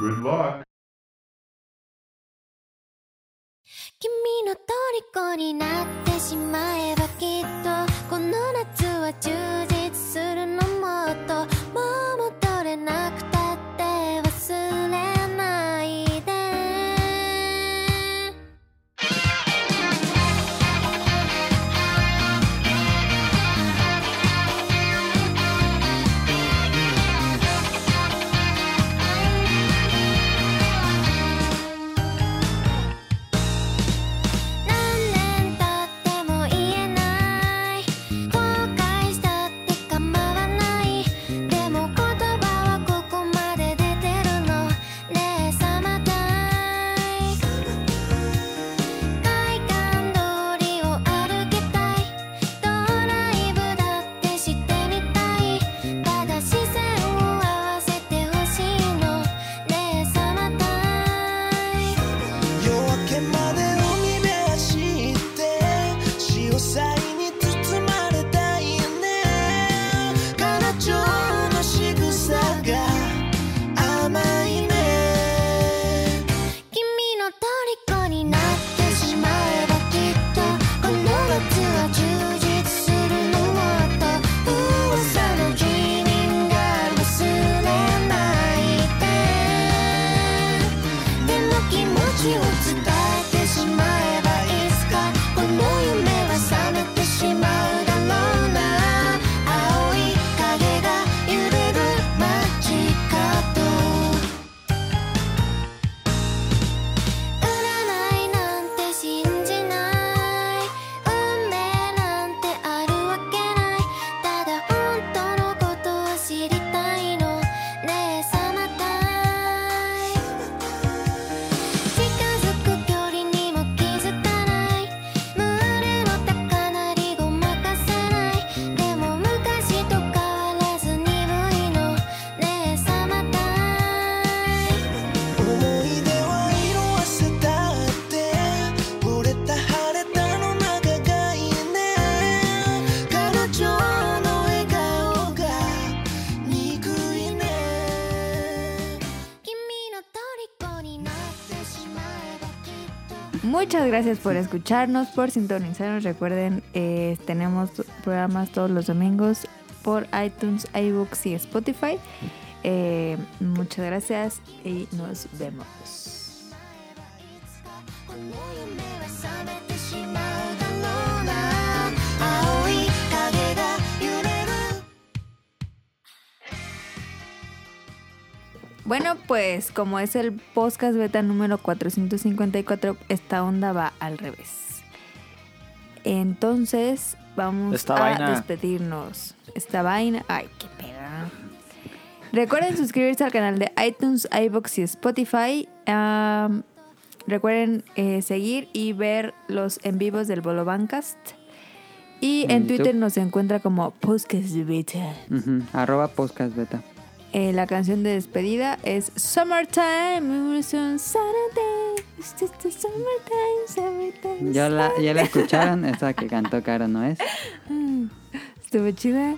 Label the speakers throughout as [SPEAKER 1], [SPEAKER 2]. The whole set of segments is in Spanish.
[SPEAKER 1] Good luck.
[SPEAKER 2] 君の虜になってしまえばきっとこの夏は充実するのもっともう戻れなくたって忘れないで何年経っても言えない後悔したって構わないでも言葉はここまで出てるのねえサマータイム海岸通りを歩きたいドライブだってしてみたいただ視線を合わせてほしいのねえサマータイム
[SPEAKER 3] 夜明けまで海辺走って潮騒に包まれたいね彼女の仕草が甘いね
[SPEAKER 2] 君の虜になってしまえばきっとこの夏は充実するのもっと噂のキリンが忘れないででも気持ちを伝えてしまえばいつかこの夢は冷めてしまうだろうな青い影が揺れる街角占いなんて信じない運命なんてあるわけないただ本当のことを知りたいのねえサマータイム近づく距離にも気づかない胸の高鳴りごまかせないでも昔と変わらず鈍いのねえサマータイム
[SPEAKER 3] 思い出は色あせたって惚れた晴れたの中がいいね彼女の笑顔が憎いね
[SPEAKER 2] 君の虜になってしまえばきっと
[SPEAKER 4] Muchas gracias por escucharnos, por sintonizarnos. Recuerden, eh, tenemos programas todos los domingos por iTunes, iBooks y Spotify. Eh, muchas gracias y nos vemos.
[SPEAKER 2] この夢は覚めてしまうだろうな青い影が揺れる
[SPEAKER 4] Bueno, pues como es el podcast beta número 454, esta onda va al revés. Entonces, vamos
[SPEAKER 5] Esta
[SPEAKER 4] a
[SPEAKER 5] vaina.
[SPEAKER 4] despedirnos. Esta vaina. Ay, qué peda. Recuerden suscribirse al canal de iTunes, iBox y Spotify. Am, recuerden eh, seguir y ver los en vivos del Bolo Bancast. Y en
[SPEAKER 5] En
[SPEAKER 4] Twitter
[SPEAKER 5] YouTube.
[SPEAKER 4] nos encuentra como Podcast Beta.
[SPEAKER 5] Ujú, Arroba podcast beta.
[SPEAKER 4] Eh, la canción de despedida es Summertime, we will soon Saturday. It's just a summertime, summertime.
[SPEAKER 5] Ya la, ya la escucharon, esa que cantó Caro, ¿no es?
[SPEAKER 4] Estuvo chida.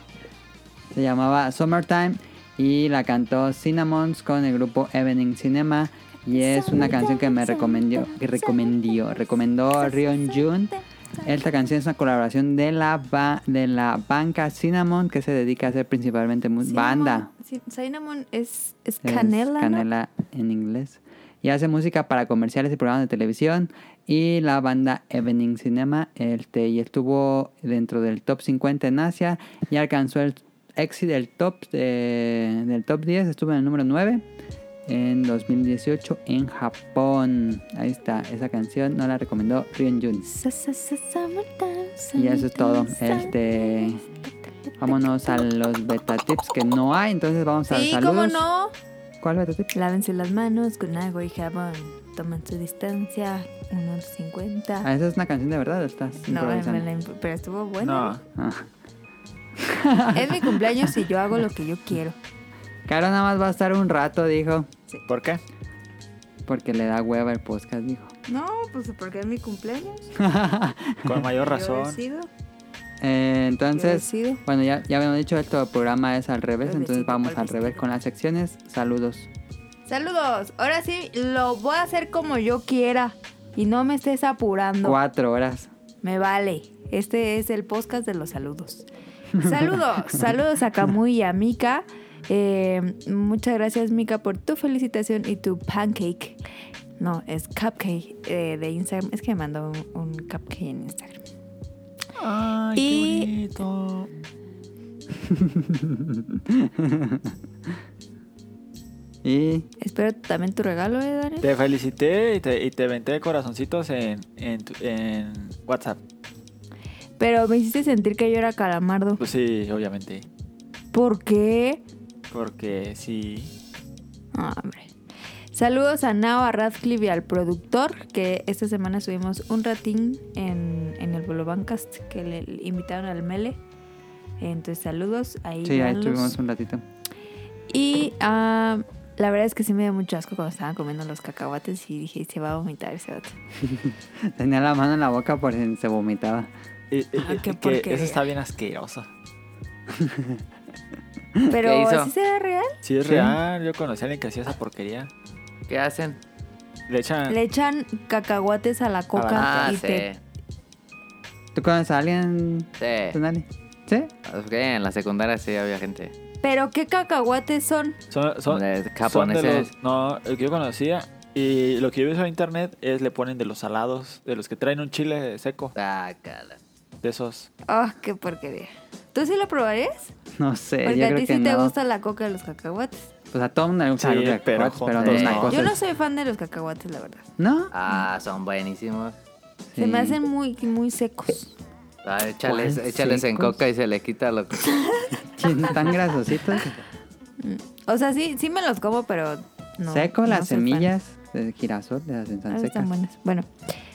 [SPEAKER 5] Se llamaba Summertime y la cantó Cinnamons con el grupo Evening Cinema. Y es una canción que me recomendó, que recomendó, recomendó Rion Jun. Esta canción es una colaboración de la, ba- de la banca Cinnamon que se dedica a hacer principalmente mu- banda.
[SPEAKER 4] Cinnamon- Cin- Cinnamon es, es
[SPEAKER 5] Es
[SPEAKER 4] canela. ¿no?
[SPEAKER 5] canela en inglés. Y hace música para comerciales y programas de televisión. Y la banda Evening Cinema. Este, y estuvo dentro del top 50 en Asia. Y alcanzó el éxito del top, eh, del top 10. Estuvo en el número 9 en 2018 en Japón. Ahí está, esa canción no la recomendó Rion Jun.
[SPEAKER 4] Sa- sa- sa- summertime,
[SPEAKER 5] Y eso es todo.
[SPEAKER 4] summertime,
[SPEAKER 5] Este,
[SPEAKER 4] summertime.
[SPEAKER 5] vámonos a los beta tips que no hay. Entonces vamos a los
[SPEAKER 4] Sí,
[SPEAKER 5] saludos.
[SPEAKER 4] cómo no.
[SPEAKER 5] ¿Cuál beta tip?
[SPEAKER 4] Lávense las manos con agua y jabón. Tomen su distancia, 1.50.
[SPEAKER 5] Ah, esa es una canción de verdad, o estás
[SPEAKER 4] No, me
[SPEAKER 5] improvisando?
[SPEAKER 4] la imp- pero estuvo bueno.
[SPEAKER 5] No. Ah.
[SPEAKER 4] Es mi cumpleaños y yo hago lo que yo quiero.
[SPEAKER 5] Caro nada más va a estar un rato, dijo,
[SPEAKER 6] ¿Por qué?
[SPEAKER 5] porque le da hueva el podcast, dijo.
[SPEAKER 4] No, pues porque es mi cumpleaños.
[SPEAKER 6] Con
[SPEAKER 4] Yo
[SPEAKER 6] mayor razón.
[SPEAKER 4] decido.
[SPEAKER 5] Eh, entonces,
[SPEAKER 4] Yo decido.
[SPEAKER 5] bueno, ya, ya habíamos dicho, esto el programa es al revés,
[SPEAKER 4] Yo
[SPEAKER 5] entonces
[SPEAKER 4] decido
[SPEAKER 5] vamos
[SPEAKER 4] cuál
[SPEAKER 5] al revés
[SPEAKER 4] vestido.
[SPEAKER 5] con las secciones. Saludos.
[SPEAKER 4] Saludos. Ahora sí, lo voy a hacer como yo quiera. Y no me estés apurando.
[SPEAKER 5] Cuatro horas.
[SPEAKER 4] Me vale. Este es el podcast de los saludos. Saludos, saludos a Camuy y a Mika. Eh, muchas gracias, Mika, por tu felicitación y tu pancake. No, es cupcake eh, de Instagram. Es que me mandó un, un cupcake en Instagram.
[SPEAKER 6] Ay,
[SPEAKER 4] Y-
[SPEAKER 6] qué bonito.
[SPEAKER 5] Y
[SPEAKER 4] Espero también tu regalo, ¿eh, Dani?
[SPEAKER 6] Te felicité y te, y te venté corazoncitos en, en, tu- en WhatsApp.
[SPEAKER 4] Pero me hiciste sentir que yo era calamardo.
[SPEAKER 6] Pues sí, obviamente.
[SPEAKER 4] ¿Por qué?
[SPEAKER 6] Porque sí.
[SPEAKER 4] Ah, hombre. Saludos a Nao, a Radcliffe y al productor, que esta semana subimos un ratín en, en el Bolobancast, que le invitaron al Mele. Entonces, saludos. Ahí
[SPEAKER 5] sí, ahí
[SPEAKER 4] véanlos.
[SPEAKER 5] estuvimos un ratito.
[SPEAKER 4] Y ah, la verdad es que sí me dio mucho asco cuando estaban comiendo los cacahuates y dije, se va a vomitar ese vato.
[SPEAKER 5] Tenía la mano en la boca por si se vomitaba.
[SPEAKER 6] Y- y-
[SPEAKER 4] Ah,
[SPEAKER 6] y-
[SPEAKER 4] qué
[SPEAKER 6] que
[SPEAKER 4] porquería.
[SPEAKER 6] eso está bien asqueroso.
[SPEAKER 5] ¿Qué
[SPEAKER 4] Pero,
[SPEAKER 5] hizo?
[SPEAKER 4] ¿sí será real?
[SPEAKER 6] Sí, es
[SPEAKER 5] Sí.
[SPEAKER 6] real. Yo conocí a alguien que hacía esa porquería.
[SPEAKER 1] ¿Qué hacen?
[SPEAKER 6] Le echan.
[SPEAKER 4] Le echan cacahuates a la coca
[SPEAKER 1] Ah,
[SPEAKER 4] y
[SPEAKER 1] sí.
[SPEAKER 4] te-
[SPEAKER 5] ¿Tú conoces a alguien,
[SPEAKER 4] Eh.
[SPEAKER 1] Sí.
[SPEAKER 5] Tonali? ¿Sí?
[SPEAKER 1] Ok, en la secundaria sí había gente.
[SPEAKER 4] ¿Pero qué cacahuates son?
[SPEAKER 6] Son, son,
[SPEAKER 1] De
[SPEAKER 6] son de
[SPEAKER 1] japoneses.
[SPEAKER 6] los- no, el que yo conocía. Y lo que yo he visto en internet es le ponen de los salados, de los que traen un chile seco,
[SPEAKER 1] Sácala.
[SPEAKER 6] de esos.
[SPEAKER 4] ¡Ah, qué porquería! ¿Tú sí lo probarías?
[SPEAKER 5] No sé,
[SPEAKER 4] Porque
[SPEAKER 5] Eh, yo
[SPEAKER 4] Pues a
[SPEAKER 5] creo
[SPEAKER 4] ti
[SPEAKER 5] que
[SPEAKER 4] sí te
[SPEAKER 5] no.
[SPEAKER 4] gusta la coca de los cacahuates.
[SPEAKER 5] Pues a todo mundo le gusta
[SPEAKER 6] Sí,
[SPEAKER 5] la coca,
[SPEAKER 6] pero
[SPEAKER 5] pero, pero no
[SPEAKER 1] juntos
[SPEAKER 5] es una
[SPEAKER 1] no.
[SPEAKER 5] cosa.
[SPEAKER 4] Yo no soy fan de los cacahuates, la verdad.
[SPEAKER 5] ¿No?
[SPEAKER 1] Ah, son buenísimos.
[SPEAKER 4] Se me
[SPEAKER 5] Sí.
[SPEAKER 4] hacen muy, muy secos.
[SPEAKER 1] Ah, échales,
[SPEAKER 5] ¿Cuál
[SPEAKER 1] échales en
[SPEAKER 5] secos?
[SPEAKER 1] coca y se le quita lo que...
[SPEAKER 5] Sí, tan grasositos.
[SPEAKER 4] O sea, sí, sí me los como, pero no.
[SPEAKER 5] Seco,
[SPEAKER 4] no
[SPEAKER 5] las
[SPEAKER 4] soy fan.
[SPEAKER 5] semillas de girasol, de las
[SPEAKER 4] Ah,
[SPEAKER 5] están secas.
[SPEAKER 4] están buenas. Bueno,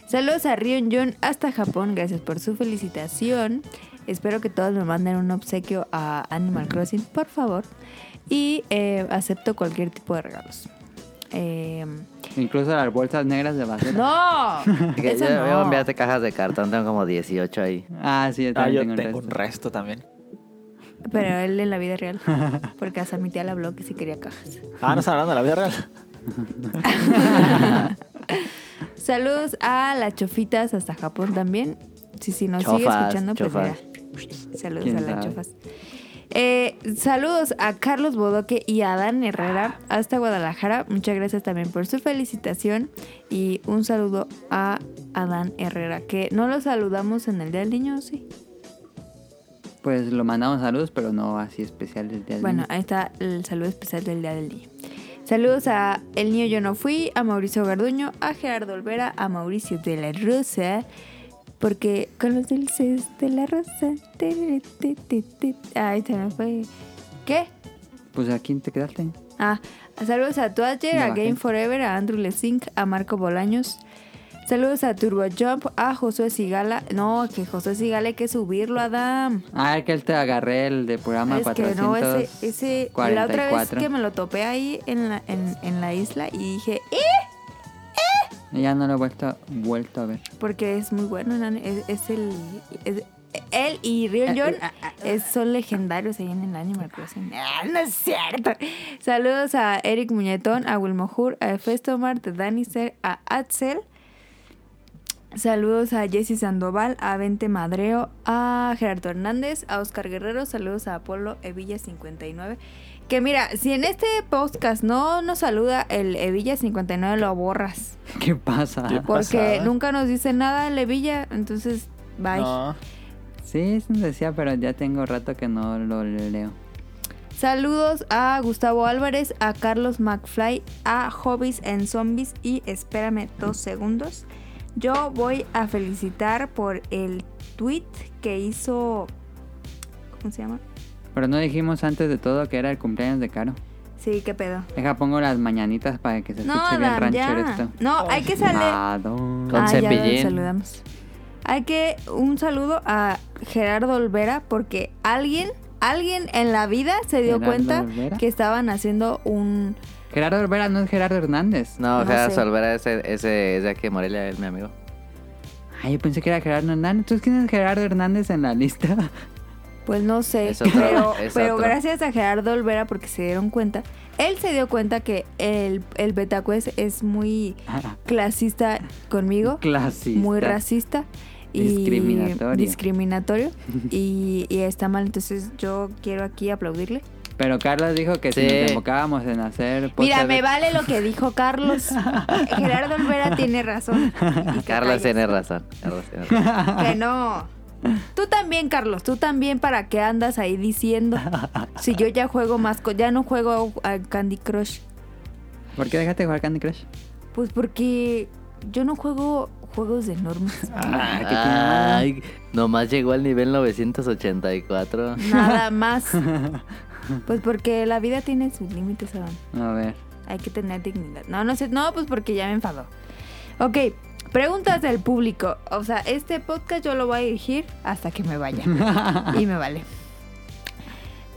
[SPEAKER 4] saludos a Rion John hasta Japón. Gracias por su felicitación. Espero que todos me manden un obsequio a Animal Crossing, por favor. Y eh, acepto cualquier tipo de regalos. Eh,
[SPEAKER 5] Incluso las bolsas negras de basura.
[SPEAKER 4] ¡No!
[SPEAKER 1] Que
[SPEAKER 4] Eso
[SPEAKER 1] yo, yo
[SPEAKER 4] no.
[SPEAKER 1] enviaste cajas de cartón, tengo como 18 ahí.
[SPEAKER 5] Ah, sí, yo
[SPEAKER 6] Ah, yo
[SPEAKER 5] también
[SPEAKER 6] tengo,
[SPEAKER 5] tengo, un
[SPEAKER 6] un
[SPEAKER 5] resto.
[SPEAKER 6] resto también.
[SPEAKER 4] Pero él en la vida real. Porque hasta mi tía le habló que sí quería cajas.
[SPEAKER 6] Ah, no está hablando de la vida real.
[SPEAKER 4] Saludos a las chofitas hasta Japón también. Si sí, nos sigue
[SPEAKER 1] Chofas,
[SPEAKER 4] escuchando, pues
[SPEAKER 1] chofas.
[SPEAKER 4] mira. Saludos
[SPEAKER 5] ¿Quién
[SPEAKER 4] a las
[SPEAKER 5] sabe?
[SPEAKER 4] chofas. Eh, saludos a Carlos Bodoque y a Dan Herrera hasta Guadalajara. Muchas gracias también por su felicitación. Y un saludo a Adán Herrera, que no lo saludamos en el Día del Niño, ¿o sí.
[SPEAKER 5] Pues lo mandamos saludos, pero no así especiales del día del
[SPEAKER 4] Bueno,
[SPEAKER 5] niño.
[SPEAKER 4] ahí está el saludo especial del Día del Niño. Saludos a El Niño Yo No Fui, a Mauricio Garduño, a Gerardo Olvera, a Mauricio de la Rosa, porque con los dulces de la Rosa. tere, te, te, te. Ay, se me fue. ¿Qué?
[SPEAKER 5] Pues aquí te quedaste.
[SPEAKER 4] Ah, saludos a Twitter,
[SPEAKER 5] Ya
[SPEAKER 4] a
[SPEAKER 5] bajé.
[SPEAKER 4] Game Forever, a Andrew Lesink, a Marco Bolaños. Saludos a Turbo Jump, a Josué Sigala. No, que Josué Sigala hay que subirlo, Adam.
[SPEAKER 5] Ah, que él te agarré el de programa
[SPEAKER 4] Es que no, ese, ese, la otra vez
[SPEAKER 5] 444.
[SPEAKER 4] que me lo topé ahí en la, en, en la isla y dije, ¡eh!
[SPEAKER 5] Ya no lo he vuelto, vuelto a ver.
[SPEAKER 4] Porque es muy bueno, Nan, es, es el... es- él y Rion John es- son legendarios ahí en el Animal Crossing. ¡Ah, no es cierto! Saludos a Eric Muñetón, a Wilmohur, a Festomart, a Danister, a Axel. Saludos a Jesse Sandoval, a Vente Madreo, a Gerardo Hernández, a Oscar Guerrero, saludos a Apolo Evilla 59. Que mira, si en este podcast no nos saluda el Evilla 59, lo borras.
[SPEAKER 5] ¿Qué pasa?
[SPEAKER 6] ¿Qué
[SPEAKER 4] Porque
[SPEAKER 6] Pasada.
[SPEAKER 4] nunca nos dice nada el Evilla, entonces bye.
[SPEAKER 6] No.
[SPEAKER 5] Sí, sí me decía, pero ya tengo rato que no lo leo.
[SPEAKER 4] Saludos a Gustavo Álvarez, a Carlos McFly, a Hobbies en Zombies y espérame dos segundos. Yo voy a felicitar por el tweet que hizo. ¿Cómo se llama?
[SPEAKER 5] Pero no dijimos antes de todo que era el cumpleaños de Caro.
[SPEAKER 4] Sí, qué pedo.
[SPEAKER 5] Deja, pongo las mañanitas para que se
[SPEAKER 4] No,
[SPEAKER 5] escuche bien
[SPEAKER 4] Adam,
[SPEAKER 5] ranchero
[SPEAKER 4] ya.
[SPEAKER 5] esto.
[SPEAKER 4] No, hay que salir.
[SPEAKER 5] Nado.
[SPEAKER 1] Con
[SPEAKER 4] Ah, ya lo
[SPEAKER 1] cepillín.
[SPEAKER 4] saludamos. Hay que un saludo a Gerardo Olvera porque alguien, alguien en la vida se dio
[SPEAKER 5] ¿Gerardo
[SPEAKER 4] cuenta
[SPEAKER 5] Olvera?
[SPEAKER 4] que estaban haciendo un
[SPEAKER 5] Gerardo Olvera no es Gerardo Hernández.
[SPEAKER 1] No,
[SPEAKER 4] No
[SPEAKER 1] Gerardo
[SPEAKER 4] sé.
[SPEAKER 1] Olvera, ese, ese es de aquí de Morelia, es mi amigo.
[SPEAKER 5] Ah, Ay, yo pensé que era Gerardo Hernández. ¿Tú quién es Gerardo Hernández en la lista?
[SPEAKER 4] Pues no sé,
[SPEAKER 1] Es otro,
[SPEAKER 4] pero,
[SPEAKER 1] es
[SPEAKER 4] pero
[SPEAKER 1] otro.
[SPEAKER 4] gracias a Gerardo Olvera porque se dieron cuenta. Él se dio cuenta que el, el Betacuest es muy clasista conmigo,
[SPEAKER 5] Clasista.
[SPEAKER 4] muy racista y
[SPEAKER 5] Discriminatorio.
[SPEAKER 4] discriminatorio, y, y está mal. Entonces yo quiero aquí aplaudirle.
[SPEAKER 5] Pero Carlos dijo que si
[SPEAKER 1] Sí.
[SPEAKER 5] nos enfocábamos en hacer...
[SPEAKER 4] Mira,
[SPEAKER 5] podcast
[SPEAKER 4] me
[SPEAKER 5] de-
[SPEAKER 4] vale lo que dijo Carlos. Gerardo Olvera tiene razón. Y que
[SPEAKER 1] Carlos
[SPEAKER 4] calles.
[SPEAKER 1] tiene razón. Carlos tiene razón.
[SPEAKER 4] Que no. Tú también, Carlos, tú también, ¿para qué andas ahí diciendo? Si yo ya juego más, co- ya no juego a Candy Crush.
[SPEAKER 5] ¿Por qué dejaste de jugar Candy Crush?
[SPEAKER 4] Pues porque yo no juego juegos de normas.
[SPEAKER 5] Ah, ¿qué tiene malo?
[SPEAKER 1] Ay, nomás llegó al nivel 984.
[SPEAKER 4] Nada más. Pues porque la vida tiene sus límites, Adam.
[SPEAKER 5] A ver.
[SPEAKER 4] Hay que tener dignidad. No, no sé. No, pues porque ya me enfadó. Ok, preguntas del público. O sea, este podcast yo lo voy a dirigir hasta que me vaya. y me vale.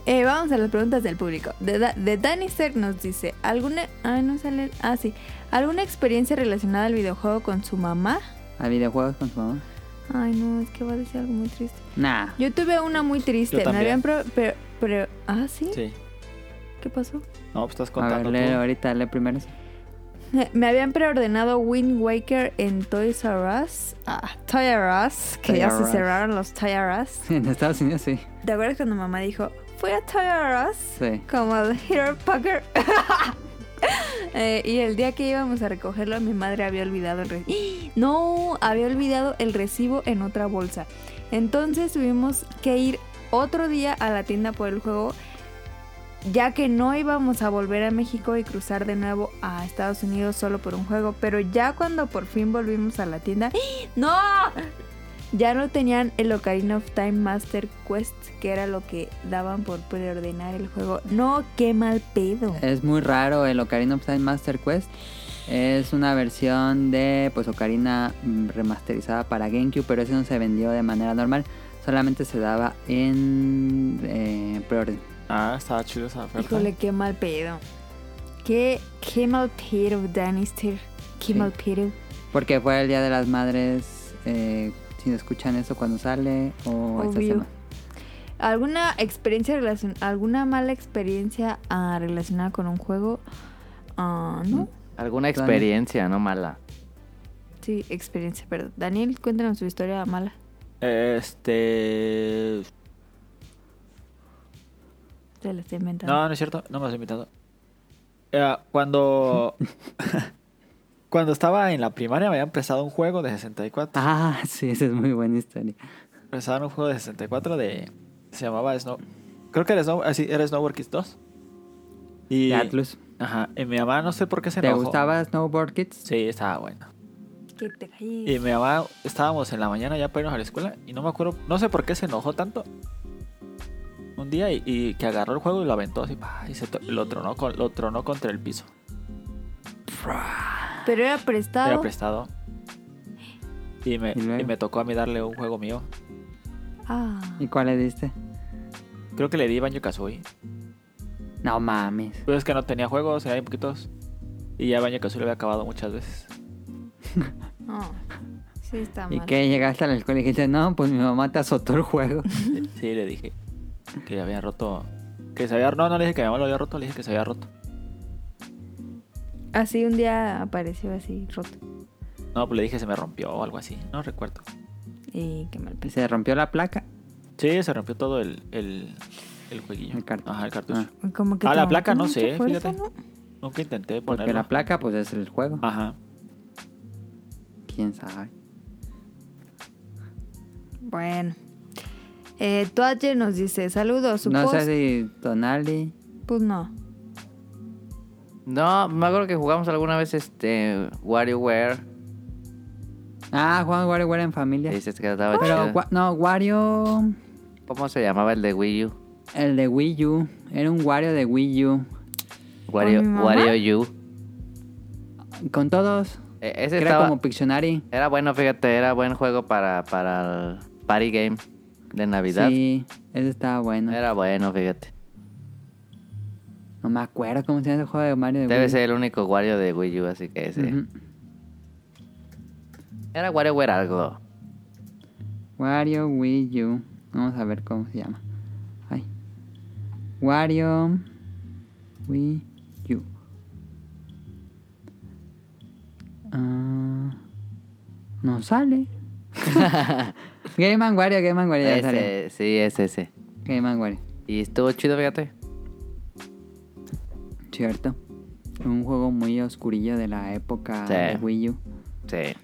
[SPEAKER 4] Eh, vamos a las preguntas del público. De, Da- de Dani Ser nos dice, ¿alguna... Ay, no sale... Ah, sí. ¿Alguna experiencia relacionada al videojuego con su mamá?
[SPEAKER 5] ¿A videojuegos con su mamá?
[SPEAKER 4] Ay, no, es que va a decir algo muy triste.
[SPEAKER 5] Nah.
[SPEAKER 4] Yo tuve una muy triste.
[SPEAKER 6] Yo
[SPEAKER 4] ¿No
[SPEAKER 6] también.
[SPEAKER 4] habían pro- pero, pero... Ah, ¿sí?
[SPEAKER 6] Sí.
[SPEAKER 4] ¿Qué pasó?
[SPEAKER 6] No, pues estás
[SPEAKER 5] A ver,
[SPEAKER 6] contando
[SPEAKER 5] lee
[SPEAKER 6] tú.
[SPEAKER 5] ahorita, lee primero. eso.
[SPEAKER 4] Me habían preordenado Wind Waker en Toys R Us. Ah, Toys R Us, que ya
[SPEAKER 5] Toys
[SPEAKER 4] se
[SPEAKER 5] R Us.
[SPEAKER 4] cerraron los Toys R Us.
[SPEAKER 5] En Estados Unidos sí.
[SPEAKER 4] ¿Te acuerdas cuando mamá dijo, fui a Toys R Us?
[SPEAKER 5] Sí.
[SPEAKER 4] Como el Hero Poker. Eh, y el día que íbamos a recogerlo, mi madre había olvidado el recibo. No, había olvidado el recibo en otra bolsa. Entonces tuvimos que ir otro día a la tienda por el juego, ya que no íbamos a volver a México y cruzar de nuevo a Estados Unidos solo por un juego. Pero ya cuando por fin volvimos a la tienda, ¡no! Ya no tenían el Ocarina of Time Master Quest, que era lo que daban por preordenar el juego. No, qué mal pedo.
[SPEAKER 5] Es muy raro el Ocarina of Time Master Quest. Es una versión de pues Ocarina mm, remasterizada para GameCube, pero ese no se vendió de manera normal. Solamente se daba en eh, preorden.
[SPEAKER 6] Ah, estaba chido esa oferta.
[SPEAKER 4] Híjole, qué mal pedo. Qué, qué mal pedo, Danister. Qué
[SPEAKER 5] Sí.
[SPEAKER 4] mal pedo.
[SPEAKER 5] Porque fue el Día de las Madres. eh, si no escuchan eso cuando sale o esta
[SPEAKER 4] Obvio.
[SPEAKER 5] semana.
[SPEAKER 4] ¿Alguna experiencia relacion alguna mala experiencia ah, relacionada con un juego? Ah,
[SPEAKER 6] Mm.
[SPEAKER 4] no.
[SPEAKER 1] Alguna experiencia, no mala.
[SPEAKER 4] Sí, experiencia, perdón. Daniel, cuéntanos tu historia mala.
[SPEAKER 6] Este.
[SPEAKER 4] Te la estoy inventando.
[SPEAKER 6] No, no es cierto, no me has invitado. Eh, cuando. cuando estaba en la primaria me había empezado un juego de 64.
[SPEAKER 5] Ah, sí, esa es muy buena historia.
[SPEAKER 6] Empezaron un juego de 64 de. Se llamaba Snow. Creo que era Snow. así era Snowboard Kids 2. Y.
[SPEAKER 5] De Atlus.
[SPEAKER 6] Ajá. Y mi mamá no sé por qué se
[SPEAKER 5] ¿Te
[SPEAKER 6] enojó.
[SPEAKER 5] gustaba Snowboard Kids?
[SPEAKER 6] Sí, estaba bueno.
[SPEAKER 4] Que te calles.
[SPEAKER 6] Y mi mamá estábamos en la mañana ya para irnos a la escuela. Y no me acuerdo. No sé por qué se enojó tanto. Un día y, y que agarró el juego y lo aventó así. pa, Y se to- lo, tronó con- lo tronó contra el piso.
[SPEAKER 4] Pero era prestado.
[SPEAKER 6] Era prestado. Y me,
[SPEAKER 5] ¿Y luego?
[SPEAKER 6] y me tocó a mí darle un juego mío.
[SPEAKER 4] ah.
[SPEAKER 5] ¿Y cuál le diste?
[SPEAKER 6] Creo que le di Banjo Kazooie.
[SPEAKER 5] No mames.
[SPEAKER 6] Pues es que no tenía juegos, eran poquitos. Y ya Banjo Kazooie lo había acabado muchas veces.
[SPEAKER 4] Ah. Sí, está
[SPEAKER 5] ¿Y
[SPEAKER 4] mal.
[SPEAKER 5] qué? Llegaste a la escuela y dijiste, no, pues mi mamá te azotó el juego.
[SPEAKER 6] Sí, le dije que había roto. Que se había. No, no le dije que mi mamá lo había roto, le dije que se había roto.
[SPEAKER 4] Así un día apareció así, roto.
[SPEAKER 6] No, pues le dije se me rompió o algo así. No recuerdo.
[SPEAKER 4] Y qué mal
[SPEAKER 5] Y
[SPEAKER 4] pedo.
[SPEAKER 5] se rompió la placa.
[SPEAKER 6] Sí, se rompió todo el. El, el jueguillo.
[SPEAKER 5] El cartucho.
[SPEAKER 6] Ajá, el cartucho.
[SPEAKER 4] Como que
[SPEAKER 6] Ah, la
[SPEAKER 4] te
[SPEAKER 6] placa,
[SPEAKER 4] metió
[SPEAKER 6] no sé,
[SPEAKER 4] mucha fuerza,
[SPEAKER 6] fíjate.
[SPEAKER 4] ¿no?
[SPEAKER 6] Nunca intenté
[SPEAKER 5] Porque
[SPEAKER 6] ponerlo.
[SPEAKER 5] la placa, pues es el juego.
[SPEAKER 6] Ajá.
[SPEAKER 5] ¿Quién sabe?
[SPEAKER 4] Bueno. Eh, Toache nos dice, saludos, su
[SPEAKER 5] No sé
[SPEAKER 4] post-
[SPEAKER 5] si Tonali.
[SPEAKER 4] Pues no.
[SPEAKER 1] No, me acuerdo que jugamos alguna vez este WarioWare.
[SPEAKER 5] Ah, Juan WarioWare en familia.
[SPEAKER 1] Dices que estaba
[SPEAKER 5] Pero,
[SPEAKER 1] chido.
[SPEAKER 5] gua- no, Wario.
[SPEAKER 1] ¿Cómo se llamaba el de Wii U?
[SPEAKER 5] El de Wii U. Era un Wario de Wii U.
[SPEAKER 1] Wario,
[SPEAKER 4] mi mamá?
[SPEAKER 1] Wario U.
[SPEAKER 5] Con todos.
[SPEAKER 1] E- ese
[SPEAKER 5] Era
[SPEAKER 1] estaba-
[SPEAKER 5] como Pictionary.
[SPEAKER 1] Era bueno, fíjate, era buen juego para, para el party game de Navidad.
[SPEAKER 5] Sí, ese estaba bueno.
[SPEAKER 1] Era bueno, fíjate.
[SPEAKER 5] No me acuerdo cómo se llama el juego de Mario de
[SPEAKER 1] Debe
[SPEAKER 5] Wii U.
[SPEAKER 1] ser el único Wario de Wii U, así que ese.
[SPEAKER 5] Ujú.
[SPEAKER 1] Era WarioWare algo.
[SPEAKER 5] Wario Wii U. Vamos a ver cómo se llama. Wario. Wii U. Ah, no sale. Game and Wario, Game and Wario, ya sale.
[SPEAKER 1] Ese, sí, es ese.
[SPEAKER 5] Game and Wario,
[SPEAKER 1] Y estuvo chido, fíjate.
[SPEAKER 5] cierto. Un juego muy oscurillo de la época
[SPEAKER 1] Sí.
[SPEAKER 5] de Wii U.
[SPEAKER 1] Sí.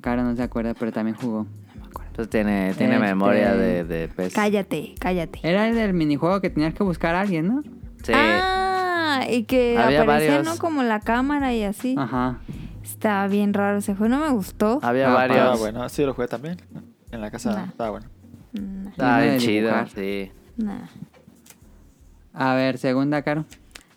[SPEAKER 5] Cara no se acuerda, pero también jugó. No me acuerdo.
[SPEAKER 1] Entonces tiene, tiene
[SPEAKER 5] Este-
[SPEAKER 1] memoria de, de pez.
[SPEAKER 4] Cállate, cállate.
[SPEAKER 5] Era el del minijuego que tenías que buscar a alguien, ¿no?
[SPEAKER 1] Sí.
[SPEAKER 4] Ah, y que
[SPEAKER 1] Había
[SPEAKER 4] aparecía,
[SPEAKER 1] varios.
[SPEAKER 4] ¿no? Como la cámara y así.
[SPEAKER 5] Ajá.
[SPEAKER 4] Estaba bien raro ese juego, no me gustó.
[SPEAKER 1] Había
[SPEAKER 5] Ah,
[SPEAKER 1] varios.
[SPEAKER 5] Dios.
[SPEAKER 6] Ah, bueno, sí lo jugué también. En la casa.
[SPEAKER 4] Nah.
[SPEAKER 6] Estaba bueno.
[SPEAKER 4] Nah,
[SPEAKER 1] Estaba
[SPEAKER 5] Uno de
[SPEAKER 1] bien chido,
[SPEAKER 5] dibujar.
[SPEAKER 1] sí.
[SPEAKER 4] nah.
[SPEAKER 5] A ver, segunda, Caro.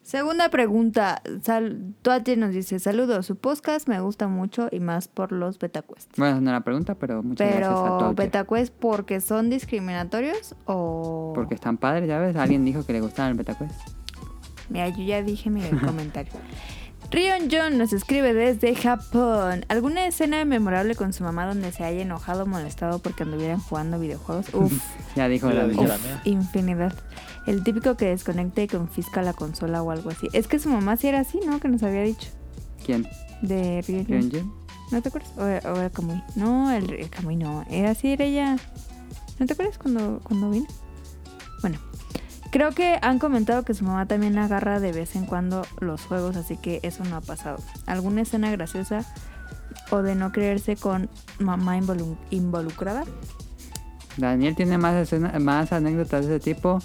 [SPEAKER 4] Segunda pregunta. Sal Tuati nos dice, saludos, su podcast me gusta mucho y más por los betacuest.
[SPEAKER 5] Bueno, no la pregunta, pero muchas gracias a
[SPEAKER 4] Pero
[SPEAKER 5] todos.
[SPEAKER 4] betacuest porque son discriminatorios o...
[SPEAKER 5] Porque están padres, ya ves. Alguien dijo que le gustaba el Betacuest.
[SPEAKER 4] Mira, yo ya dije mi comentario. Rion John nos escribe desde Japón. ¿Alguna escena memorable con su mamá donde se haya enojado o molestado porque anduvieran jugando videojuegos? Uf,
[SPEAKER 5] Ya dijo
[SPEAKER 6] Ya
[SPEAKER 5] la
[SPEAKER 6] dije.
[SPEAKER 5] mía.
[SPEAKER 6] la
[SPEAKER 4] uf,
[SPEAKER 6] mía.
[SPEAKER 4] infinidad. El típico que desconecta y confisca la consola o algo así. Es que su mamá sí era así, ¿no? Que nos había dicho.
[SPEAKER 5] ¿Quién?
[SPEAKER 4] De Rion John.
[SPEAKER 5] ¿Ryunjin?
[SPEAKER 4] ¿No te acuerdas? O, o era Kamui. No, el, el Kamui no. Era así, era ella. ¿No te acuerdas cuando, cuando vino? Bueno, creo que han comentado que su mamá también agarra de vez en cuando los juegos, así que eso no ha pasado. ¿Alguna escena graciosa o de no creerse con mamá involu- involucrada?
[SPEAKER 5] Daniel tiene más, escena- más anécdotas de ese tipo.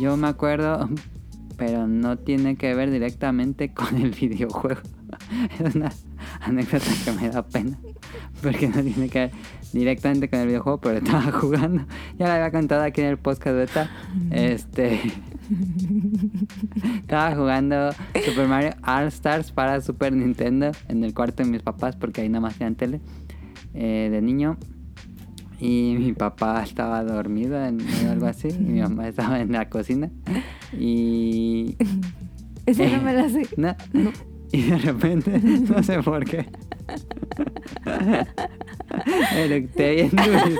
[SPEAKER 5] Yo me acuerdo, pero no tiene que ver directamente con el videojuego. Es una anécdota que me da pena. Porque no tiene que ver directamente con el videojuego, pero estaba jugando. Ya la había contado aquí en el podcast beta. Este. Estaba jugando Super Mario All Stars para Super Nintendo en el cuarto de mis papás, porque ahí nada más tenían tele eh, de niño. Y mi papá estaba dormido en, o algo así. Y mi mamá estaba en la cocina. Y.
[SPEAKER 4] Esa no me la sé.
[SPEAKER 5] No. Y de repente, no sé por qué. Eructé bien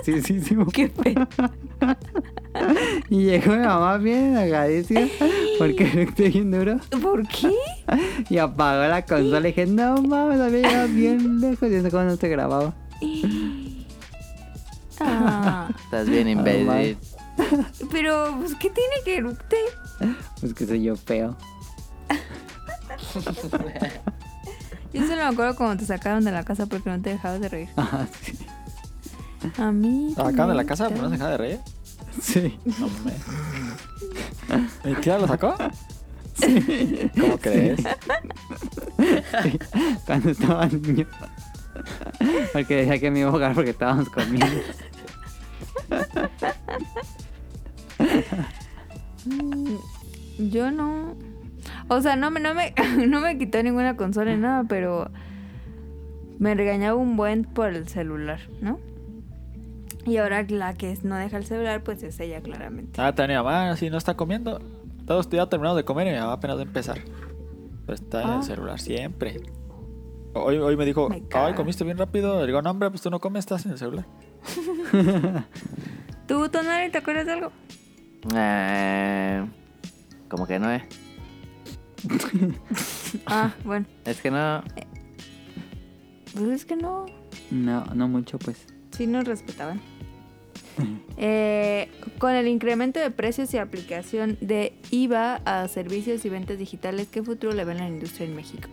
[SPEAKER 5] durisísimo.
[SPEAKER 4] Qué pena.
[SPEAKER 5] Y llegó mi mamá bien agadísima porque eructé bien duro.
[SPEAKER 4] ¿Por qué?
[SPEAKER 5] Y apagó la consola y dije, no mames, había llegado bien lejos y eso como no se grababa.
[SPEAKER 4] Ah,
[SPEAKER 1] Estás bien imbécil.
[SPEAKER 4] pero, pues, ¿qué tiene que eructe?
[SPEAKER 5] Pues que soy yo feo.
[SPEAKER 4] Yo solo me acuerdo cuando te sacaron de la casa porque no te dejabas de reír.
[SPEAKER 5] Ah, sí.
[SPEAKER 4] A mí.
[SPEAKER 6] Acá de la
[SPEAKER 4] también,
[SPEAKER 6] casa, pero no se
[SPEAKER 4] claro.
[SPEAKER 6] deja de reír.
[SPEAKER 5] Sí.
[SPEAKER 6] No mames. ¿Mi tía lo sacó? Sí. ¿Cómo crees?
[SPEAKER 5] Cuando estaba niño. Porque decía que me iba a jugar porque estábamos comiendo.
[SPEAKER 4] Mm, Yo no. O sea, no me, no me, no me quitó ninguna consola ni nada, pero me regañaba un buen por el celular, ¿no? Y ahora la que no deja el celular, pues es ella, claramente.
[SPEAKER 6] Ah, también mi mamá, si no está comiendo. Todos ya terminado de comer y mi mamá apenas de empezar. Pero está en
[SPEAKER 4] Ah.
[SPEAKER 6] el celular siempre. Hoy, hoy me dijo,
[SPEAKER 4] Me caga.
[SPEAKER 6] ay, comiste bien rápido. Le digo, no, hombre, pues tú no comes, estás en el celular.
[SPEAKER 4] ¿Tú, Tonari, te acuerdas de algo?
[SPEAKER 1] Eh, como que no eh. es.
[SPEAKER 4] Ah, bueno.
[SPEAKER 1] Es que no.
[SPEAKER 4] Pues es que no.
[SPEAKER 5] No, no mucho, pues.
[SPEAKER 4] Sí nos respetaban. Eh, con el incremento de precios y aplicación de IVA a servicios y ventas digitales, ¿qué futuro le ven a la industria en México?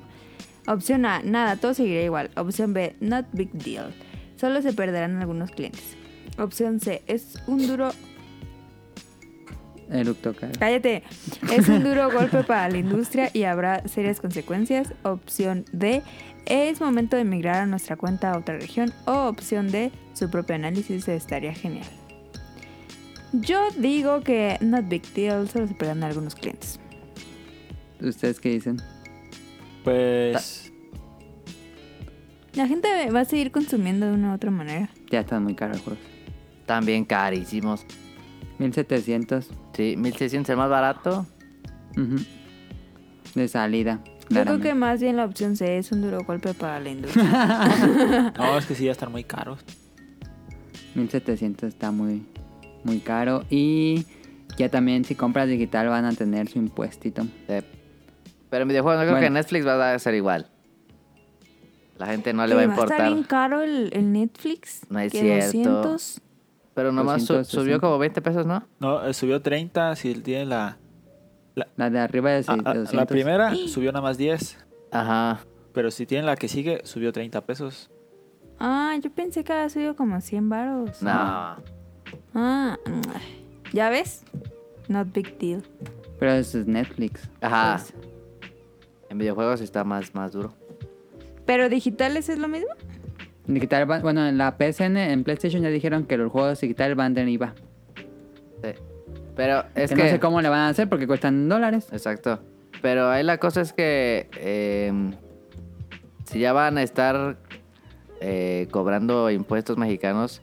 [SPEAKER 4] Opción A, nada, todo seguirá igual. Opción B, not big deal. Solo se perderán algunos clientes. Opción C, es un duro...
[SPEAKER 5] Eructo, cara.
[SPEAKER 4] Cállate, es un duro golpe para la industria y habrá serias consecuencias. Opción D, es momento de migrar a nuestra cuenta a otra región. O opción D, su propio análisis estaría genial. Yo digo que not big deal, solo se pegan algunos clientes.
[SPEAKER 5] ¿Ustedes qué dicen?
[SPEAKER 6] Pues.
[SPEAKER 4] La gente va a seguir consumiendo de una u otra manera.
[SPEAKER 5] Ya están muy caros los juegos.
[SPEAKER 1] Están bien carísimos.
[SPEAKER 5] 1700
[SPEAKER 1] Sí, 1600 el más barato.
[SPEAKER 5] ujú, de salida.
[SPEAKER 4] Yo creo que
[SPEAKER 5] claramente.
[SPEAKER 4] más bien la opción C es un duro golpe para la industria.
[SPEAKER 6] No, es que sí, ya están muy caros.
[SPEAKER 5] 1700 está muy, muy caro. Y Ya también si compras digital van a tener su impuestito.
[SPEAKER 1] Sí. Pero en videojuegos no creo
[SPEAKER 5] Bueno.
[SPEAKER 1] que Netflix va a ser igual. La gente no le
[SPEAKER 4] Y
[SPEAKER 1] va a
[SPEAKER 4] Está
[SPEAKER 1] importar.
[SPEAKER 4] bien caro el, el Netflix.
[SPEAKER 1] No es
[SPEAKER 4] que
[SPEAKER 1] cierto.
[SPEAKER 4] 200.
[SPEAKER 1] Pero nomás su-
[SPEAKER 5] 260.
[SPEAKER 1] subió como 20 pesos, ¿no?
[SPEAKER 6] No, eh, subió 30 si él tiene la...
[SPEAKER 5] La de arriba de
[SPEAKER 6] Ah, ah,
[SPEAKER 5] 600.
[SPEAKER 6] la primera subió nada más 10,
[SPEAKER 1] Ajá.
[SPEAKER 6] pero si tiene la que sigue, subió 30 pesos.
[SPEAKER 4] Ah, yo pensé que había subido como 100 baros.
[SPEAKER 1] No.
[SPEAKER 4] Ah, mm, ¿ya ves? Not big deal.
[SPEAKER 5] Pero eso es Netflix.
[SPEAKER 1] Ajá.
[SPEAKER 4] Pues,
[SPEAKER 1] En videojuegos está más, más duro.
[SPEAKER 4] ¿Pero digitales es lo mismo?
[SPEAKER 5] Digital van- bueno, en la PSN, en PlayStation ya dijeron que los juegos digitales van a tener IVA.
[SPEAKER 1] Sí. Pero es
[SPEAKER 5] que,
[SPEAKER 1] que...
[SPEAKER 5] no sé cómo le van a hacer porque cuestan en dólares.
[SPEAKER 1] Exacto. Pero ahí la cosa es que... eh, si ya van a estar eh, cobrando impuestos mexicanos,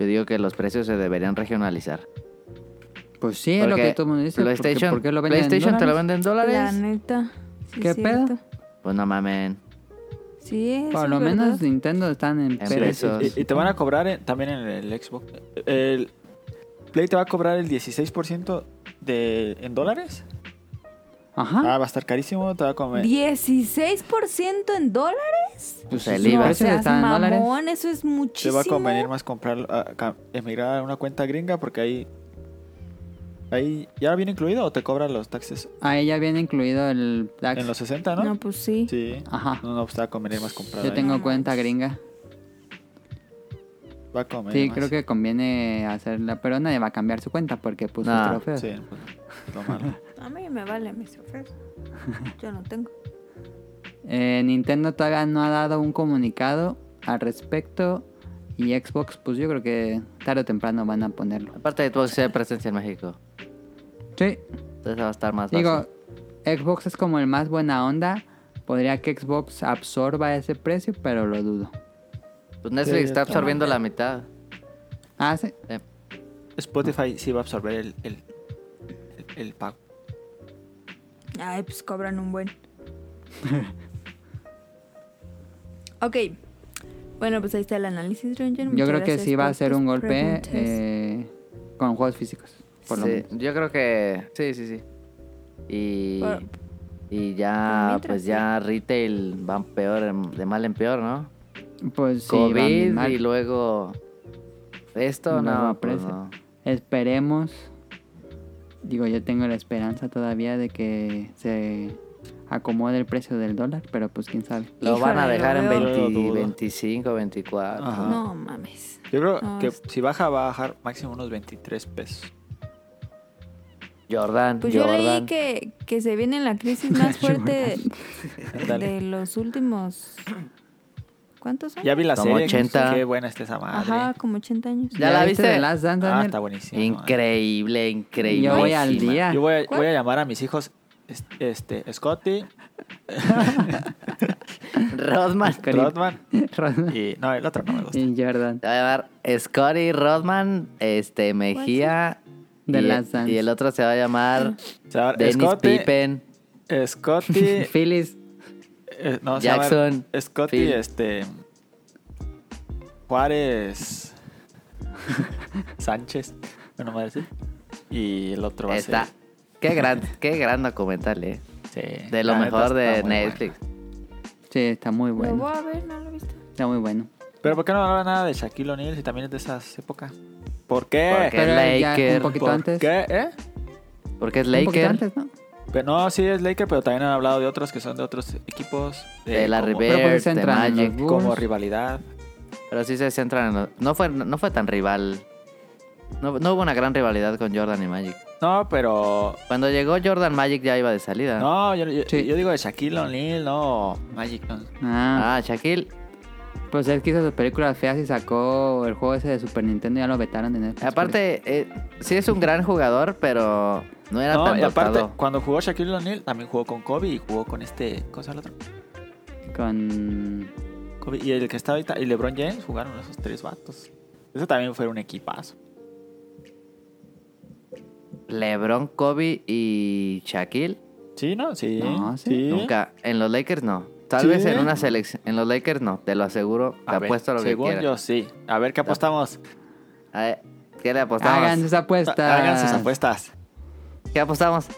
[SPEAKER 1] yo digo que los precios se deberían regionalizar.
[SPEAKER 5] Pues sí, es lo
[SPEAKER 1] Porque
[SPEAKER 5] que todo el mundo dice. porque
[SPEAKER 1] PlayStation,
[SPEAKER 5] ¿por qué lo venden en
[SPEAKER 1] PlayStation te lo
[SPEAKER 5] dólares?
[SPEAKER 1] venden en
[SPEAKER 4] La
[SPEAKER 1] dólares.
[SPEAKER 4] neta. sí
[SPEAKER 5] ¿Qué
[SPEAKER 4] es
[SPEAKER 5] pedo?
[SPEAKER 4] cierto.
[SPEAKER 1] Pues no mamen.
[SPEAKER 4] Sí, eso
[SPEAKER 5] Por
[SPEAKER 4] es
[SPEAKER 5] lo
[SPEAKER 4] verdad.
[SPEAKER 5] menos Nintendo están en
[SPEAKER 1] En
[SPEAKER 5] pesos.
[SPEAKER 1] pesos.
[SPEAKER 6] Y, y te van a cobrar en- también en el Xbox. El Play te va a cobrar el 16% de, en dólares.
[SPEAKER 5] Ajá.
[SPEAKER 6] Ah, va a estar carísimo, te va a comer.
[SPEAKER 4] ¿16% en dólares?
[SPEAKER 5] Pues
[SPEAKER 1] el
[SPEAKER 5] sus
[SPEAKER 1] IVA.
[SPEAKER 5] precios
[SPEAKER 4] seas
[SPEAKER 5] están en dólares.
[SPEAKER 4] mamón, eso es
[SPEAKER 6] Te
[SPEAKER 4] muchísimo.
[SPEAKER 6] va a convenir más comprar, ah, ca- emigrar a una cuenta gringa porque ahí... Ahí ya viene incluido o te cobran los taxes
[SPEAKER 5] Ahí ya viene incluido el tax.
[SPEAKER 6] en los 60, ¿no?
[SPEAKER 4] No, pues sí.
[SPEAKER 6] Sí.
[SPEAKER 5] Ajá.
[SPEAKER 6] No, no, pues te va a convenir más comprar.
[SPEAKER 5] Yo
[SPEAKER 6] ahí.
[SPEAKER 5] tengo cuenta gringa.
[SPEAKER 6] Va a comer.
[SPEAKER 5] Sí,
[SPEAKER 6] más.
[SPEAKER 5] creo que conviene hacerla, pero nadie va a cambiar su cuenta porque puso
[SPEAKER 1] No,
[SPEAKER 5] trofeos.
[SPEAKER 6] Sí, pues, lo malo.
[SPEAKER 4] A mí me vale mis ofertas. Yo no tengo.
[SPEAKER 5] Eh, Nintendo todavía no ha dado un comunicado al respecto y Xbox, pues yo creo que tarde o temprano van a ponerlo.
[SPEAKER 1] Aparte de todo, que sea presencia en México.
[SPEAKER 5] Sí,
[SPEAKER 1] Entonces va a estar más
[SPEAKER 5] digo,
[SPEAKER 1] fácil.
[SPEAKER 5] Xbox es como el más buena onda. Podría que Xbox absorba ese precio, pero lo dudo.
[SPEAKER 1] Pues Netflix
[SPEAKER 6] Sí,
[SPEAKER 1] está
[SPEAKER 6] está
[SPEAKER 1] absorbiendo la mitad.
[SPEAKER 5] Ah, sí.
[SPEAKER 1] Sí.
[SPEAKER 6] Spotify sí va a absorber el, el, el, el pago.
[SPEAKER 4] Ay, pues cobran un buen. ok. Bueno, pues ahí está el análisis, Ranger.
[SPEAKER 5] Yo
[SPEAKER 4] Muchas
[SPEAKER 5] creo que
[SPEAKER 4] gracias
[SPEAKER 5] sí va a
[SPEAKER 4] por
[SPEAKER 5] ser
[SPEAKER 4] tus
[SPEAKER 5] un golpe
[SPEAKER 4] preguntas.
[SPEAKER 5] eh, con juegos físicos. Por lo
[SPEAKER 1] Sí,
[SPEAKER 5] menos.
[SPEAKER 1] yo creo que sí, sí, sí. Y,
[SPEAKER 4] Por-
[SPEAKER 1] y
[SPEAKER 4] por
[SPEAKER 1] ya,
[SPEAKER 4] mientras,
[SPEAKER 1] pues
[SPEAKER 4] sí.
[SPEAKER 1] ya retail van peor, en- de mal en peor, ¿no?
[SPEAKER 5] Pues sí, van bien
[SPEAKER 1] COVID
[SPEAKER 5] mal.
[SPEAKER 1] y luego
[SPEAKER 5] Luego
[SPEAKER 1] esto, no, pues
[SPEAKER 5] precio.
[SPEAKER 1] no.
[SPEAKER 5] Esperemos. Digo, yo tengo la esperanza todavía de que se acomode el precio del dólar, pero pues quién sabe.
[SPEAKER 1] Lo van a
[SPEAKER 4] Híjole,
[SPEAKER 1] dejar en
[SPEAKER 4] lo veo.
[SPEAKER 1] 20,
[SPEAKER 6] Yo lo dudo.
[SPEAKER 1] 25, 24.
[SPEAKER 6] Ajá.
[SPEAKER 4] No mames.
[SPEAKER 6] Yo creo
[SPEAKER 4] No,
[SPEAKER 6] que
[SPEAKER 4] Ah, es-
[SPEAKER 6] si baja, va a bajar máximo unos 23 pesos.
[SPEAKER 1] Jordan,
[SPEAKER 4] Pues yo leí
[SPEAKER 1] Jordan.
[SPEAKER 4] que, que se viene la crisis más fuerte de,
[SPEAKER 6] Ándale.
[SPEAKER 4] los últimos. ¿Cuántos son?
[SPEAKER 6] Ya vi la
[SPEAKER 1] Como
[SPEAKER 6] serie.
[SPEAKER 1] 80.
[SPEAKER 6] Qué buena está esa madre.
[SPEAKER 4] Ajá, como 80 años.
[SPEAKER 1] ¿Ya la viste?
[SPEAKER 5] The Last Dance,
[SPEAKER 6] ah,
[SPEAKER 5] Daniel?
[SPEAKER 6] está buenísima.
[SPEAKER 1] Increíble, increíble.
[SPEAKER 5] Yo voy al día.
[SPEAKER 6] Yo voy a,
[SPEAKER 4] ¿Cuál?
[SPEAKER 6] voy a llamar a mis hijos, es- este, Scotty,
[SPEAKER 1] Rodman.
[SPEAKER 6] Rodman
[SPEAKER 5] Rodman
[SPEAKER 6] y... No, el otro no me gusta.
[SPEAKER 5] y Jordan.
[SPEAKER 1] Te va a llamar Scotty Rodman, este, Mejía.
[SPEAKER 5] The
[SPEAKER 1] y,
[SPEAKER 5] Last Dance. Ah,
[SPEAKER 1] y el otro se va a llamar
[SPEAKER 4] Ah.
[SPEAKER 6] Se va a llamar
[SPEAKER 1] Dennis
[SPEAKER 6] Scotty,
[SPEAKER 1] Pippen.
[SPEAKER 6] Scotty,
[SPEAKER 5] Phyllis.
[SPEAKER 6] eh, no, se va a llamar
[SPEAKER 1] Jackson,
[SPEAKER 6] Scotty,
[SPEAKER 1] Phil.
[SPEAKER 6] este, Juárez, Sánchez, bueno, madre sí. Y el otro va a
[SPEAKER 1] Está.
[SPEAKER 6] ser...
[SPEAKER 1] Qué gran, qué gran documental, eh.
[SPEAKER 6] sí,
[SPEAKER 1] De lo
[SPEAKER 6] la neta
[SPEAKER 1] mejor de
[SPEAKER 6] está muy
[SPEAKER 1] Netflix.
[SPEAKER 5] Sí, está muy
[SPEAKER 4] Lo voy
[SPEAKER 5] bueno.
[SPEAKER 4] a ver, no lo he visto.
[SPEAKER 5] Está muy bueno.
[SPEAKER 6] buena. Pero ¿por qué no hablaba nada de Shaquille O'Neal si también es de esas épocas? ¿Por qué?
[SPEAKER 1] ¿Por qué?
[SPEAKER 5] Pero ya
[SPEAKER 1] Laker,
[SPEAKER 5] un poquito
[SPEAKER 6] ¿Por
[SPEAKER 5] antes.
[SPEAKER 6] qué? ¿Eh?
[SPEAKER 1] Porque es
[SPEAKER 5] Un poquito
[SPEAKER 1] Laker.
[SPEAKER 5] antes, ¿no?
[SPEAKER 6] Pero no, sí es Laker, pero también han hablado de otros que son de otros equipos.
[SPEAKER 1] De la
[SPEAKER 6] como-
[SPEAKER 1] River,
[SPEAKER 5] Pero pues
[SPEAKER 1] de
[SPEAKER 5] entran en los
[SPEAKER 1] Magic.
[SPEAKER 5] Bulls.
[SPEAKER 6] Como rivalidad.
[SPEAKER 1] Pero sí se centran en los- No fue, no fue tan rival. No, no hubo una gran rivalidad con Jordan y Magic.
[SPEAKER 6] No, pero.
[SPEAKER 1] Cuando llegó Jordan, Magic ya iba de salida.
[SPEAKER 6] No, yo, yo-
[SPEAKER 5] Sí.
[SPEAKER 6] yo digo de Shaquille O'Neal, no. Magic, no.
[SPEAKER 5] Ah,
[SPEAKER 1] Ah, Shaquille.
[SPEAKER 5] pues él que hizo sus películas feas y sacó el juego ese de Super Nintendo y ya lo vetaron de Netflix.
[SPEAKER 1] Aparte, eh, sí es un gran jugador, pero no era
[SPEAKER 6] No,
[SPEAKER 1] tan
[SPEAKER 6] y aparte,
[SPEAKER 1] dotado.
[SPEAKER 6] cuando jugó Shaquille O'Neal, también jugó con Kobe y jugó con este. ¿Cómo se llama el otro?
[SPEAKER 5] Con...
[SPEAKER 6] Kobe. Y el que está ahorita, y LeBron James, jugaron esos tres vatos. Eso también fue un equipazo.
[SPEAKER 1] LeBron, Kobe y Shaquille.
[SPEAKER 6] Sí, ¿no? Sí.
[SPEAKER 5] No, sí.
[SPEAKER 1] Nunca. En los Lakers no. Tal
[SPEAKER 6] Sí.
[SPEAKER 1] vez en una selección. En los Lakers no, te lo aseguro. Te
[SPEAKER 6] A ver,
[SPEAKER 1] apuesto lo que
[SPEAKER 6] según
[SPEAKER 1] quieras.
[SPEAKER 6] yo, sí. A ver qué apostamos.
[SPEAKER 1] A ver, ¿Qué le apostamos?
[SPEAKER 5] Hagan sus apuestas.
[SPEAKER 6] Hagan Ah, sus apuestas.
[SPEAKER 1] ¿Qué apostamos?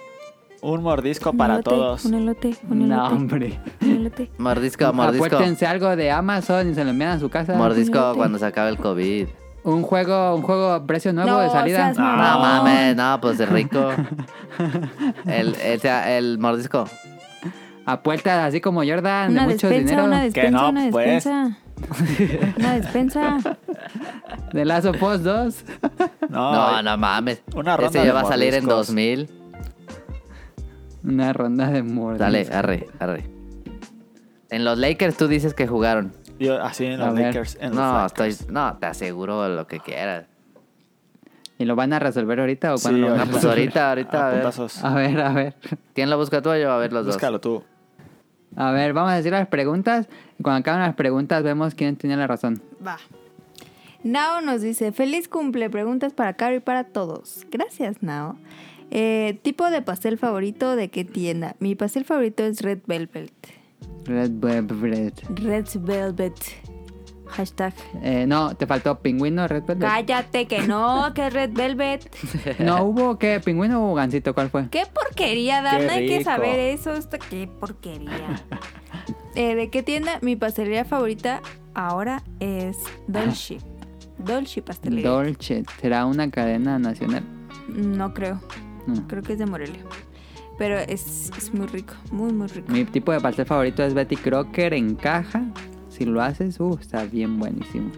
[SPEAKER 6] Un mordisco para
[SPEAKER 4] elote,
[SPEAKER 6] todos.
[SPEAKER 4] Un elote, un
[SPEAKER 5] No,
[SPEAKER 4] elote.
[SPEAKER 5] hombre.
[SPEAKER 4] Un elote.
[SPEAKER 1] Mordisco, mordisco.
[SPEAKER 5] Acuérdense algo de Amazon y se lo envían a su casa.
[SPEAKER 1] Mordisco
[SPEAKER 4] Elote.
[SPEAKER 1] cuando se acabe el COVID.
[SPEAKER 5] Un juego, un juego a precio nuevo
[SPEAKER 4] No,
[SPEAKER 5] de salida.
[SPEAKER 4] seas
[SPEAKER 1] No,
[SPEAKER 4] mamón.
[SPEAKER 1] mames, no, pues es rico. El, o sea, el mordisco.
[SPEAKER 5] A puertas así como Jordan,
[SPEAKER 4] Una
[SPEAKER 5] de mucho
[SPEAKER 4] despensa,
[SPEAKER 5] dinero.
[SPEAKER 4] una
[SPEAKER 6] Que
[SPEAKER 4] despensa,
[SPEAKER 6] no,
[SPEAKER 4] una
[SPEAKER 6] pues.
[SPEAKER 4] despensa. Una despensa.
[SPEAKER 5] De Lazo Post 2.
[SPEAKER 6] No,
[SPEAKER 1] No, no mames.
[SPEAKER 6] Una ronda
[SPEAKER 1] Ese ya
[SPEAKER 6] de
[SPEAKER 1] va a salir en
[SPEAKER 6] mordiscos.
[SPEAKER 1] 2000.
[SPEAKER 5] Una ronda de muertes.
[SPEAKER 1] Dale, arre, arre. En los Lakers tú dices que jugaron.
[SPEAKER 6] yo- así en
[SPEAKER 5] A
[SPEAKER 6] los
[SPEAKER 5] ver.
[SPEAKER 6] Lakers. en los
[SPEAKER 1] No,
[SPEAKER 6] Lakers.
[SPEAKER 1] estoy, no, te aseguro lo que quieras.
[SPEAKER 5] ¿Y lo van a resolver ahorita o
[SPEAKER 6] Sí,
[SPEAKER 5] cuándo lo van a
[SPEAKER 1] No, pues
[SPEAKER 5] resolver?
[SPEAKER 1] ahorita, ahorita,
[SPEAKER 6] A
[SPEAKER 1] a ver.
[SPEAKER 6] puntazos.
[SPEAKER 5] A ver, a ver.
[SPEAKER 1] ¿Quién lo busca tú o yo? A ver los dos.
[SPEAKER 6] Búscalo tú.
[SPEAKER 5] A ver, vamos a decir las preguntas. Y cuando acaban las preguntas, vemos quién tenía la razón.
[SPEAKER 4] Va. Nao nos dice, feliz cumple, preguntas para Caro y para todos. Gracias, Nao. Eh, tipo de pastel favorito de qué tienda? Mi pastel favorito es Red Velvet.
[SPEAKER 5] Red Velvet.
[SPEAKER 4] Red Velvet. Hashtag.
[SPEAKER 5] Eh, no, te faltó pingüino, Red Velvet.
[SPEAKER 4] Cállate que no, que es Red Velvet.
[SPEAKER 5] No hubo qué, Eh, pingüino o gancito, ¿cuál fue?
[SPEAKER 4] Qué porquería, Dan.
[SPEAKER 6] Qué
[SPEAKER 4] hay que
[SPEAKER 6] rico.
[SPEAKER 4] saber eso. Esto, qué porquería. Eh, ¿De qué tienda? Mi pastelería favorita ahora es Dolce. Dolce Pastelería.
[SPEAKER 5] Dolce. Será una cadena nacional.
[SPEAKER 4] no creo.
[SPEAKER 5] No.
[SPEAKER 4] Creo que es de Morelia. Pero es, es muy rico, muy, muy rico.
[SPEAKER 5] Mi tipo de pastel favorito es Betty Crocker en caja. Si lo haces, uh, está bien buenísimo.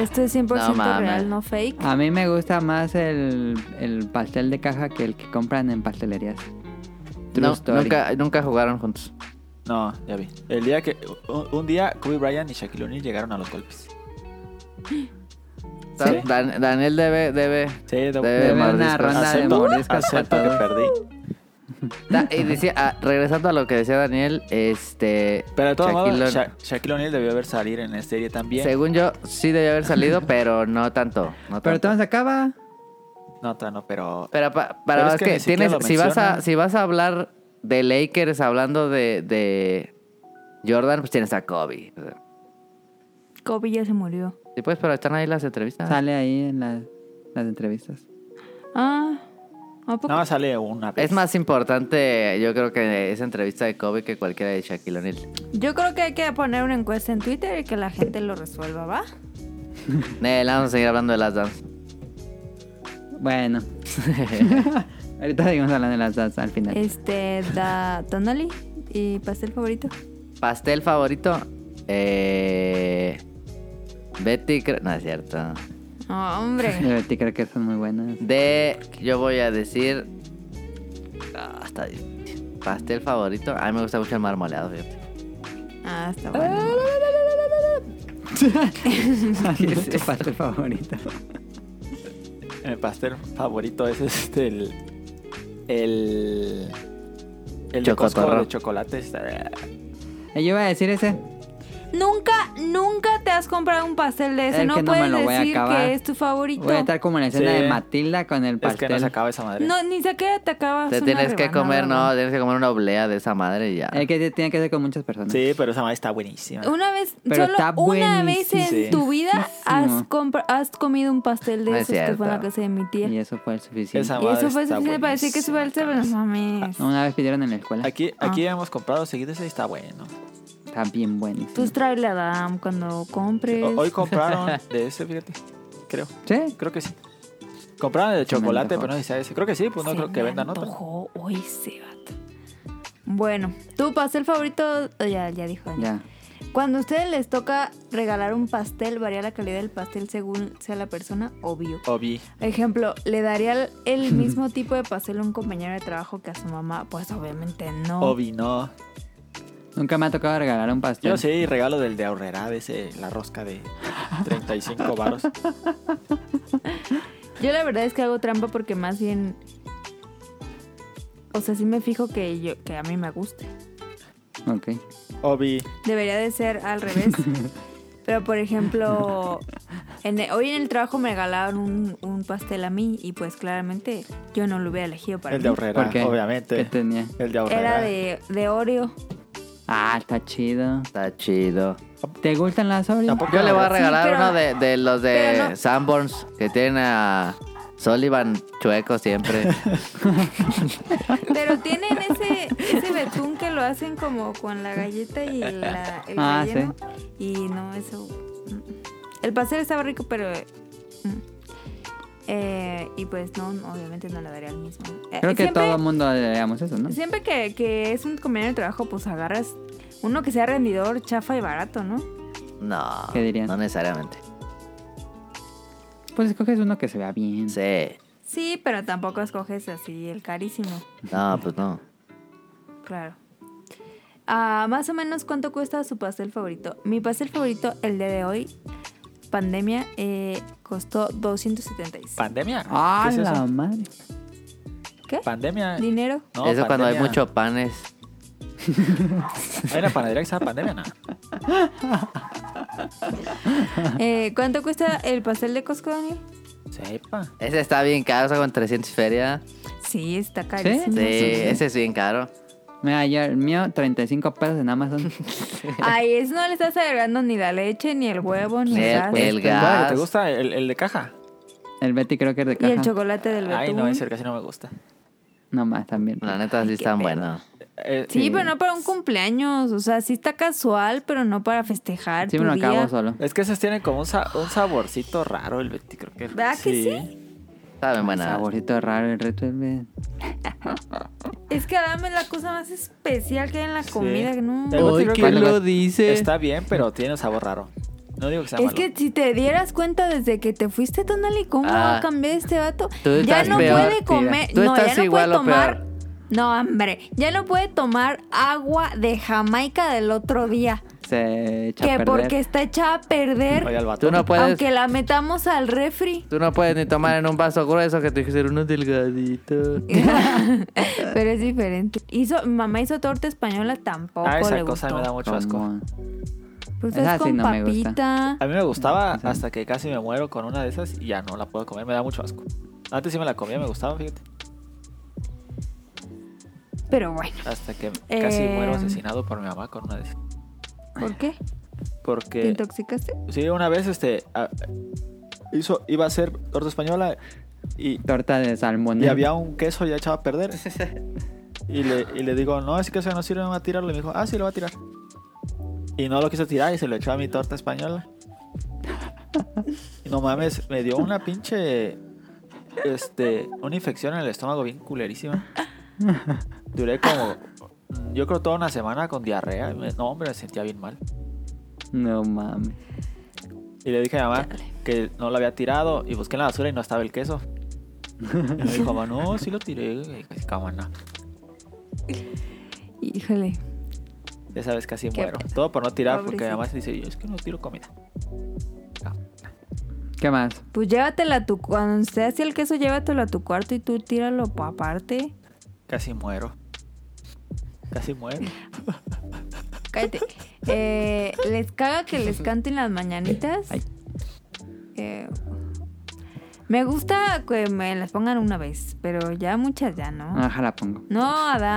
[SPEAKER 4] Esto es 100%
[SPEAKER 1] No mames.
[SPEAKER 4] real, no fake.
[SPEAKER 5] A mí me gusta más el, el pastel de caja que el que compran en pastelerías. True
[SPEAKER 1] No,
[SPEAKER 5] story.
[SPEAKER 1] nunca, nunca jugaron juntos.
[SPEAKER 6] No, ya vi. El día que. Un, un día Kobe Bryant y Shaquille O'Neal llegaron a los golpes.
[SPEAKER 1] Dan- Dan- Daniel debe, debe.
[SPEAKER 6] Sí, de,
[SPEAKER 1] Debe
[SPEAKER 5] Debe
[SPEAKER 1] haber
[SPEAKER 5] una
[SPEAKER 1] mordiscos.
[SPEAKER 5] ronda de
[SPEAKER 6] acepto,
[SPEAKER 5] mordiscos para
[SPEAKER 6] acepto que
[SPEAKER 5] todos.
[SPEAKER 6] perdí.
[SPEAKER 1] Da- y decía, ah, regresando a lo que decía Daniel, este.
[SPEAKER 6] Pero de todos
[SPEAKER 1] Shaquille
[SPEAKER 6] modos,
[SPEAKER 1] O'Neal-
[SPEAKER 6] Sha- Shaquille O'Neal debió haber salido en esta serie también.
[SPEAKER 1] según yo, sí debió haber salido, pero no tanto. No
[SPEAKER 5] Pero
[SPEAKER 1] tanto.
[SPEAKER 5] todo se acaba.
[SPEAKER 6] No, t- no, pero.
[SPEAKER 1] Pero, pa- para-
[SPEAKER 6] Pero es
[SPEAKER 1] es
[SPEAKER 6] que
[SPEAKER 1] que,
[SPEAKER 6] ni siquiera
[SPEAKER 1] tienes,
[SPEAKER 6] lo
[SPEAKER 1] si vas a,
[SPEAKER 6] menciona.
[SPEAKER 1] si vas a hablar de Lakers hablando de, de Jordan, pues tienes a Kobe. O sea,
[SPEAKER 4] Kobe ya se murió.
[SPEAKER 1] Sí, pues, pero están ahí las entrevistas.
[SPEAKER 5] Sale ahí en la- las entrevistas.
[SPEAKER 4] Ah, ¿a poco?
[SPEAKER 6] Nada más sale una vez.
[SPEAKER 1] Es más importante, yo creo que esa entrevista de Kobe que cualquiera de Shaquille O'Neal.
[SPEAKER 4] Yo creo que hay que poner una encuesta en Twitter y que la gente lo resuelva, ¿va?
[SPEAKER 1] Nel, vamos a seguir hablando de las dance.
[SPEAKER 5] Bueno. Ahorita seguimos hablando de las dos al final.
[SPEAKER 4] Este, da Tonali y pastel favorito.
[SPEAKER 1] Pastel favorito. Eh, Betty, Cre- no es cierto.
[SPEAKER 4] Ah, hombre.
[SPEAKER 5] De Betty Crocker son muy buenas.
[SPEAKER 1] De, yo voy a decir. Ah, está difícil. Pastel favorito. A mí me gusta mucho el marmoleado, fíjate.
[SPEAKER 4] Ah, está bueno.
[SPEAKER 5] ¿Qué es tu pastel favorito?
[SPEAKER 6] Mi pastel favorito es este el. El. El de Costco
[SPEAKER 1] Chocotorro.
[SPEAKER 6] de chocolate. está-
[SPEAKER 5] Eh, Yo iba a decir ese.
[SPEAKER 4] Nunca, nunca te has comprado un pastel de ese.
[SPEAKER 5] Es
[SPEAKER 4] no
[SPEAKER 5] que no me
[SPEAKER 4] puedes
[SPEAKER 5] lo voy a
[SPEAKER 4] decir
[SPEAKER 5] acabar.
[SPEAKER 4] que es tu favorito.
[SPEAKER 5] Voy a estar como en la escena
[SPEAKER 6] Sí.
[SPEAKER 5] de Matilda con el
[SPEAKER 6] Es
[SPEAKER 5] pastel.
[SPEAKER 6] que no se acaba esa madre.
[SPEAKER 4] No, ni siquiera te acabas.
[SPEAKER 1] Te
[SPEAKER 4] una
[SPEAKER 1] tienes que
[SPEAKER 4] rebanada,
[SPEAKER 1] comer, no,
[SPEAKER 4] ¿verdad?
[SPEAKER 1] tienes que comer una oblea de esa madre y ya.
[SPEAKER 5] Es que tiene que ser con muchas personas.
[SPEAKER 6] Sí, pero esa madre está buenísima.
[SPEAKER 4] Una vez,
[SPEAKER 5] Pero
[SPEAKER 4] solo
[SPEAKER 5] está
[SPEAKER 4] una vez en
[SPEAKER 6] buenísimo.
[SPEAKER 4] tu vida has,
[SPEAKER 5] Buenísimo.
[SPEAKER 4] compra- has comido un pastel de
[SPEAKER 1] No es
[SPEAKER 4] esos que fue en la
[SPEAKER 1] cierto.
[SPEAKER 4] casa de mi tía.
[SPEAKER 5] Y
[SPEAKER 4] Y,
[SPEAKER 5] eso fue el suficiente.
[SPEAKER 6] Esa-
[SPEAKER 4] eso fue
[SPEAKER 6] Está
[SPEAKER 4] suficiente para decir que es
[SPEAKER 6] buenísimo,
[SPEAKER 4] pastel, pero no mames.
[SPEAKER 5] Una vez pidieron en la escuela.
[SPEAKER 6] Aquí, aquí hemos comprado seguidos y está bueno.
[SPEAKER 5] Está bien buenísimo.
[SPEAKER 4] Tú Pues tráele a Adam cuando compres.
[SPEAKER 6] O- Hoy compraron de ese, fíjate. Creo,
[SPEAKER 5] ¿Sí?
[SPEAKER 6] creo que sí. Compraron el de
[SPEAKER 5] Se me
[SPEAKER 6] chocolate,
[SPEAKER 5] antojó.
[SPEAKER 6] pero no sé si sea ese. Creo que sí, pues no
[SPEAKER 4] Se
[SPEAKER 6] creo que
[SPEAKER 4] me
[SPEAKER 6] vendan otro.
[SPEAKER 4] antojó hoy ese vato. Bueno, tu pastel favorito, oh, ya, ya dijo. Dani.
[SPEAKER 5] Ya.
[SPEAKER 4] Cuando a ustedes les toca regalar un pastel, varía la calidad del pastel según sea la persona, obvio.
[SPEAKER 6] Obi.
[SPEAKER 4] Ejemplo, ¿le daría el- el mismo tipo de pastel a un compañero de trabajo que a su mamá? Pues obviamente no.
[SPEAKER 6] Obi, no.
[SPEAKER 5] Nunca me ha tocado regalar un pastel.
[SPEAKER 6] Yo sí, regalo del de ahorrera, de ese, la rosca de 35 varos.
[SPEAKER 4] Yo la verdad es que hago trampa porque más bien... O sea, sí me fijo que, yo, que a mí me guste.
[SPEAKER 5] Ok.
[SPEAKER 6] Obi.
[SPEAKER 4] Debería de ser al revés. Pero por ejemplo, en el- hoy en el trabajo me regalaron un, un pastel a mí y pues claramente yo no lo hubiera elegido para
[SPEAKER 6] el de
[SPEAKER 4] mí.
[SPEAKER 6] ahorrera,
[SPEAKER 5] ¿Por qué? ¿Qué
[SPEAKER 6] obviamente.
[SPEAKER 5] tenía?
[SPEAKER 6] El de ahorrera.
[SPEAKER 4] Era de, de Oreo.
[SPEAKER 5] Ah, está chido.
[SPEAKER 1] Está chido.
[SPEAKER 5] ¿Te gustan las Oreos?
[SPEAKER 6] Tampoco
[SPEAKER 1] Yo le voy a regalar
[SPEAKER 4] pero-
[SPEAKER 1] uno de, de los de
[SPEAKER 4] pero no.
[SPEAKER 1] Sanborns que tienen a, Sullivan chueco siempre.
[SPEAKER 4] Pero tienen ese, ese betún que lo hacen como con la galleta y la, el
[SPEAKER 5] Ah,
[SPEAKER 4] relleno. Y no, eso... mm. El pastel estaba rico, pero... mm. Eh, y pues no, no, obviamente no le daría el mismo. Eh,
[SPEAKER 5] Creo que
[SPEAKER 4] siempre-
[SPEAKER 5] todo el mundo haríamos eso, ¿no?
[SPEAKER 4] Siempre que, que es un compañero de trabajo, pues agarras uno que sea rendidor, chafa y barato, ¿no?
[SPEAKER 1] No.
[SPEAKER 5] ¿Qué dirían?
[SPEAKER 1] No necesariamente.
[SPEAKER 5] Pues escoges uno que se vea bien.
[SPEAKER 1] Sí.
[SPEAKER 4] Sí, pero tampoco escoges así el carísimo,
[SPEAKER 1] No, pues no.
[SPEAKER 4] claro. Ah, más o menos, ¿cuánto cuesta su pastel favorito? Mi pastel favorito, el día de hoy, pandemia, eh, costó 276.
[SPEAKER 6] ¿Pandemia?
[SPEAKER 5] ¡Ah,
[SPEAKER 6] ¿Qué es
[SPEAKER 5] la
[SPEAKER 6] eso?
[SPEAKER 5] madre!
[SPEAKER 4] ¿Qué?
[SPEAKER 6] ¿Pandemia?
[SPEAKER 4] ¿Dinero?
[SPEAKER 6] No,
[SPEAKER 1] Eso cuando hay
[SPEAKER 6] pandemia.
[SPEAKER 1] mucho panes.
[SPEAKER 6] Hay una panadería que se llama pandemia, ¿no?
[SPEAKER 4] Eh, ¿Cuánto cuesta el pastel de Costco, Daniel?
[SPEAKER 6] Sepa.
[SPEAKER 1] Ese está bien caro, está con 300 feria.
[SPEAKER 4] Sí, está carísimo.
[SPEAKER 1] Sí,
[SPEAKER 5] sí, sí.
[SPEAKER 1] ese es bien caro.
[SPEAKER 5] Mira, yo, el mío, 35 pesos en Amazon.
[SPEAKER 4] Ay, eso no le estás agregando ni la leche, ni el huevo, ni el,
[SPEAKER 1] El-
[SPEAKER 4] gas.
[SPEAKER 1] el
[SPEAKER 6] Bueno,
[SPEAKER 1] gas.
[SPEAKER 6] ¿Te gusta el, el de caja?
[SPEAKER 5] El Betty creo que es de
[SPEAKER 4] Y
[SPEAKER 5] caja.
[SPEAKER 4] el chocolate del betún.
[SPEAKER 6] Ay, no, ese casi no me gusta.
[SPEAKER 5] No más, también.
[SPEAKER 6] Ah.
[SPEAKER 1] La neta, sí
[SPEAKER 4] qué
[SPEAKER 1] están
[SPEAKER 4] pedo.
[SPEAKER 1] buenos.
[SPEAKER 6] Eh,
[SPEAKER 4] Sí, pero no para un cumpleaños. O sea, sí está casual, pero no para festejar.
[SPEAKER 5] Sí,
[SPEAKER 4] tu
[SPEAKER 5] me lo
[SPEAKER 4] día.
[SPEAKER 5] acabo solo.
[SPEAKER 6] Es que esos tienen como un, sa- un saborcito raro el Betty, creo que.
[SPEAKER 4] ¿Verdad que sí?
[SPEAKER 1] Saben buenas.
[SPEAKER 5] Saborcito raro, el reto es de-
[SPEAKER 4] Es que Adam es la cosa más especial que hay en la
[SPEAKER 6] Sí.
[SPEAKER 4] comida. Pues que No.
[SPEAKER 6] El Betty creo
[SPEAKER 5] ¿qué lo
[SPEAKER 1] dice?
[SPEAKER 6] Está bien, pero tiene un sabor raro. No digo que sea
[SPEAKER 4] Es
[SPEAKER 6] malo.
[SPEAKER 4] que si te dieras cuenta desde que te fuiste, Tonali, cómo
[SPEAKER 1] Ah.
[SPEAKER 4] ha cambiado este vato.
[SPEAKER 1] Tú
[SPEAKER 4] Ya
[SPEAKER 1] estás
[SPEAKER 4] no
[SPEAKER 1] peor,
[SPEAKER 4] puede comer.
[SPEAKER 1] Tú
[SPEAKER 4] no,
[SPEAKER 1] estás
[SPEAKER 4] ya no
[SPEAKER 1] igual
[SPEAKER 4] puede
[SPEAKER 1] o
[SPEAKER 4] tomar.
[SPEAKER 1] peor.
[SPEAKER 4] No, hombre. Ya no puede tomar agua de Jamaica del otro día.
[SPEAKER 5] Se echa a
[SPEAKER 4] Que
[SPEAKER 5] perder.
[SPEAKER 4] porque está echada a perder.
[SPEAKER 6] Oye, al vato.
[SPEAKER 1] Tú no puedes.
[SPEAKER 4] aunque la metamos al refri.
[SPEAKER 1] Tú no puedes ni tomar en un vaso grueso que te que ser uno delgadito.
[SPEAKER 4] Pero es diferente. Hizo, mi mamá hizo torta española, tampoco
[SPEAKER 6] Ah, esa
[SPEAKER 4] le
[SPEAKER 6] cosa
[SPEAKER 4] gustó.
[SPEAKER 6] me da mucho asco.
[SPEAKER 5] Como-
[SPEAKER 4] Pues
[SPEAKER 5] Esa
[SPEAKER 4] es
[SPEAKER 5] sí
[SPEAKER 4] con
[SPEAKER 5] no me gusta.
[SPEAKER 4] papita.
[SPEAKER 6] A mí me gustaba hasta que casi me muero con una de esas y ya no la puedo comer, me da mucho asco. Antes sí me la comía, me gustaba, fíjate.
[SPEAKER 4] Pero bueno,
[SPEAKER 6] Hasta que casi
[SPEAKER 4] Eh.
[SPEAKER 6] muero asesinado por mi mamá con una de esas.
[SPEAKER 4] ¿por qué? ¿Te
[SPEAKER 6] Porque
[SPEAKER 4] intoxicaste?
[SPEAKER 6] sí, una vez este a- hizo, iba a ser torta española y,
[SPEAKER 5] Torta de salmón.
[SPEAKER 6] y había un queso ya echado a perder. Y le, y le digo, no, ese queso no sirve, no va a tirarlo. Y me dijo, ah, sí, lo va a tirar. Y no lo quiso tirar y se lo echó a mi torta española. Y no mames, me dio una pinche. Este. Una infección en el estómago bien culerísima. Duré como. Yo creo toda una semana con diarrea. Me- No, hombre, me sentía bien mal.
[SPEAKER 5] No mames.
[SPEAKER 6] Y le dije a mi mamá que no lo había tirado y busqué en la basura y no estaba el queso. Y me dijo, mamá, no, sí lo tiré. Y dije, "Cómo no".
[SPEAKER 4] Híjole.
[SPEAKER 6] Ya sabes, casi
[SPEAKER 4] Qué
[SPEAKER 6] muero.
[SPEAKER 4] pena.
[SPEAKER 6] Todo por no tirar, porque
[SPEAKER 4] Pobrecito.
[SPEAKER 6] además dice, yo es que no tiro comida.
[SPEAKER 5] ¿Qué más?
[SPEAKER 4] Pues llévatela a tu... Cuando usted hacía el queso, llévatelo a tu cuarto y tú tíralo pa' aparte.
[SPEAKER 6] Casi muero. Casi muero.
[SPEAKER 4] Cállate. Eh, ¿Les caga que les canten las mañanitas?
[SPEAKER 5] Ay.
[SPEAKER 4] Eh, me gusta que me las pongan una vez, pero ya muchas ya no.
[SPEAKER 5] Ajá, Ah, la pongo.
[SPEAKER 4] No, Adam.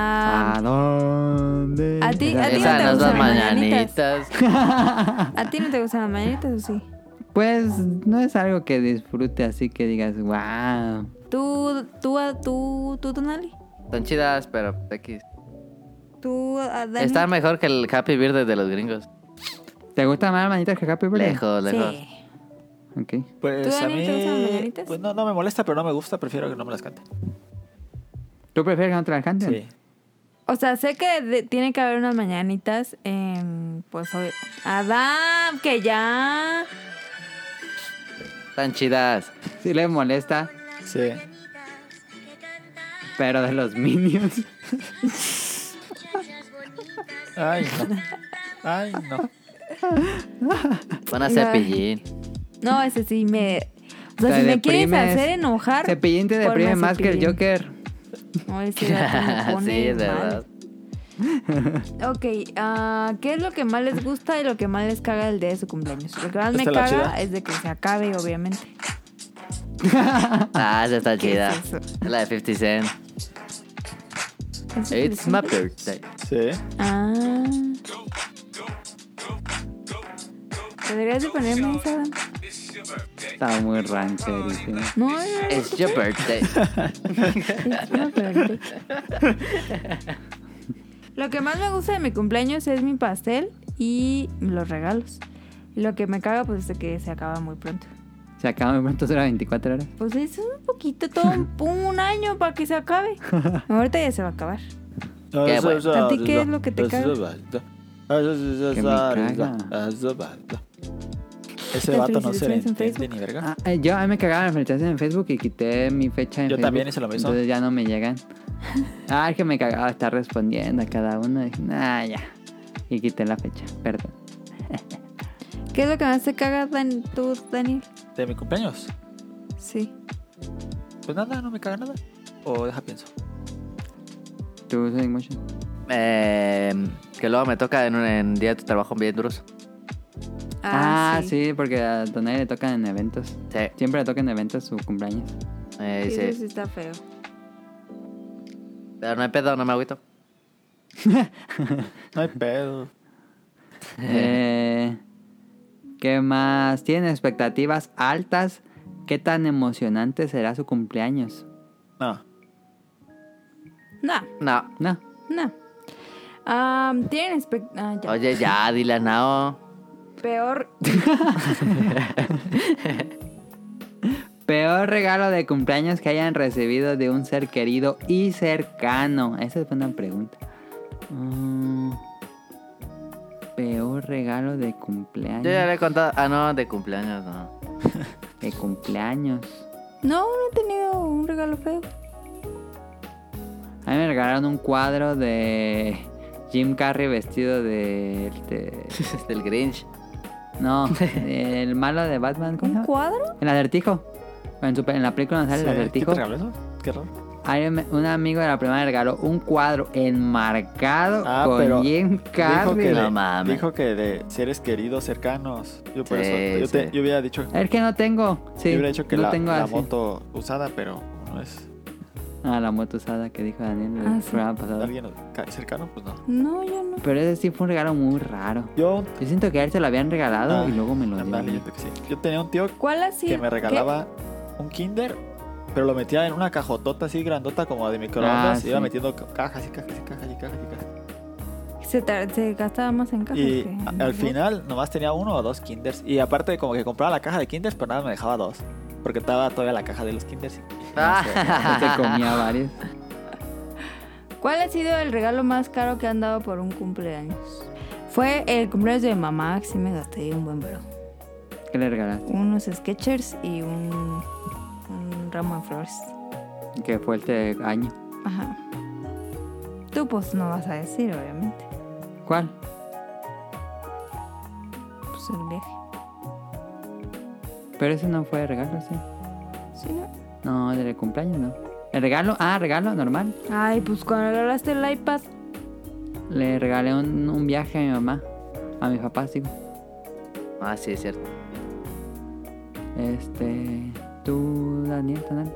[SPEAKER 5] ¿A dónde?
[SPEAKER 4] Ah. ¿A ti- a ti no
[SPEAKER 1] Esas
[SPEAKER 4] te
[SPEAKER 1] no
[SPEAKER 4] gustan
[SPEAKER 1] son
[SPEAKER 4] las
[SPEAKER 1] mañanitas.
[SPEAKER 4] ¿A ti no te gustan las mañanitas o sí?
[SPEAKER 5] Pues no es algo que disfrute así que digas, wow.
[SPEAKER 4] ¿Tú, tú, a- tú, tú, Tonali?
[SPEAKER 1] Son chidas, pero X.
[SPEAKER 4] ¿Tú, a- Dani?
[SPEAKER 1] Están mejor que el Happy Birthday de los gringos.
[SPEAKER 5] ¿Te gusta más manitas que Happy Birthday?
[SPEAKER 1] Lejos, lejos.
[SPEAKER 4] Sí.
[SPEAKER 5] Ok.
[SPEAKER 6] Pues a
[SPEAKER 4] Daniel, te gustan las
[SPEAKER 6] mí...
[SPEAKER 4] mañanitas?
[SPEAKER 6] Pues no, no me molesta, pero no me gusta. Prefiero que no me las cante.
[SPEAKER 5] ¿Tú prefieres que no te las
[SPEAKER 4] Mm.
[SPEAKER 5] canten?
[SPEAKER 6] Sí.
[SPEAKER 4] O sea, sé que de- tiene que haber unas mañanitas en... Pues hoy... Adam, que ya...
[SPEAKER 1] Están chidas.
[SPEAKER 5] Sí le molesta,
[SPEAKER 6] Sí.
[SPEAKER 5] pero de los Minions.
[SPEAKER 6] Ay, no. Ay, no.
[SPEAKER 1] Van a
[SPEAKER 4] No.
[SPEAKER 1] cepillín.
[SPEAKER 4] No, ese sí me... O sea,
[SPEAKER 5] Te
[SPEAKER 4] si me quieres
[SPEAKER 5] deprimes.
[SPEAKER 4] hacer enojar...
[SPEAKER 5] Cepillín te
[SPEAKER 4] ponme
[SPEAKER 5] deprime más que el
[SPEAKER 4] Cepillín.
[SPEAKER 5] Joker.
[SPEAKER 4] No, ese dato me pone
[SPEAKER 1] sí, es
[SPEAKER 4] mal.
[SPEAKER 1] verdad.
[SPEAKER 4] Ok, ah, ¿qué es lo que más les gusta y lo que más les caga el día de su cumpleaños? Lo que más me
[SPEAKER 6] ¿Esta es la
[SPEAKER 4] caga
[SPEAKER 6] chida?
[SPEAKER 4] es de que se acabe, obviamente.
[SPEAKER 1] Ah, esa está
[SPEAKER 4] ¿Qué
[SPEAKER 1] chida.
[SPEAKER 4] es eso?
[SPEAKER 1] la de 50 Cent.
[SPEAKER 4] ¿Es interesante?
[SPEAKER 1] It's my birthday.
[SPEAKER 6] Sí.
[SPEAKER 4] Ah. Deberías de ponerme esa.
[SPEAKER 5] Está muy rancherísimo.
[SPEAKER 4] No, no, no,
[SPEAKER 1] It's your birthday.
[SPEAKER 4] es una verde. Lo que más me gusta de mi cumpleaños es mi pastel y los regalos. Y Lo que me caga pues es que se acaba muy pronto.
[SPEAKER 5] Se acaba de pronto, será 24 horas.
[SPEAKER 4] Pues es un poquito, todo un, un año para que se acabe. Ahorita ya se va a acabar.
[SPEAKER 1] Qué
[SPEAKER 6] eso-
[SPEAKER 1] bueno.
[SPEAKER 6] eso-
[SPEAKER 4] ¿A ti qué es
[SPEAKER 6] eso-
[SPEAKER 4] lo que te
[SPEAKER 6] eso-
[SPEAKER 4] caga?
[SPEAKER 6] eso- eso- eso-
[SPEAKER 5] Que me caga.
[SPEAKER 6] eso- eso- Ese
[SPEAKER 4] Las
[SPEAKER 6] vato no se le
[SPEAKER 4] felicitaciones en
[SPEAKER 6] entiende
[SPEAKER 4] Facebook.
[SPEAKER 6] ni verga.
[SPEAKER 5] Ah, eh, yo a mí me cagaban las felicitaciones en Facebook y quité mi fecha en
[SPEAKER 6] Yo
[SPEAKER 5] Facebook.
[SPEAKER 6] también hice lo mismo.
[SPEAKER 5] Entonces ya no me llegan. Ah, es que me cagaba estar respondiendo a cada uno. Dije, nah, ya. Y quité la fecha, perdón.
[SPEAKER 4] ¿Qué es lo que más te caga Dan- tú, Daniel?
[SPEAKER 6] ¿De mi cumpleaños?
[SPEAKER 4] Sí.
[SPEAKER 6] Pues nada, no me caga nada. O deja pienso.
[SPEAKER 5] ¿Tú usas Motion?
[SPEAKER 1] Eh, que luego me toca en un en día de tu trabajo bien duros.
[SPEAKER 5] Ah, sí. porque a Donai le tocan en eventos.
[SPEAKER 1] Sí.
[SPEAKER 5] Siempre le tocan en eventos su cumpleaños.
[SPEAKER 1] Eh,
[SPEAKER 4] Sí,
[SPEAKER 1] dice,
[SPEAKER 4] Eso sí está feo.
[SPEAKER 1] Pero no hay pedo, no me agüito.
[SPEAKER 6] No hay pedo.
[SPEAKER 5] Eh, ¿Qué más? ¿Tienen expectativas altas? ¿Qué tan emocionante será su cumpleaños?
[SPEAKER 6] No.
[SPEAKER 4] No,
[SPEAKER 1] No.
[SPEAKER 5] No.
[SPEAKER 4] no. Ah, Tienen espe- ah, ya.
[SPEAKER 1] Oye, ya, dile no.
[SPEAKER 4] Peor.
[SPEAKER 5] Peor regalo de cumpleaños que hayan recibido de un ser querido y cercano. Esa es una pregunta. Mm, peor regalo de cumpleaños.
[SPEAKER 1] Yo ya le he contado. Ah, no, de cumpleaños, no.
[SPEAKER 5] De cumpleaños.
[SPEAKER 4] No, no he tenido un regalo feo.
[SPEAKER 5] A mí me regalaron un cuadro de Jim Carrey vestido de... de-
[SPEAKER 1] Del Grinch.
[SPEAKER 5] no, el malo de Batman. ¿Cómo se
[SPEAKER 4] ¿Un
[SPEAKER 5] llama?
[SPEAKER 4] cuadro?
[SPEAKER 5] El acertijo. En, su- en Ah, la película donde sale
[SPEAKER 6] Sí,
[SPEAKER 5] el
[SPEAKER 6] ¿Qué
[SPEAKER 5] acertijo.
[SPEAKER 6] te regaló eso? Qué raro.
[SPEAKER 5] Alguien me- Un amigo de la prima me regaló un cuadro enmarcado
[SPEAKER 6] Ah, pero
[SPEAKER 5] con Jim
[SPEAKER 6] Dijo
[SPEAKER 5] Carrey.
[SPEAKER 6] que,
[SPEAKER 1] no
[SPEAKER 6] de,
[SPEAKER 1] mames.
[SPEAKER 6] dijo que de seres queridos cercanos. Yo por
[SPEAKER 1] Sí,
[SPEAKER 6] eso. Yo, te-
[SPEAKER 1] sí.
[SPEAKER 6] yo hubiera dicho,
[SPEAKER 5] Es que no tengo. Sí,
[SPEAKER 6] yo hubiera dicho que
[SPEAKER 5] no
[SPEAKER 6] la,
[SPEAKER 5] tengo
[SPEAKER 6] la
[SPEAKER 5] así.
[SPEAKER 6] moto usada, pero no es
[SPEAKER 5] Ah, la moto usada que dijo Daniel el
[SPEAKER 4] Ah, sí.
[SPEAKER 5] programa pasado.
[SPEAKER 6] alguien ca- cercano, pues no.
[SPEAKER 4] No, yo no.
[SPEAKER 5] Pero ese sí fue un regalo muy raro.
[SPEAKER 6] Yo,
[SPEAKER 5] Yo siento que a él se lo habían regalado
[SPEAKER 6] Ah,
[SPEAKER 5] y luego me lo dio. a
[SPEAKER 6] ándale,
[SPEAKER 5] mí.
[SPEAKER 6] yo creo que sí. Yo tenía un tío
[SPEAKER 4] ¿Cuál ha sido?
[SPEAKER 6] que me regalaba un Kinder, pero lo metía en una cajotota así grandota como de microondas.
[SPEAKER 5] Ah,
[SPEAKER 6] Iba
[SPEAKER 5] sí.
[SPEAKER 6] metiendo ca- cajas y cajas y cajas y cajas y cajas.
[SPEAKER 4] ¿Qué? Se, tar- se gastaba más en cajas
[SPEAKER 6] Y
[SPEAKER 4] que
[SPEAKER 6] a-
[SPEAKER 4] en
[SPEAKER 6] al
[SPEAKER 4] voz.
[SPEAKER 6] final nomás tenía uno o dos Kinders. Y aparte como que compraba la caja de Kinders, pero nada me dejaba dos. Porque estaba todavía la caja de los Kinders.
[SPEAKER 1] Ah,
[SPEAKER 5] Ya Se comía varios.
[SPEAKER 4] ¿Cuál ha sido el regalo más caro que han dado por un cumpleaños? Fue el cumpleaños de mi mamá, que sí me gasté un buen bro.
[SPEAKER 5] ¿Qué le regalaste?
[SPEAKER 4] Unos sketchers y un, un ramo de flores.
[SPEAKER 5] Que fue este año.
[SPEAKER 4] Ajá. Tú pues no vas a decir, obviamente.
[SPEAKER 5] ¿Cuál?
[SPEAKER 4] Pues el viaje.
[SPEAKER 5] Pero ese no fue regalo, sí.
[SPEAKER 4] Sí, ¿no?
[SPEAKER 5] No, el del cumpleaños no. ¿El regalo? Ah, regalo, normal.
[SPEAKER 4] Ay, pues cuando regalaste el iPad.
[SPEAKER 5] Le regalé un, un viaje a mi mamá. A mis papás, digo.
[SPEAKER 1] Ah, sí, es cierto.
[SPEAKER 5] Este. Tú, Daniel, Tonal.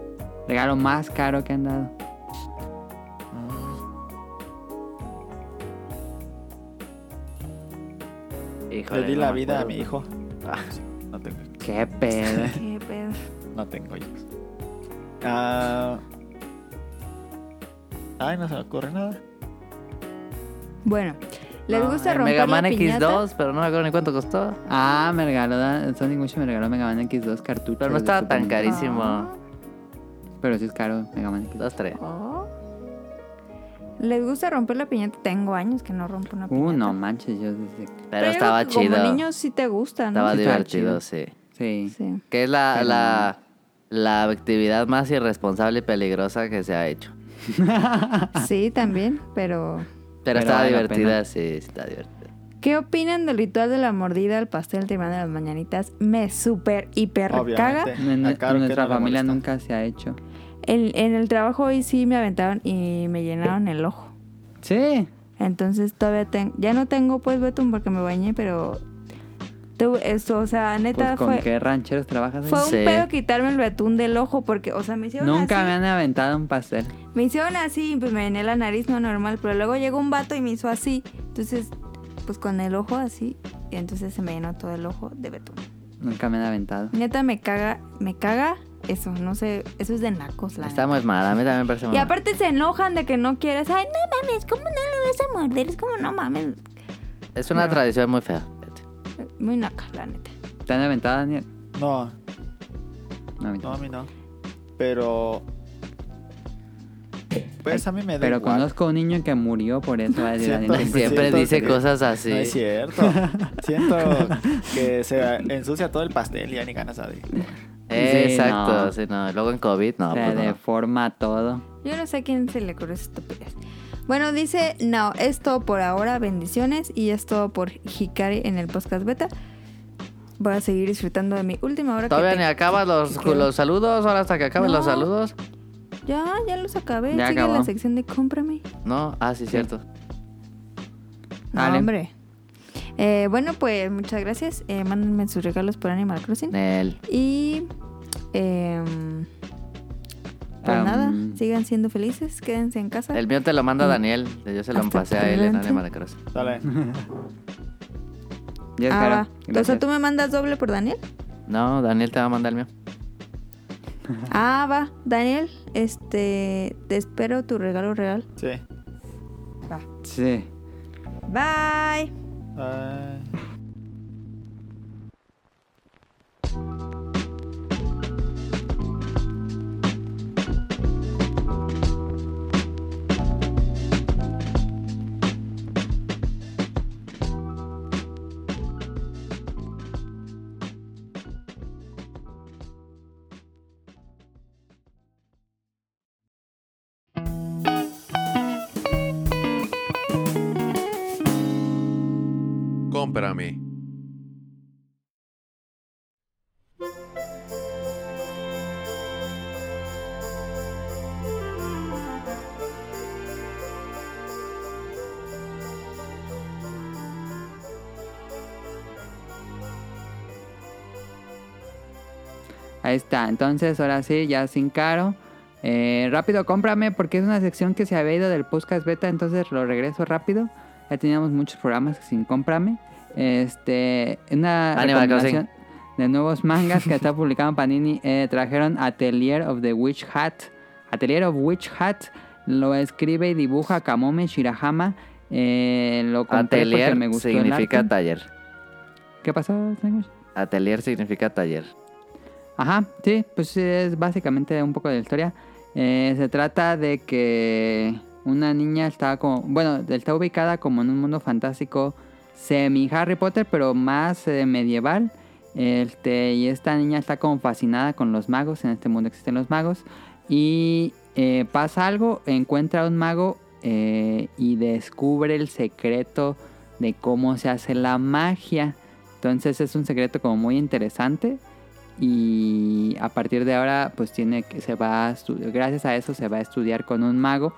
[SPEAKER 5] Regalo más caro que han dado.
[SPEAKER 1] Híjole,
[SPEAKER 6] Le di
[SPEAKER 1] no
[SPEAKER 6] la
[SPEAKER 1] me
[SPEAKER 6] vida a
[SPEAKER 1] acuerdo.
[SPEAKER 6] mi hijo. Ah, sí, no tengo
[SPEAKER 5] Qué pedo.
[SPEAKER 4] Qué pedo.
[SPEAKER 6] No tengo hijos. Ah... Ay, no se me ocurre nada.
[SPEAKER 4] Bueno, ¿les
[SPEAKER 1] No,
[SPEAKER 4] gusta
[SPEAKER 1] el
[SPEAKER 4] romper
[SPEAKER 1] Mega Man
[SPEAKER 4] la piñata?
[SPEAKER 1] X2, pero no me acuerdo ni cuánto costó.
[SPEAKER 5] Ah, me regaló Dan- Sonic Mucho me regaló Mega Man X2 cartuchos.
[SPEAKER 1] Pero no
[SPEAKER 5] de
[SPEAKER 1] estaba
[SPEAKER 5] Super
[SPEAKER 1] tan
[SPEAKER 5] Nintendo.
[SPEAKER 1] carísimo.
[SPEAKER 4] Ah.
[SPEAKER 5] Pero sí es caro Mega Man X2.
[SPEAKER 1] Dos, tres.
[SPEAKER 4] Oh. ¿Les gusta romper la piñata? Tengo años que no rompo una piñata.
[SPEAKER 5] Uh, no manches, yo desde que-
[SPEAKER 1] Pero estaba
[SPEAKER 4] yo creo que
[SPEAKER 1] chido.
[SPEAKER 4] Como niños sí te gusta, ¿no?
[SPEAKER 1] Estaba
[SPEAKER 5] Sí, estaba
[SPEAKER 1] divertido, sí.
[SPEAKER 5] Sí.
[SPEAKER 4] Sí.
[SPEAKER 1] Que es la,
[SPEAKER 5] Pero-
[SPEAKER 1] la, la actividad más irresponsable y peligrosa que se ha hecho.
[SPEAKER 4] Sí, también, pero...
[SPEAKER 1] Pero,
[SPEAKER 5] Pero
[SPEAKER 1] estaba
[SPEAKER 5] vale la
[SPEAKER 1] divertida,
[SPEAKER 5] pena.
[SPEAKER 1] sí, sí, está divertida.
[SPEAKER 4] ¿Qué opinan del ritual de la mordida al pastel de hermana de las mañanitas? Me súper, hiper caga.
[SPEAKER 6] Obviamente.
[SPEAKER 5] En,
[SPEAKER 6] A Caro,
[SPEAKER 5] en
[SPEAKER 6] ¿qué
[SPEAKER 5] nuestra
[SPEAKER 6] no le
[SPEAKER 5] familia
[SPEAKER 6] molesta?
[SPEAKER 5] nunca se ha hecho.
[SPEAKER 4] En, en el trabajo hoy sí me aventaron y me llenaron el ojo.
[SPEAKER 5] Sí.
[SPEAKER 4] Entonces todavía tengo... Ya no tengo pues betún porque me bañé, pero... Tuve eso, o sea, neta
[SPEAKER 5] Pues con
[SPEAKER 4] fue...
[SPEAKER 5] qué rancheros trabajas. ahí?
[SPEAKER 4] Fue un
[SPEAKER 1] Sí.
[SPEAKER 4] pedo quitarme el betún del ojo porque, o sea, me hicieron
[SPEAKER 5] Nunca
[SPEAKER 4] así.
[SPEAKER 5] me han aventado un pastel.
[SPEAKER 4] Me hicieron así, pues me vené la nariz no normal, pero luego llegó un vato y me hizo así. Entonces, pues con el ojo así, y entonces se me llenó todo el ojo de betún.
[SPEAKER 5] Nunca me han aventado.
[SPEAKER 4] Neta, me caga, me caga eso, no sé, eso es de nacos, la
[SPEAKER 1] Está
[SPEAKER 4] neta.
[SPEAKER 1] muy mal, a mí también me parece muy
[SPEAKER 4] Y
[SPEAKER 1] mal.
[SPEAKER 4] aparte se enojan de que no quieres. Ay, no mames, ¿cómo no lo vas a morder? Es como, no mames.
[SPEAKER 1] Es una
[SPEAKER 4] No.
[SPEAKER 1] tradición muy fea. fíjate.
[SPEAKER 4] Muy naca, la neta.
[SPEAKER 5] ¿Te han aventado, Daniel?
[SPEAKER 6] No,
[SPEAKER 5] No, me-
[SPEAKER 6] no, a mí no. Pero. Pues a mí me da
[SPEAKER 5] Pero
[SPEAKER 6] igual.
[SPEAKER 5] conozco a un niño que murió por eso. va a decir
[SPEAKER 6] Siento-
[SPEAKER 5] Daniel.
[SPEAKER 6] siento
[SPEAKER 1] Siempre dice
[SPEAKER 6] que-
[SPEAKER 1] cosas así.
[SPEAKER 6] No es cierto. Siento que se ensucia todo el pastel y ya ni ganas de.
[SPEAKER 1] Eh,
[SPEAKER 5] Sí,
[SPEAKER 1] exacto,
[SPEAKER 5] no.
[SPEAKER 1] sí, no. Luego en COVID, no.
[SPEAKER 5] O sea,
[SPEAKER 1] pues no.
[SPEAKER 5] deforma todo.
[SPEAKER 4] Yo no sé a quién se le ocurrió esa estupidez. Bueno, dice, no, es todo por ahora, bendiciones. Y es todo por Hikari en el podcast beta. Voy a seguir disfrutando de mi última hora. que
[SPEAKER 1] Todavía
[SPEAKER 4] te-
[SPEAKER 1] ni acabas los,
[SPEAKER 4] que-
[SPEAKER 1] los saludos, ahora hasta que acabes
[SPEAKER 4] No.
[SPEAKER 1] los saludos.
[SPEAKER 4] Ya, ya los acabé.
[SPEAKER 5] Ya
[SPEAKER 4] Sigue
[SPEAKER 5] acabó.
[SPEAKER 4] la sección de cómprame.
[SPEAKER 1] No, ah, sí, cierto.
[SPEAKER 4] No,
[SPEAKER 5] Dale.
[SPEAKER 4] hombre. Eh, bueno, pues muchas gracias. Eh, mándenme sus regalos por Animal Crossing.
[SPEAKER 1] Nel.
[SPEAKER 4] Y. em, pues
[SPEAKER 5] Am.
[SPEAKER 4] nada, sigan siendo felices, quédense en casa.
[SPEAKER 1] El mío te lo manda
[SPEAKER 4] Mm.
[SPEAKER 1] Daniel. Yo se lo
[SPEAKER 4] Hasta
[SPEAKER 1] pasé a él en
[SPEAKER 4] pronto.
[SPEAKER 1] Animal Crossing.
[SPEAKER 6] Dale.
[SPEAKER 5] Ya
[SPEAKER 4] Ah,
[SPEAKER 5] espero.
[SPEAKER 4] va. O sea,
[SPEAKER 5] Gracias.
[SPEAKER 4] tú me mandas doble por Daniel.
[SPEAKER 1] No, Daniel te va a mandar el mío.
[SPEAKER 4] Ah, va. Daniel, este. Te espero tu regalo real.
[SPEAKER 6] Sí.
[SPEAKER 5] Sí.
[SPEAKER 4] Bye.
[SPEAKER 6] Ay.
[SPEAKER 7] Cómprame.
[SPEAKER 5] Ahí está. Entonces, ahora sí, ya sin caro. Eh, rápido, cómprame porque es una sección que se había ido del podcast beta, entonces lo regreso rápido. Ya teníamos muchos programas sin cómprame. Este, una
[SPEAKER 1] Animal
[SPEAKER 5] recomendación de nuevos mangas que está publicando Panini. eh, trajeron Atelier of the Witch Hat. Atelier of Witch Hat lo escribe y dibuja Kamome Shirahama. Eh, lo compré porque
[SPEAKER 1] Atelier
[SPEAKER 5] me gustó el
[SPEAKER 1] significa
[SPEAKER 5] arte.
[SPEAKER 1] taller.
[SPEAKER 5] ¿Qué pasó, señor?
[SPEAKER 1] Atelier significa taller.
[SPEAKER 5] Ajá, sí, pues es básicamente un poco de la historia. Eh, se trata de que una niña está como, bueno, está ubicada como en un mundo fantástico semi Harry Potter, pero más eh, medieval. Este, y esta niña está como fascinada con los magos, en este mundo existen los magos. Y eh, pasa algo, encuentra a un mago eh, y descubre el secreto de cómo se hace la magia. Entonces es un secreto como muy interesante y a partir de ahora pues tiene que se va a estu- gracias a eso se va a estudiar con un mago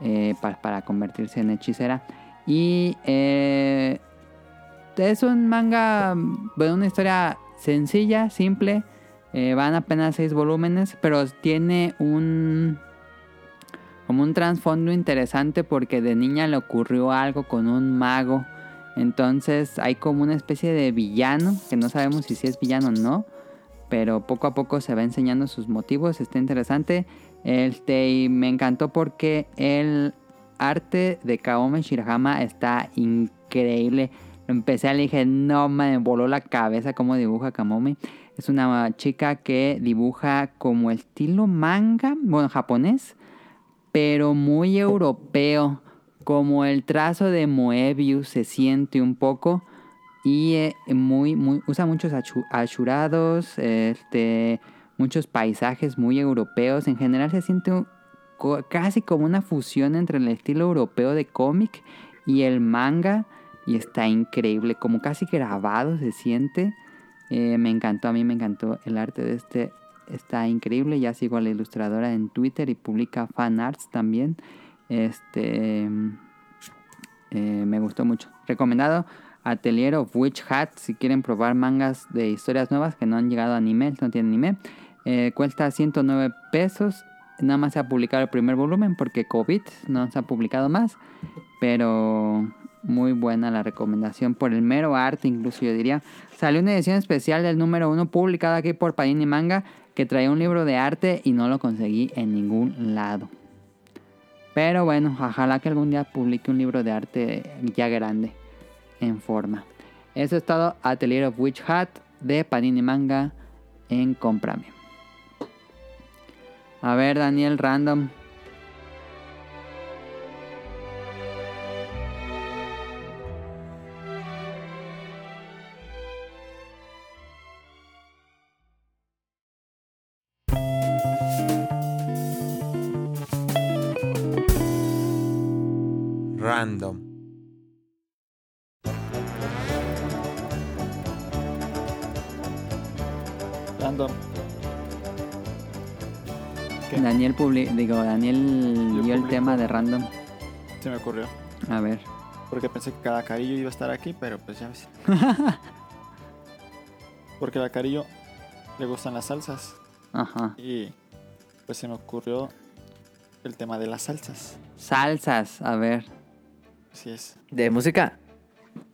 [SPEAKER 5] eh, pa- para convertirse en hechicera y eh, es un manga bueno una historia sencilla simple eh, van apenas seis volúmenes pero tiene un como un trasfondo interesante porque de niña le ocurrió algo con un mago entonces hay como una especie de villano que no sabemos si sí es villano o no pero poco a poco se va enseñando sus motivos, está interesante. Este, y me encantó porque el arte de Kaome Shirahama está increíble. Lo empecé a leer y dije, no, me voló la cabeza cómo dibuja Kamome. Es una chica que dibuja como estilo manga, bueno, japonés, pero muy europeo. Como el trazo de Moebius se siente un poco. Y eh, muy, muy, usa muchos achu- achurados, este, muchos paisajes muy europeos. En general se siente un- co- casi como una fusión entre el estilo europeo de cómic y el manga. Y está increíble, como casi grabado se siente. Eh, me encantó, a mí me encantó el arte de este. Está increíble. Ya sigo a la ilustradora en Twitter y publica fan arts también. Este. Eh, me gustó mucho. Recomendado Atelier of Witch Hat si quieren probar mangas de historias nuevas que no han llegado a anime, no tienen anime. Eh, cuesta 109 pesos. Nada más se ha publicado el primer volumen porque COVID no se ha publicado más. Pero Muy buena la recomendación por el mero arte, incluso yo diría. Salió una edición especial del número uno publicada aquí por Panini Manga que traía un libro de arte y no lo conseguí en ningún lado. Pero bueno, ojalá que algún día publique un libro de arte ya grande, en forma. Eso es todo, Atelier of Witch Hat de Panini Manga en Comprame. A ver, Daniel Random.
[SPEAKER 7] Random.
[SPEAKER 6] Random. ¿Qué?
[SPEAKER 5] Daniel publi- digo, Daniel
[SPEAKER 6] Yo
[SPEAKER 5] dio el
[SPEAKER 6] publico.
[SPEAKER 5] tema de Random.
[SPEAKER 6] Se me ocurrió.
[SPEAKER 5] A ver.
[SPEAKER 6] Porque pensé que cada carillo iba a estar aquí, pero pues ya ves. Porque a carillo le gustan las salsas.
[SPEAKER 5] Ajá.
[SPEAKER 6] Y pues se me ocurrió el tema de las salsas.
[SPEAKER 5] Salsas, a ver.
[SPEAKER 6] Así es.
[SPEAKER 1] ¿De música?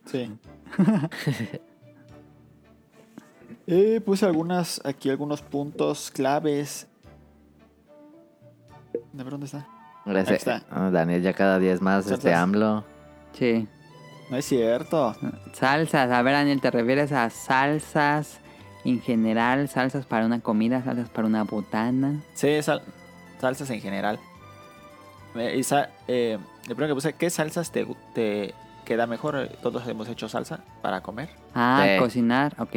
[SPEAKER 6] Sí. Eh, puse algunas, aquí algunos puntos claves. A ver dónde está.
[SPEAKER 1] Gracias.
[SPEAKER 6] Ahí está.
[SPEAKER 1] Ah, Daniel ya cada día es más
[SPEAKER 6] Salsas.
[SPEAKER 1] este AMLO.
[SPEAKER 5] Sí.
[SPEAKER 6] No es cierto.
[SPEAKER 5] Salsas, a ver Daniel, ¿te refieres a salsas en general? ¿Salsas para una comida? ¿Salsas para una botana?
[SPEAKER 6] Sí, sal- salsas en general. Eh, y sa- eh, lo primero que puse, ¿qué salsas te, gu- te queda mejor? Eh, Todos hemos hecho salsa para comer.
[SPEAKER 5] Ah,
[SPEAKER 1] Sí.
[SPEAKER 5] cocinar, ok.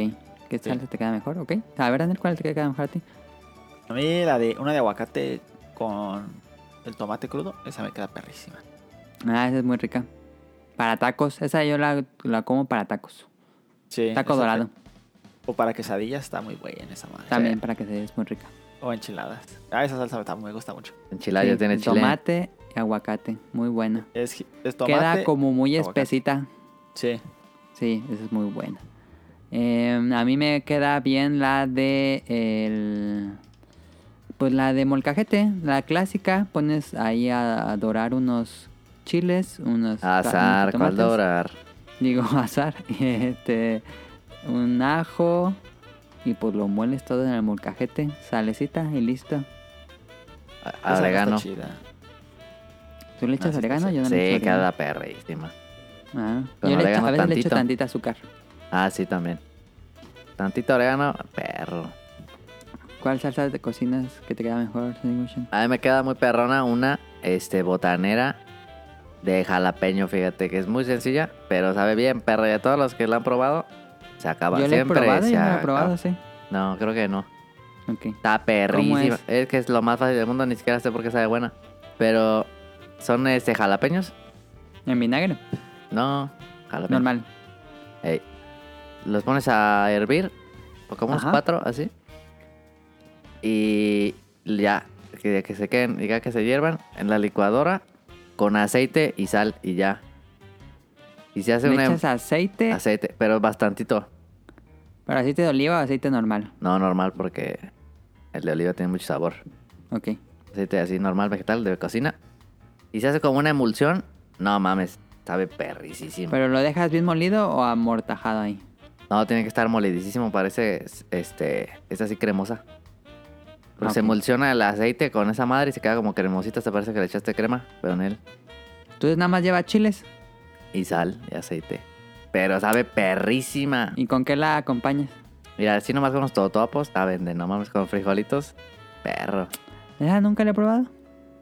[SPEAKER 5] ¿Qué
[SPEAKER 6] Sí.
[SPEAKER 5] salsa te queda mejor? Ok. A ver Daniel, ¿cuál te queda mejor a ti?
[SPEAKER 6] A mí la de una de aguacate con el tomate crudo, esa me queda perrísima.
[SPEAKER 5] Ah, esa es muy rica. Para tacos, esa yo la, la como para tacos.
[SPEAKER 6] Sí,
[SPEAKER 5] Taco
[SPEAKER 6] esa
[SPEAKER 5] dorado,
[SPEAKER 6] te- O para quesadillas está muy buena esa madre.
[SPEAKER 5] también para que se vea, es muy rica.
[SPEAKER 6] O enchiladas. Ah, esa salsa me- me gusta mucho.
[SPEAKER 1] Enchilada
[SPEAKER 5] Sí,
[SPEAKER 1] ya tiene chile.
[SPEAKER 5] Tomate y aguacate, muy buena.
[SPEAKER 6] Es, gi- es tomate.
[SPEAKER 5] queda como muy
[SPEAKER 6] aguacate.
[SPEAKER 5] espesita.
[SPEAKER 6] Sí.
[SPEAKER 5] Sí, esa es muy buena. Eh, a mí me queda bien la de el, pues la de molcajete, la clásica. Pones ahí a, a dorar unos chiles, unos ta- unos
[SPEAKER 1] Azar, ¿cuál
[SPEAKER 5] jitomates.
[SPEAKER 1] dorar?
[SPEAKER 5] Digo azar, este, un ajo y pues lo mueles todo en el molcajete, salecita y listo.
[SPEAKER 1] A-
[SPEAKER 6] Esa no está
[SPEAKER 1] Oregano. Sí,
[SPEAKER 6] chida.
[SPEAKER 5] ¿Tú le echas
[SPEAKER 6] Ah, sí,
[SPEAKER 5] orégano?
[SPEAKER 6] sí.
[SPEAKER 5] Yo no le echo orégano.
[SPEAKER 1] cada perrísima.
[SPEAKER 5] Ah,
[SPEAKER 1] Con
[SPEAKER 5] yo le echo,
[SPEAKER 1] orégano
[SPEAKER 5] a veces le echo
[SPEAKER 1] tantito.
[SPEAKER 5] tantita azúcar.
[SPEAKER 1] Ah, sí, también. Tantito orégano, perro.
[SPEAKER 5] ¿Cuál salsa de cocinas que te queda mejor? Sonic Motion?
[SPEAKER 1] A mí me queda muy perrona una este, botanera de jalapeño, fíjate, que es muy sencilla, pero sabe bien, perro. Y a todos los que la han probado, se acaba
[SPEAKER 5] Yo le he
[SPEAKER 1] Ah, siempre.
[SPEAKER 5] probado
[SPEAKER 1] se
[SPEAKER 5] y no la he
[SPEAKER 1] acaba.
[SPEAKER 5] probado, sí.
[SPEAKER 1] No, creo que no.
[SPEAKER 5] Ok.
[SPEAKER 1] Está perrísima.
[SPEAKER 5] es?
[SPEAKER 1] Es? que es lo más fácil del mundo, ni siquiera sé por qué sabe buena. Pero, ¿son este jalapeños?
[SPEAKER 5] ¿En vinagre?
[SPEAKER 1] No, jalapeños.
[SPEAKER 5] Normal.
[SPEAKER 1] Ey. Los pones a hervir, o como unos
[SPEAKER 5] Ajá.
[SPEAKER 1] cuatro, así. Y ya, que, que se queden, y ya que se hiervan en la licuadora con aceite y sal y ya. Y se hace
[SPEAKER 5] Le
[SPEAKER 1] una...
[SPEAKER 5] echas aceite,
[SPEAKER 1] Aceite, pero bastantito.
[SPEAKER 5] pero aceite de oliva o aceite normal.
[SPEAKER 1] No normal porque el de oliva tiene mucho sabor.
[SPEAKER 5] Ok.
[SPEAKER 1] Aceite así normal, vegetal, de cocina. Y se hace como una emulsión. No mames, sabe perricísimo.
[SPEAKER 5] ¿Pero lo dejas bien molido o amortajado ahí?
[SPEAKER 1] No, tiene que estar molidísimo, parece este, es así cremosa. Pero Se
[SPEAKER 5] Ah, Ok.
[SPEAKER 1] emulsiona el aceite con esa madre y se queda como cremosita, se parece que le echaste crema, pero en él.
[SPEAKER 5] Entonces nada más lleva chiles.
[SPEAKER 1] Y sal y aceite. Pero sabe perrísima.
[SPEAKER 5] ¿Y con qué la acompañas?
[SPEAKER 1] Mira, así nomás con los totopos, saben, de no mames con frijolitos. Perro.
[SPEAKER 5] Esa nunca la he probado.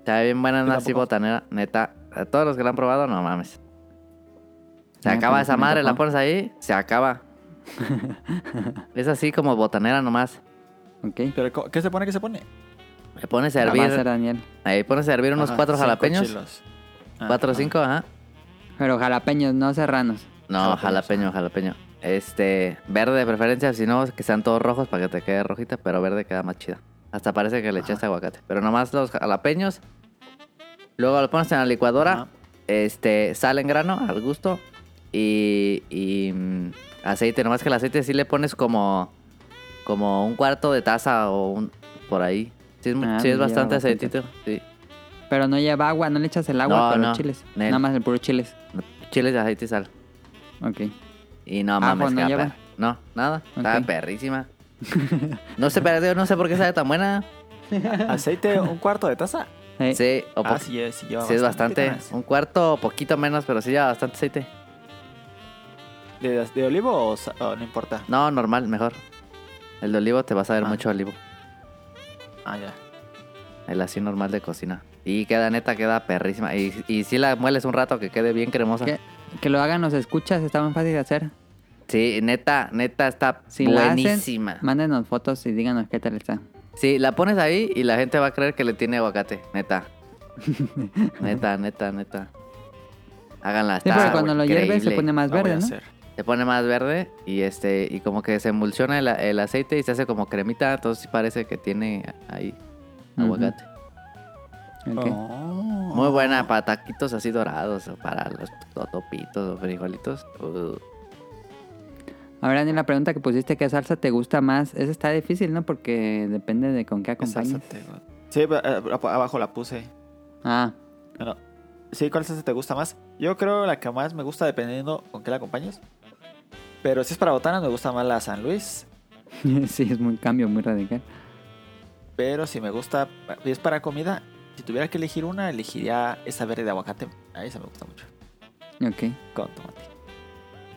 [SPEAKER 1] Sabe bien buena una así
[SPEAKER 6] tampoco.
[SPEAKER 1] botanera, neta. A todos los que la han probado, no mames. Se
[SPEAKER 5] Ah,
[SPEAKER 1] acaba
[SPEAKER 5] pues,
[SPEAKER 1] esa
[SPEAKER 5] me
[SPEAKER 1] madre, la
[SPEAKER 5] tocó.
[SPEAKER 1] pones ahí, se acaba. es así como botanera nomás.
[SPEAKER 5] Ok.
[SPEAKER 6] Pero, co- ¿qué se pone? ¿Qué se pone?
[SPEAKER 1] Le pones a
[SPEAKER 5] La va a
[SPEAKER 1] hervir.
[SPEAKER 5] hacer Daniel.
[SPEAKER 1] Ahí pones a hervir unos
[SPEAKER 6] Ajá,
[SPEAKER 1] cuatro
[SPEAKER 6] cinco
[SPEAKER 1] jalapeños.
[SPEAKER 6] chilos. Ah,
[SPEAKER 1] cuatro o
[SPEAKER 6] ah.
[SPEAKER 1] cinco, ajá.
[SPEAKER 5] Pero jalapeños, no serranos.
[SPEAKER 1] No,
[SPEAKER 6] Jalapeños,
[SPEAKER 1] jalapeño, jalapeño. Este, verde de preferencia, si no, que sean todos rojos para que te quede rojita, pero verde queda más chida. Hasta parece que le echaste aguacate. Pero nomás los jalapeños. Luego lo pones en la licuadora.
[SPEAKER 6] Ajá.
[SPEAKER 1] Este, sal en grano, al gusto. Y, y mm, aceite. Nomás que el aceite sí le pones como, como un cuarto de taza o un, por ahí. Sí, es, mu-
[SPEAKER 5] Ah,
[SPEAKER 1] sí es
[SPEAKER 5] lleva
[SPEAKER 1] bastante
[SPEAKER 5] bastante.
[SPEAKER 1] aceitito. Sí.
[SPEAKER 5] Pero no lleva agua, no le echas el agua,
[SPEAKER 1] No,
[SPEAKER 5] pero
[SPEAKER 1] no.
[SPEAKER 5] chiles.
[SPEAKER 1] Nel.
[SPEAKER 5] Nada más el puro chiles.
[SPEAKER 1] chiles de aceite y sal.
[SPEAKER 5] Ok.
[SPEAKER 1] Y no
[SPEAKER 5] Ah,
[SPEAKER 1] mames,
[SPEAKER 5] pues, ¿no
[SPEAKER 1] queda
[SPEAKER 5] lleva?
[SPEAKER 1] perra. No, nada. Estaba
[SPEAKER 5] Ok.
[SPEAKER 1] perrísima. No sé, pero yo no sé por qué sabe tan buena.
[SPEAKER 6] ¿Aceite un cuarto de taza?
[SPEAKER 5] Eh,
[SPEAKER 1] Sí, o po-
[SPEAKER 6] Ah, sí, eh, sí, lleva
[SPEAKER 1] sí es bastante.
[SPEAKER 6] más.
[SPEAKER 1] Un cuarto, poquito menos, pero sí lleva bastante aceite.
[SPEAKER 6] ¿De, de olivo o, sa- o no importa?
[SPEAKER 1] No, normal, mejor. El de olivo te va a saber
[SPEAKER 6] Ah.
[SPEAKER 1] mucho a olivo.
[SPEAKER 6] Ah, ya.
[SPEAKER 1] El así normal de cocina. Y queda neta, queda perrísima. Y, y si la mueles un rato que quede bien cremosa.
[SPEAKER 5] que, que lo hagan los escuchas, está muy fácil de hacer.
[SPEAKER 1] Sí, neta, neta, está
[SPEAKER 5] Si la
[SPEAKER 1] buenísima.
[SPEAKER 5] hacen, mándenos fotos y díganos qué tal está.
[SPEAKER 1] Sí, la pones ahí y la gente va a creer que le tiene aguacate, neta. neta, neta, neta. Háganla,
[SPEAKER 5] Sí,
[SPEAKER 1] está
[SPEAKER 5] porque cuando lo hierves se
[SPEAKER 1] increíble.
[SPEAKER 5] pone más
[SPEAKER 6] La voy
[SPEAKER 5] verde,
[SPEAKER 6] a
[SPEAKER 5] ¿no?
[SPEAKER 6] hacer.
[SPEAKER 1] Se pone más verde y este y como que se emulsiona el, el aceite y se hace como cremita, entonces sí parece que tiene ahí
[SPEAKER 5] Ujú.
[SPEAKER 1] aguacate.
[SPEAKER 5] Ok.
[SPEAKER 6] Oh.
[SPEAKER 1] Muy buena para taquitos así dorados, o para los to- topitos o frijolitos. Uh,
[SPEAKER 5] Ahora, en la pregunta que pusiste, ¿qué salsa te gusta más? Esa está difícil, ¿no? Porque depende de con qué
[SPEAKER 6] Qué salsa
[SPEAKER 5] acompañes.
[SPEAKER 6] te gusta. Sí, pero, eh, ab- abajo la puse.
[SPEAKER 5] Ah,
[SPEAKER 6] Bueno, sí, ¿cuál salsa te gusta más? Yo creo la que más me gusta dependiendo con qué la acompañes. Pero si es para botana, me gusta más la San Luis.
[SPEAKER 5] sí, es un cambio muy radical.
[SPEAKER 6] Pero si me gusta, si es para comida, si tuviera que elegir una, elegiría esa verde de aguacate. A esa me gusta mucho.
[SPEAKER 5] Ok.
[SPEAKER 6] Con tomate.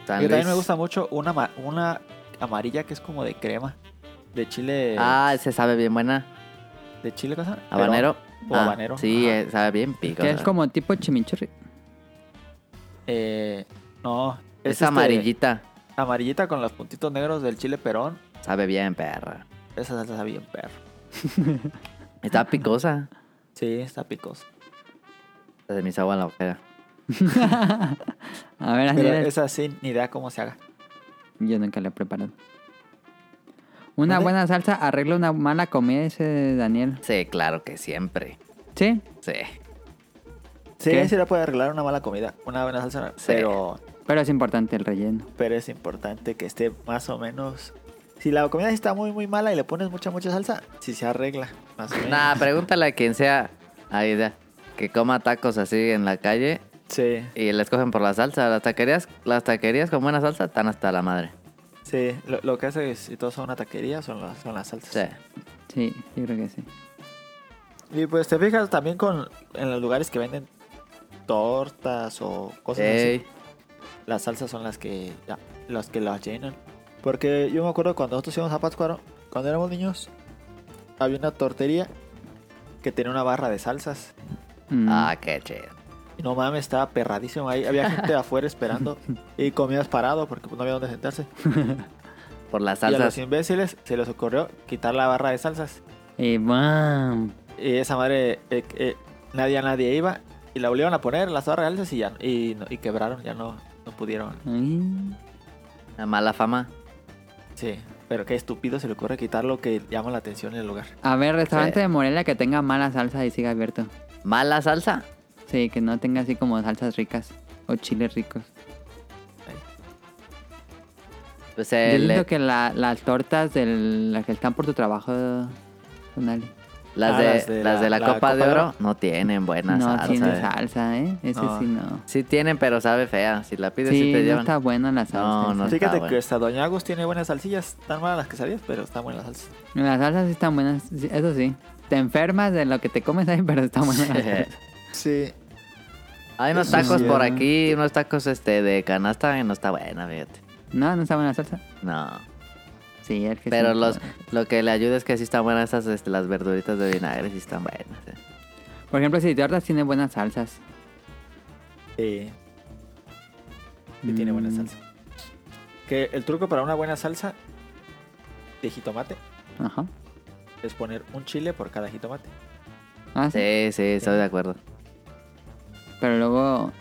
[SPEAKER 1] San
[SPEAKER 6] Yo también
[SPEAKER 1] Luis.
[SPEAKER 6] me gusta mucho una, ama- una amarilla que es como de crema. De chile.
[SPEAKER 1] Ah, se sabe bien buena.
[SPEAKER 6] ¿De chile cosa?
[SPEAKER 1] Habanero.
[SPEAKER 6] o
[SPEAKER 1] Ah,
[SPEAKER 6] habanero,
[SPEAKER 1] Sí,
[SPEAKER 6] ajá.
[SPEAKER 1] eh, sabe bien pico.
[SPEAKER 5] Que es como tipo chimichurri.
[SPEAKER 6] Eh, no.
[SPEAKER 1] es
[SPEAKER 6] este,
[SPEAKER 1] amarillita.
[SPEAKER 6] Amarillita con los puntitos negros del chile perón.
[SPEAKER 1] Sabe bien, perra.
[SPEAKER 6] Esa salsa está bien perro.
[SPEAKER 1] Está picosa.
[SPEAKER 6] Sí, está picosa.
[SPEAKER 1] Se me hizo agua en la boca.
[SPEAKER 5] A
[SPEAKER 1] Ah,
[SPEAKER 5] ver,
[SPEAKER 6] Pero
[SPEAKER 5] Andrés,
[SPEAKER 6] esa sí, ni idea cómo se haga.
[SPEAKER 5] yo nunca la he preparado. Una
[SPEAKER 6] ¿Mande?
[SPEAKER 5] buena salsa arregla una mala comida, dice Daniel.
[SPEAKER 1] Sí, claro que siempre.
[SPEAKER 5] ¿Sí?
[SPEAKER 1] Sí.
[SPEAKER 6] Sí,
[SPEAKER 5] ¿Qué?
[SPEAKER 6] sí la puede arreglar una mala comida, una buena salsa,
[SPEAKER 1] Sí.
[SPEAKER 6] pero,
[SPEAKER 5] Pero es importante el relleno.
[SPEAKER 6] pero es importante que esté más o menos... Si la comida sí está muy, muy mala y le pones mucha, mucha salsa, sí se arregla, más o menos.
[SPEAKER 1] Nada, pregúntale a quien sea. Ahí ya. Que coma tacos así en la calle
[SPEAKER 6] Sí,
[SPEAKER 1] y les cogen por la salsa. Las taquerías, las taquerías con buena salsa están hasta la madre.
[SPEAKER 6] sí. Lo, lo que hace es, si todos son una taquería, son las, son las salsas.
[SPEAKER 1] Sí.
[SPEAKER 5] Sí, yo creo que sí.
[SPEAKER 6] Y pues te fijas también con en los lugares que venden tortas o cosas así.
[SPEAKER 1] Ey,
[SPEAKER 6] las salsas son las que ya, las que las llenan. Porque yo me acuerdo cuando nosotros íbamos a Pátzcuaro, cuando éramos niños, había una tortería que tenía una barra de salsas.
[SPEAKER 5] Mm.
[SPEAKER 1] Ah, qué chido.
[SPEAKER 6] Y no mames, estaba perradísimo ahí. Había gente afuera esperando y comías parado porque pues, no había dónde sentarse.
[SPEAKER 1] Por las
[SPEAKER 6] Y a los
[SPEAKER 1] salsas.
[SPEAKER 6] imbéciles se les ocurrió quitar la barra de salsas.
[SPEAKER 5] Y ¡bam!
[SPEAKER 6] Y esa madre, eh, eh, nadie a nadie iba. Y la volvieron a poner las barras de salsas y ya y, no- y quebraron, ya no, no pudieron.
[SPEAKER 5] Ay.
[SPEAKER 1] La mala fama.
[SPEAKER 6] Sí, pero qué estúpido se le ocurre quitar lo que llama la atención en el lugar.
[SPEAKER 5] A ver, restaurante
[SPEAKER 1] Sí.
[SPEAKER 5] de Morelia que tenga mala salsa y siga abierto.
[SPEAKER 1] ¿Mala salsa?
[SPEAKER 5] Sí, que no tenga así como salsas ricas o chiles ricos.
[SPEAKER 1] Pues
[SPEAKER 5] Yo
[SPEAKER 1] el,
[SPEAKER 5] siento que la- las tortas de las que están por tu trabajo, don Ali,
[SPEAKER 1] las,
[SPEAKER 6] Ah,
[SPEAKER 1] de,
[SPEAKER 6] las de
[SPEAKER 1] las
[SPEAKER 6] la-
[SPEAKER 1] de la,
[SPEAKER 6] la Copa
[SPEAKER 1] copa, de
[SPEAKER 6] de
[SPEAKER 1] oro,
[SPEAKER 6] Oro.
[SPEAKER 1] no tienen buena
[SPEAKER 5] no
[SPEAKER 1] salsa.
[SPEAKER 5] tiene
[SPEAKER 1] eh.
[SPEAKER 5] salsa, ¿eh? Ese
[SPEAKER 6] No.
[SPEAKER 5] sí no.
[SPEAKER 1] Sí tienen, pero sabe fea. Si la
[SPEAKER 5] Sí,
[SPEAKER 1] pides, sí, te
[SPEAKER 5] no
[SPEAKER 1] llevan.
[SPEAKER 5] está buena la salsa.
[SPEAKER 1] No, no
[SPEAKER 5] esa.
[SPEAKER 1] está
[SPEAKER 6] Fíjate
[SPEAKER 1] bueno.
[SPEAKER 6] que hasta Doña Agus tiene buenas salsillas. Están malas las quesadillas, pero están buenas las salsas.
[SPEAKER 5] Las salsas sí están buenas, sí, eso sí. Te enfermas de lo que te comes ahí, pero está buena la salsa.
[SPEAKER 6] Sí.
[SPEAKER 1] Hay unos
[SPEAKER 6] Eso
[SPEAKER 1] tacos
[SPEAKER 6] sí,
[SPEAKER 1] por
[SPEAKER 5] ¿no?
[SPEAKER 1] aquí, unos tacos este de canasta, y no está buena, fíjate.
[SPEAKER 5] No, no está buena la salsa.
[SPEAKER 1] No.
[SPEAKER 5] Sí, el que sí
[SPEAKER 1] Pero
[SPEAKER 5] está
[SPEAKER 1] los,
[SPEAKER 5] buena.
[SPEAKER 1] lo que le ayuda es que sí están buenas esas, este, las verduritas de vinagre, sí están buenas. eh.
[SPEAKER 5] Por ejemplo, si tortas tiene buenas salsas.
[SPEAKER 6] Sí. Y tiene buena
[SPEAKER 5] Mm.
[SPEAKER 6] salsa. Que el truco para una buena salsa de jitomate
[SPEAKER 5] Ajá.
[SPEAKER 6] es poner un chile por cada jitomate.
[SPEAKER 5] Ah, sí.
[SPEAKER 1] Sí, sí, estoy de acuerdo.
[SPEAKER 5] Pero luego...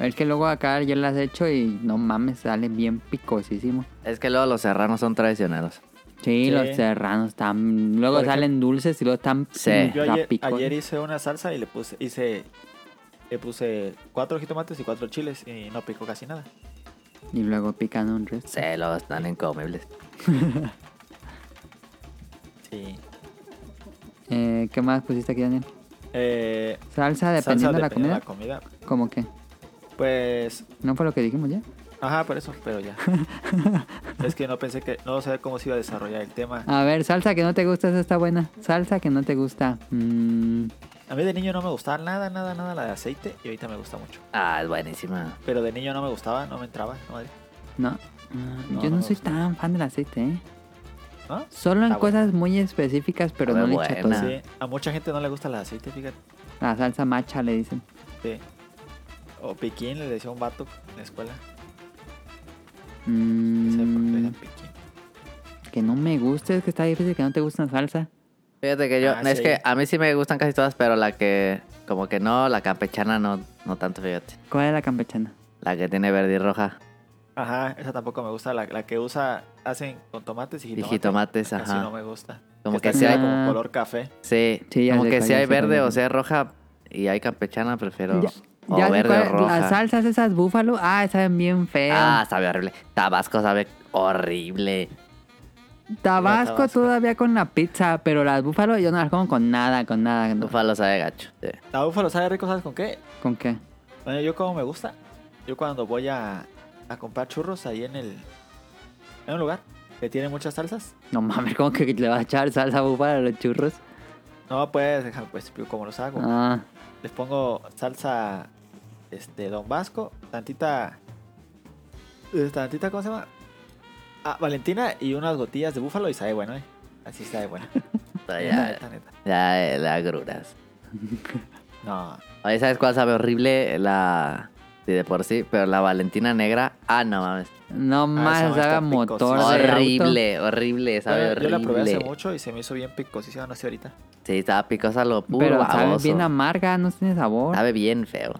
[SPEAKER 5] Es que luego acá yo las he hecho y no mames, sale bien picosísimo.
[SPEAKER 1] Es que luego los serranos son traicioneros.
[SPEAKER 5] Sí,
[SPEAKER 6] Sí.
[SPEAKER 5] los serranos están... Luego
[SPEAKER 6] Por
[SPEAKER 5] salen dulces y luego están...
[SPEAKER 1] Sí.
[SPEAKER 6] Yo
[SPEAKER 5] ultra
[SPEAKER 6] ayer,
[SPEAKER 5] picones.
[SPEAKER 6] ayer hice una salsa y le puse, hice, le puse cuatro jitomates y cuatro chiles y no picó casi nada.
[SPEAKER 5] Y luego pican un resto.
[SPEAKER 1] Sí, luego están incomibles.
[SPEAKER 6] Sí.
[SPEAKER 5] Eh, ¿Qué más pusiste aquí, Daniel?
[SPEAKER 6] Eh,
[SPEAKER 5] Salsa Ah, dependiendo
[SPEAKER 6] salsa
[SPEAKER 5] de la
[SPEAKER 6] dependiendo
[SPEAKER 5] comida.
[SPEAKER 6] de la comida.
[SPEAKER 5] ¿Cómo qué?
[SPEAKER 6] Pues,
[SPEAKER 5] ¿No fue lo que dijimos ya?
[SPEAKER 6] ajá, por eso, pero ya. es que no pensé que, no sabía cómo se iba a desarrollar el tema.
[SPEAKER 5] A ver, salsa que no te gusta, esa está buena. Salsa que no te gusta. Mm,
[SPEAKER 6] A mí de niño no me gustaba nada, nada, nada la de aceite y ahorita me gusta mucho.
[SPEAKER 1] Ah, es buenísima.
[SPEAKER 6] Pero de niño no me gustaba, no me entraba, no madre.
[SPEAKER 5] no. Ah,
[SPEAKER 6] No,
[SPEAKER 5] Yo no,
[SPEAKER 6] no me
[SPEAKER 5] soy
[SPEAKER 6] gusta.
[SPEAKER 5] tan fan del aceite, ¿eh?
[SPEAKER 6] ¿No?
[SPEAKER 5] Solo en
[SPEAKER 6] Ah, bueno.
[SPEAKER 5] cosas muy específicas, pero
[SPEAKER 1] Está
[SPEAKER 5] no le
[SPEAKER 1] buena.
[SPEAKER 5] echa todo.
[SPEAKER 1] Nah.
[SPEAKER 6] Sí, a mucha gente no le gusta el aceite, fíjate.
[SPEAKER 5] La salsa macha le dicen.
[SPEAKER 6] Sí. O piquín, le decía un vato en la escuela. No sé por qué le
[SPEAKER 5] Mm,
[SPEAKER 6] decían piquín.
[SPEAKER 5] que no me guste, es que está difícil que no te guste la salsa.
[SPEAKER 1] Fíjate que yo,
[SPEAKER 6] Ah,
[SPEAKER 1] es
[SPEAKER 6] sí.
[SPEAKER 1] que a mí sí me gustan casi todas, pero la que, como que no, la campechana no, no tanto, fíjate.
[SPEAKER 5] ¿Cuál es la campechana?
[SPEAKER 1] La que tiene verde y roja.
[SPEAKER 6] Ajá, esa tampoco me gusta. La, la que usa, hacen con tomates y
[SPEAKER 1] Y
[SPEAKER 6] jitomates.
[SPEAKER 1] jitomates,
[SPEAKER 6] Casi
[SPEAKER 1] ajá.
[SPEAKER 6] no me gusta.
[SPEAKER 1] Como
[SPEAKER 6] Que
[SPEAKER 1] que
[SPEAKER 6] está
[SPEAKER 1] si
[SPEAKER 6] como
[SPEAKER 1] hay,
[SPEAKER 5] Ah.
[SPEAKER 6] color café.
[SPEAKER 1] sí,
[SPEAKER 5] Sí, ya
[SPEAKER 1] como
[SPEAKER 5] sé
[SPEAKER 1] que
[SPEAKER 5] cuál,
[SPEAKER 1] si
[SPEAKER 5] ya
[SPEAKER 1] hay
[SPEAKER 5] sé cuál
[SPEAKER 1] verde o
[SPEAKER 5] es.
[SPEAKER 1] sea roja y hay campechana, prefiero.
[SPEAKER 5] Ya-
[SPEAKER 1] o
[SPEAKER 5] ya sé
[SPEAKER 1] Oh, verde
[SPEAKER 5] cuál
[SPEAKER 1] o
[SPEAKER 5] es.
[SPEAKER 1] roja.
[SPEAKER 5] Las salsas esas búfalo, ah, saben bien feas.
[SPEAKER 1] Ah, sabe horrible. Tabasco sabe horrible.
[SPEAKER 5] Tabasco,
[SPEAKER 6] Tabasco.
[SPEAKER 5] todavía con la pizza, pero las búfalo yo no las como con nada, con nada. no.
[SPEAKER 1] Búfalo sabe gacho. sí.
[SPEAKER 6] La búfalo sabe rico, ¿sabes con qué?
[SPEAKER 5] ¿Con qué?
[SPEAKER 6] Bueno, yo como me gusta. Yo cuando voy a, a comprar churros ahí en el... En un lugar que tiene muchas salsas.
[SPEAKER 5] No mames, ¿cómo que le vas a echar salsa búfalo a los churros?
[SPEAKER 6] No, pues, deja, pues como los hago.
[SPEAKER 5] Ah,
[SPEAKER 6] Les pongo salsa este Don Vasco, tantita eh, tantita ¿cómo se llama? Ah, Valentina y unas gotillas de búfalo y sabe bueno, eh. Así sabe bueno.
[SPEAKER 1] Pero
[SPEAKER 6] Neta,
[SPEAKER 1] ya,
[SPEAKER 6] neta, neta.
[SPEAKER 1] ya eh, la gruras.
[SPEAKER 6] No.
[SPEAKER 1] Oye, ¿sabes cuál sabe horrible? La. Sí, de por sí, pero la Valentina negra. Ah, no mames.
[SPEAKER 5] no más,
[SPEAKER 6] esa va a
[SPEAKER 5] haga
[SPEAKER 6] estar
[SPEAKER 5] motor.
[SPEAKER 6] picosa.
[SPEAKER 5] de auto.
[SPEAKER 1] Horrible, horrible, sabe
[SPEAKER 6] Yo, yo
[SPEAKER 1] horrible.
[SPEAKER 6] la probé hace mucho y se me hizo bien picosísima, no sé ahorita.
[SPEAKER 1] Sí, estaba picosa lo puro,
[SPEAKER 5] Pero sabe
[SPEAKER 1] baboso.
[SPEAKER 5] bien amarga, no tiene sabor.
[SPEAKER 1] Sabe bien feo.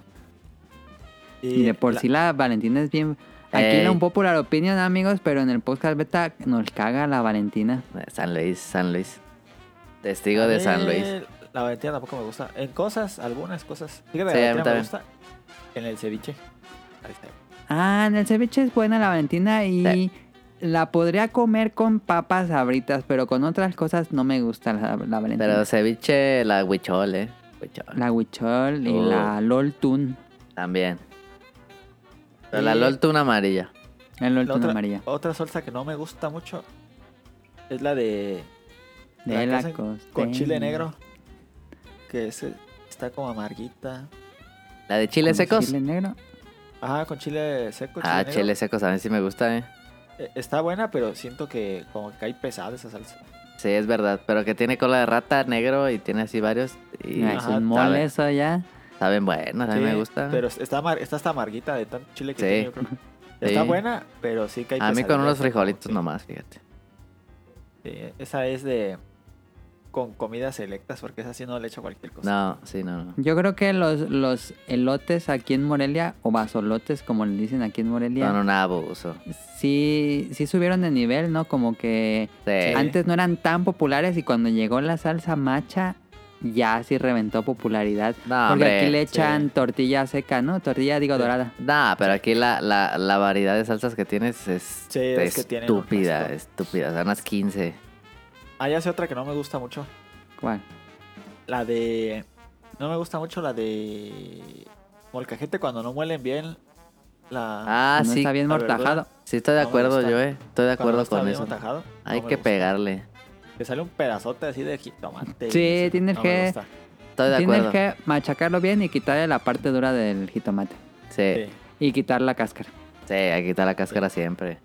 [SPEAKER 5] Y de por sí la Valentina es bien... Aquí
[SPEAKER 1] Ey.
[SPEAKER 5] en un popular opinion, amigos, pero en el podcast beta nos caga la Valentina.
[SPEAKER 1] Eh, San Luis, San Luis. Testigo
[SPEAKER 6] la-
[SPEAKER 1] de San
[SPEAKER 6] a mí
[SPEAKER 1] Luis.
[SPEAKER 6] eh, La Valentina tampoco me gusta. En cosas, algunas cosas. Fíjate,
[SPEAKER 1] Sí,
[SPEAKER 6] la
[SPEAKER 1] a mí
[SPEAKER 6] Valentina me
[SPEAKER 1] también.
[SPEAKER 6] gusta. En el ceviche. Ahí está.
[SPEAKER 5] Ah, en el ceviche es buena la Valentina y
[SPEAKER 1] Sí.
[SPEAKER 5] la podría comer con papas sabritas, pero con otras cosas no me gusta la, la Valentina.
[SPEAKER 1] Pero ceviche, la huichol, eh. Huichol.
[SPEAKER 5] La huichol y
[SPEAKER 1] Uh.
[SPEAKER 5] la loltun.
[SPEAKER 1] También. Pero la
[SPEAKER 6] Y-
[SPEAKER 1] LOL tuvo una amarilla.
[SPEAKER 5] La
[SPEAKER 6] La
[SPEAKER 5] loltun
[SPEAKER 6] otra,
[SPEAKER 5] amarilla.
[SPEAKER 6] otra salsa que no me gusta mucho es la de
[SPEAKER 5] De
[SPEAKER 6] que
[SPEAKER 5] la
[SPEAKER 6] hacen
[SPEAKER 5] costeña.
[SPEAKER 6] Con chile negro. Que ese está como amarguita.
[SPEAKER 1] La de chiles
[SPEAKER 5] ¿Con
[SPEAKER 1] secos.
[SPEAKER 5] Chile negro.
[SPEAKER 6] Ajá, con chile seco.
[SPEAKER 1] ah,
[SPEAKER 6] negro.
[SPEAKER 1] chiles secos a mí sí me gusta, eh.
[SPEAKER 6] Eh, Está buena, pero siento que como que cae pesada esa salsa.
[SPEAKER 1] Sí, es verdad. Pero que tiene cola de rata negro y tiene así varios. Y
[SPEAKER 5] Ah, es
[SPEAKER 6] Ajá,
[SPEAKER 5] un
[SPEAKER 1] saben-
[SPEAKER 5] mole eso ya.
[SPEAKER 1] Saben buenos, a mí
[SPEAKER 6] Sí,
[SPEAKER 1] me gusta.
[SPEAKER 6] Pero está, amar- está hasta amarguita de tanto chile que
[SPEAKER 1] Sí.
[SPEAKER 6] tiene, yo creo. Está
[SPEAKER 1] Sí.
[SPEAKER 6] buena, pero sí cae
[SPEAKER 1] a mí con
[SPEAKER 6] pesadilla,
[SPEAKER 1] unos
[SPEAKER 6] así como
[SPEAKER 1] frijolitos
[SPEAKER 6] que-
[SPEAKER 1] nomás, fíjate.
[SPEAKER 6] sí, esa es de. Con comidas selectas, porque esa sí no le echo cualquier cosa.
[SPEAKER 1] No, sí, no, no.
[SPEAKER 5] Yo creo que los, los elotes aquí en Morelia, o basolotes como le dicen aquí en Morelia,
[SPEAKER 1] Son un abuso.
[SPEAKER 5] sí, sí subieron de nivel, ¿no? Como que
[SPEAKER 1] Sí.
[SPEAKER 5] antes no eran tan populares y cuando llegó la salsa macha ya sí reventó popularidad.
[SPEAKER 1] No,
[SPEAKER 5] Porque
[SPEAKER 1] hombre,
[SPEAKER 5] aquí le
[SPEAKER 6] sí.
[SPEAKER 5] echan tortilla seca, ¿no? Tortilla, digo,
[SPEAKER 6] Sí.
[SPEAKER 5] dorada.
[SPEAKER 1] Nah, pero aquí la, la, la variedad de salsas que tienes es
[SPEAKER 6] Sí, es que tienen un
[SPEAKER 1] estúpida,
[SPEAKER 6] resto.
[SPEAKER 1] estúpida. O sea, unas 15.
[SPEAKER 6] Ah, ya sé otra que no me gusta mucho.
[SPEAKER 5] ¿Cuál?
[SPEAKER 6] La de. No me gusta mucho la de. Molcajete cuando no muelen bien. La.
[SPEAKER 1] Ah,
[SPEAKER 5] no
[SPEAKER 1] sí.
[SPEAKER 5] está bien
[SPEAKER 6] la verdura.
[SPEAKER 5] mortajado.
[SPEAKER 1] Sí, estoy de
[SPEAKER 6] No me
[SPEAKER 1] acuerdo
[SPEAKER 6] gusta.
[SPEAKER 1] yo, eh. Estoy
[SPEAKER 6] cuando
[SPEAKER 1] de
[SPEAKER 6] no
[SPEAKER 1] acuerdo
[SPEAKER 6] está
[SPEAKER 1] con
[SPEAKER 6] bien
[SPEAKER 1] eso.
[SPEAKER 6] atajado, no
[SPEAKER 1] Hay
[SPEAKER 6] me
[SPEAKER 1] que
[SPEAKER 6] gusta.
[SPEAKER 1] pegarle.
[SPEAKER 6] Te sale un pedazote así de jitomate.
[SPEAKER 5] Sí,
[SPEAKER 6] así,
[SPEAKER 5] tienes
[SPEAKER 6] no me
[SPEAKER 5] que-
[SPEAKER 6] gusta.
[SPEAKER 1] Estoy de
[SPEAKER 5] Tienes
[SPEAKER 1] acuerdo.
[SPEAKER 5] que machacarlo bien y quitarle la parte dura del jitomate.
[SPEAKER 1] Sí,
[SPEAKER 6] Sí.
[SPEAKER 5] Y quitar la cáscara.
[SPEAKER 1] sí, hay que quitar la cáscara siempre.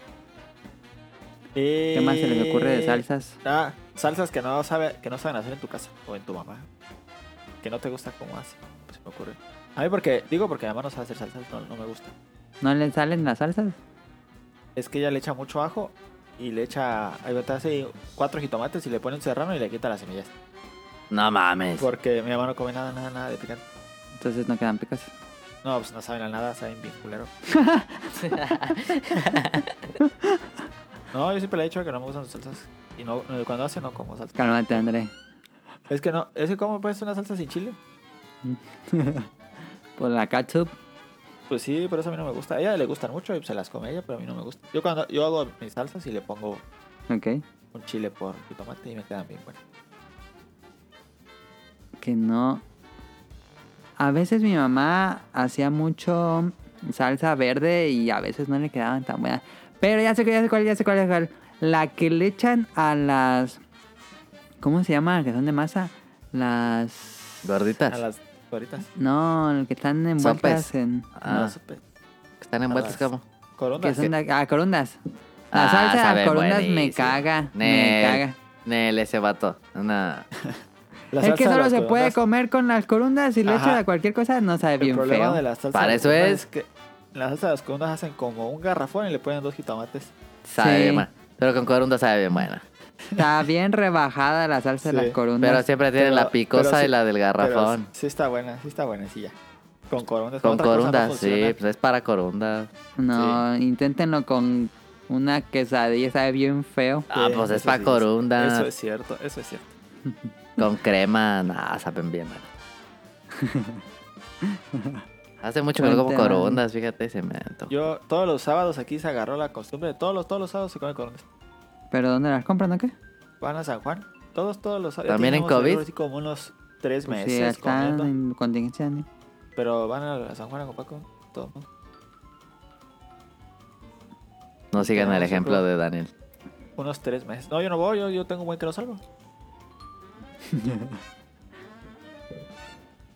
[SPEAKER 5] ¿Qué más se les ocurre de
[SPEAKER 6] Eh,
[SPEAKER 5] salsas?
[SPEAKER 6] Ah, salsas que no, sabe, que no saben hacer en tu casa o en tu mamá. Que no te gusta cómo hace. Pues se me ocurre. A mí porque, digo porque mi mamá no sabe hacer salsas, no, no me gusta.
[SPEAKER 5] ¿No le salen las salsas?
[SPEAKER 6] Es que ella le echa mucho ajo y le echa, ahí te hace cuatro jitomates y le pone un serrano y le quita las semillas.
[SPEAKER 1] No mames.
[SPEAKER 6] Porque mi mamá no come nada, nada, nada de picante.
[SPEAKER 5] Entonces no quedan picas.
[SPEAKER 6] No, pues no saben a nada, saben bien culero. no, yo siempre le he dicho que no me gustan las salsas. Y no, no, cuando hace no como salsa.
[SPEAKER 5] Cálmate, André.
[SPEAKER 6] Es que no, es que como puedes una salsa sin chile.
[SPEAKER 5] Por la ketchup.
[SPEAKER 6] Pues sí, pero eso a mí no me gusta. A ella le gustan mucho y se las come ella, pero a mí no me gusta. Yo cuando yo hago mis salsas y le pongo
[SPEAKER 5] Ok.
[SPEAKER 6] un chile por tomate y me quedan bien buenas.
[SPEAKER 5] Que no. A veces mi mamá hacía mucho salsa verde y a veces no le quedaban tan buenas. Pero ya sé, que- ya sé cuál, ya sé cuál, ya sé cuál. La que le echan a las... ¿Cómo se llama? Que son de masa. Las...
[SPEAKER 6] A
[SPEAKER 1] Gorditas.
[SPEAKER 6] las gorditas.
[SPEAKER 5] No, que están envueltas
[SPEAKER 1] Sopes.
[SPEAKER 5] en...
[SPEAKER 1] Ah,
[SPEAKER 6] Las pe-
[SPEAKER 1] Están envueltas
[SPEAKER 6] las-
[SPEAKER 1] como.
[SPEAKER 5] Que
[SPEAKER 6] Corondas.
[SPEAKER 5] son de- ah, corundas. La
[SPEAKER 1] Ah,
[SPEAKER 5] salsa de
[SPEAKER 1] saben
[SPEAKER 5] las corundas me
[SPEAKER 1] buenísimo.
[SPEAKER 5] caga. Me
[SPEAKER 1] Nel,
[SPEAKER 5] caga.
[SPEAKER 1] Nel, ese vato. Una-
[SPEAKER 6] La
[SPEAKER 5] es
[SPEAKER 6] salsa
[SPEAKER 5] que
[SPEAKER 6] de
[SPEAKER 5] solo
[SPEAKER 6] las
[SPEAKER 5] se puede
[SPEAKER 6] corondas.
[SPEAKER 5] comer con las corundas y le
[SPEAKER 6] Ajá.
[SPEAKER 5] echas a cualquier cosa, no sabe
[SPEAKER 6] El
[SPEAKER 5] bien
[SPEAKER 6] problema
[SPEAKER 5] feo.
[SPEAKER 6] de la salsa
[SPEAKER 1] Para
[SPEAKER 6] de
[SPEAKER 1] eso
[SPEAKER 6] corundas
[SPEAKER 1] es-
[SPEAKER 6] que la salsa de las corundas hacen como un garrafón y le ponen dos jitomates.
[SPEAKER 1] Sabe
[SPEAKER 5] Sí.
[SPEAKER 1] bien buena. Pero con corunda sabe bien buena.
[SPEAKER 5] Está bien rebajada la salsa de
[SPEAKER 6] Sí.
[SPEAKER 5] las corundas.
[SPEAKER 1] Pero siempre tiene
[SPEAKER 6] Pero-
[SPEAKER 1] la
[SPEAKER 6] pero
[SPEAKER 1] picosa
[SPEAKER 6] sí-
[SPEAKER 1] y la del garrafón.
[SPEAKER 6] Pero sí está buena, sí está buenecilla. Con corundas.
[SPEAKER 1] Con
[SPEAKER 6] otra cosa no
[SPEAKER 1] corunda,
[SPEAKER 6] funciona.
[SPEAKER 1] sí, pues es para corunda.
[SPEAKER 5] No, inténtenlo con una quesadilla, sabe bien feo.
[SPEAKER 1] Ah,
[SPEAKER 6] Sí,
[SPEAKER 1] pues es
[SPEAKER 6] eso
[SPEAKER 1] para
[SPEAKER 6] sí,
[SPEAKER 1] corunda.
[SPEAKER 6] Eso es cierto, eso es cierto.
[SPEAKER 1] Con crema, nada, saben bien mal. Hace mucho que no como
[SPEAKER 5] Cuéntame.
[SPEAKER 1] corundas, fíjate, se me antojó.
[SPEAKER 6] Yo todos los sábados aquí se agarró la costumbre de todos los, todos los sábados se come corundas.
[SPEAKER 5] ¿Pero dónde las compran o qué?
[SPEAKER 6] Van a San Juan. Todos, todos los sábados.
[SPEAKER 1] ¿También en
[SPEAKER 6] Tenemos
[SPEAKER 1] COVID?
[SPEAKER 6] así como unos tres
[SPEAKER 5] Pues
[SPEAKER 6] meses
[SPEAKER 5] sí, están
[SPEAKER 6] comiendo.
[SPEAKER 5] en contingencia. ¿no?
[SPEAKER 6] Pero van a San Juan a comprar con todo.
[SPEAKER 1] No sigan el
[SPEAKER 6] Tenemos
[SPEAKER 1] ejemplo
[SPEAKER 6] otro.
[SPEAKER 1] de Daniel.
[SPEAKER 6] Unos tres meses. No, yo no voy, yo, yo tengo un buen que lo salvo.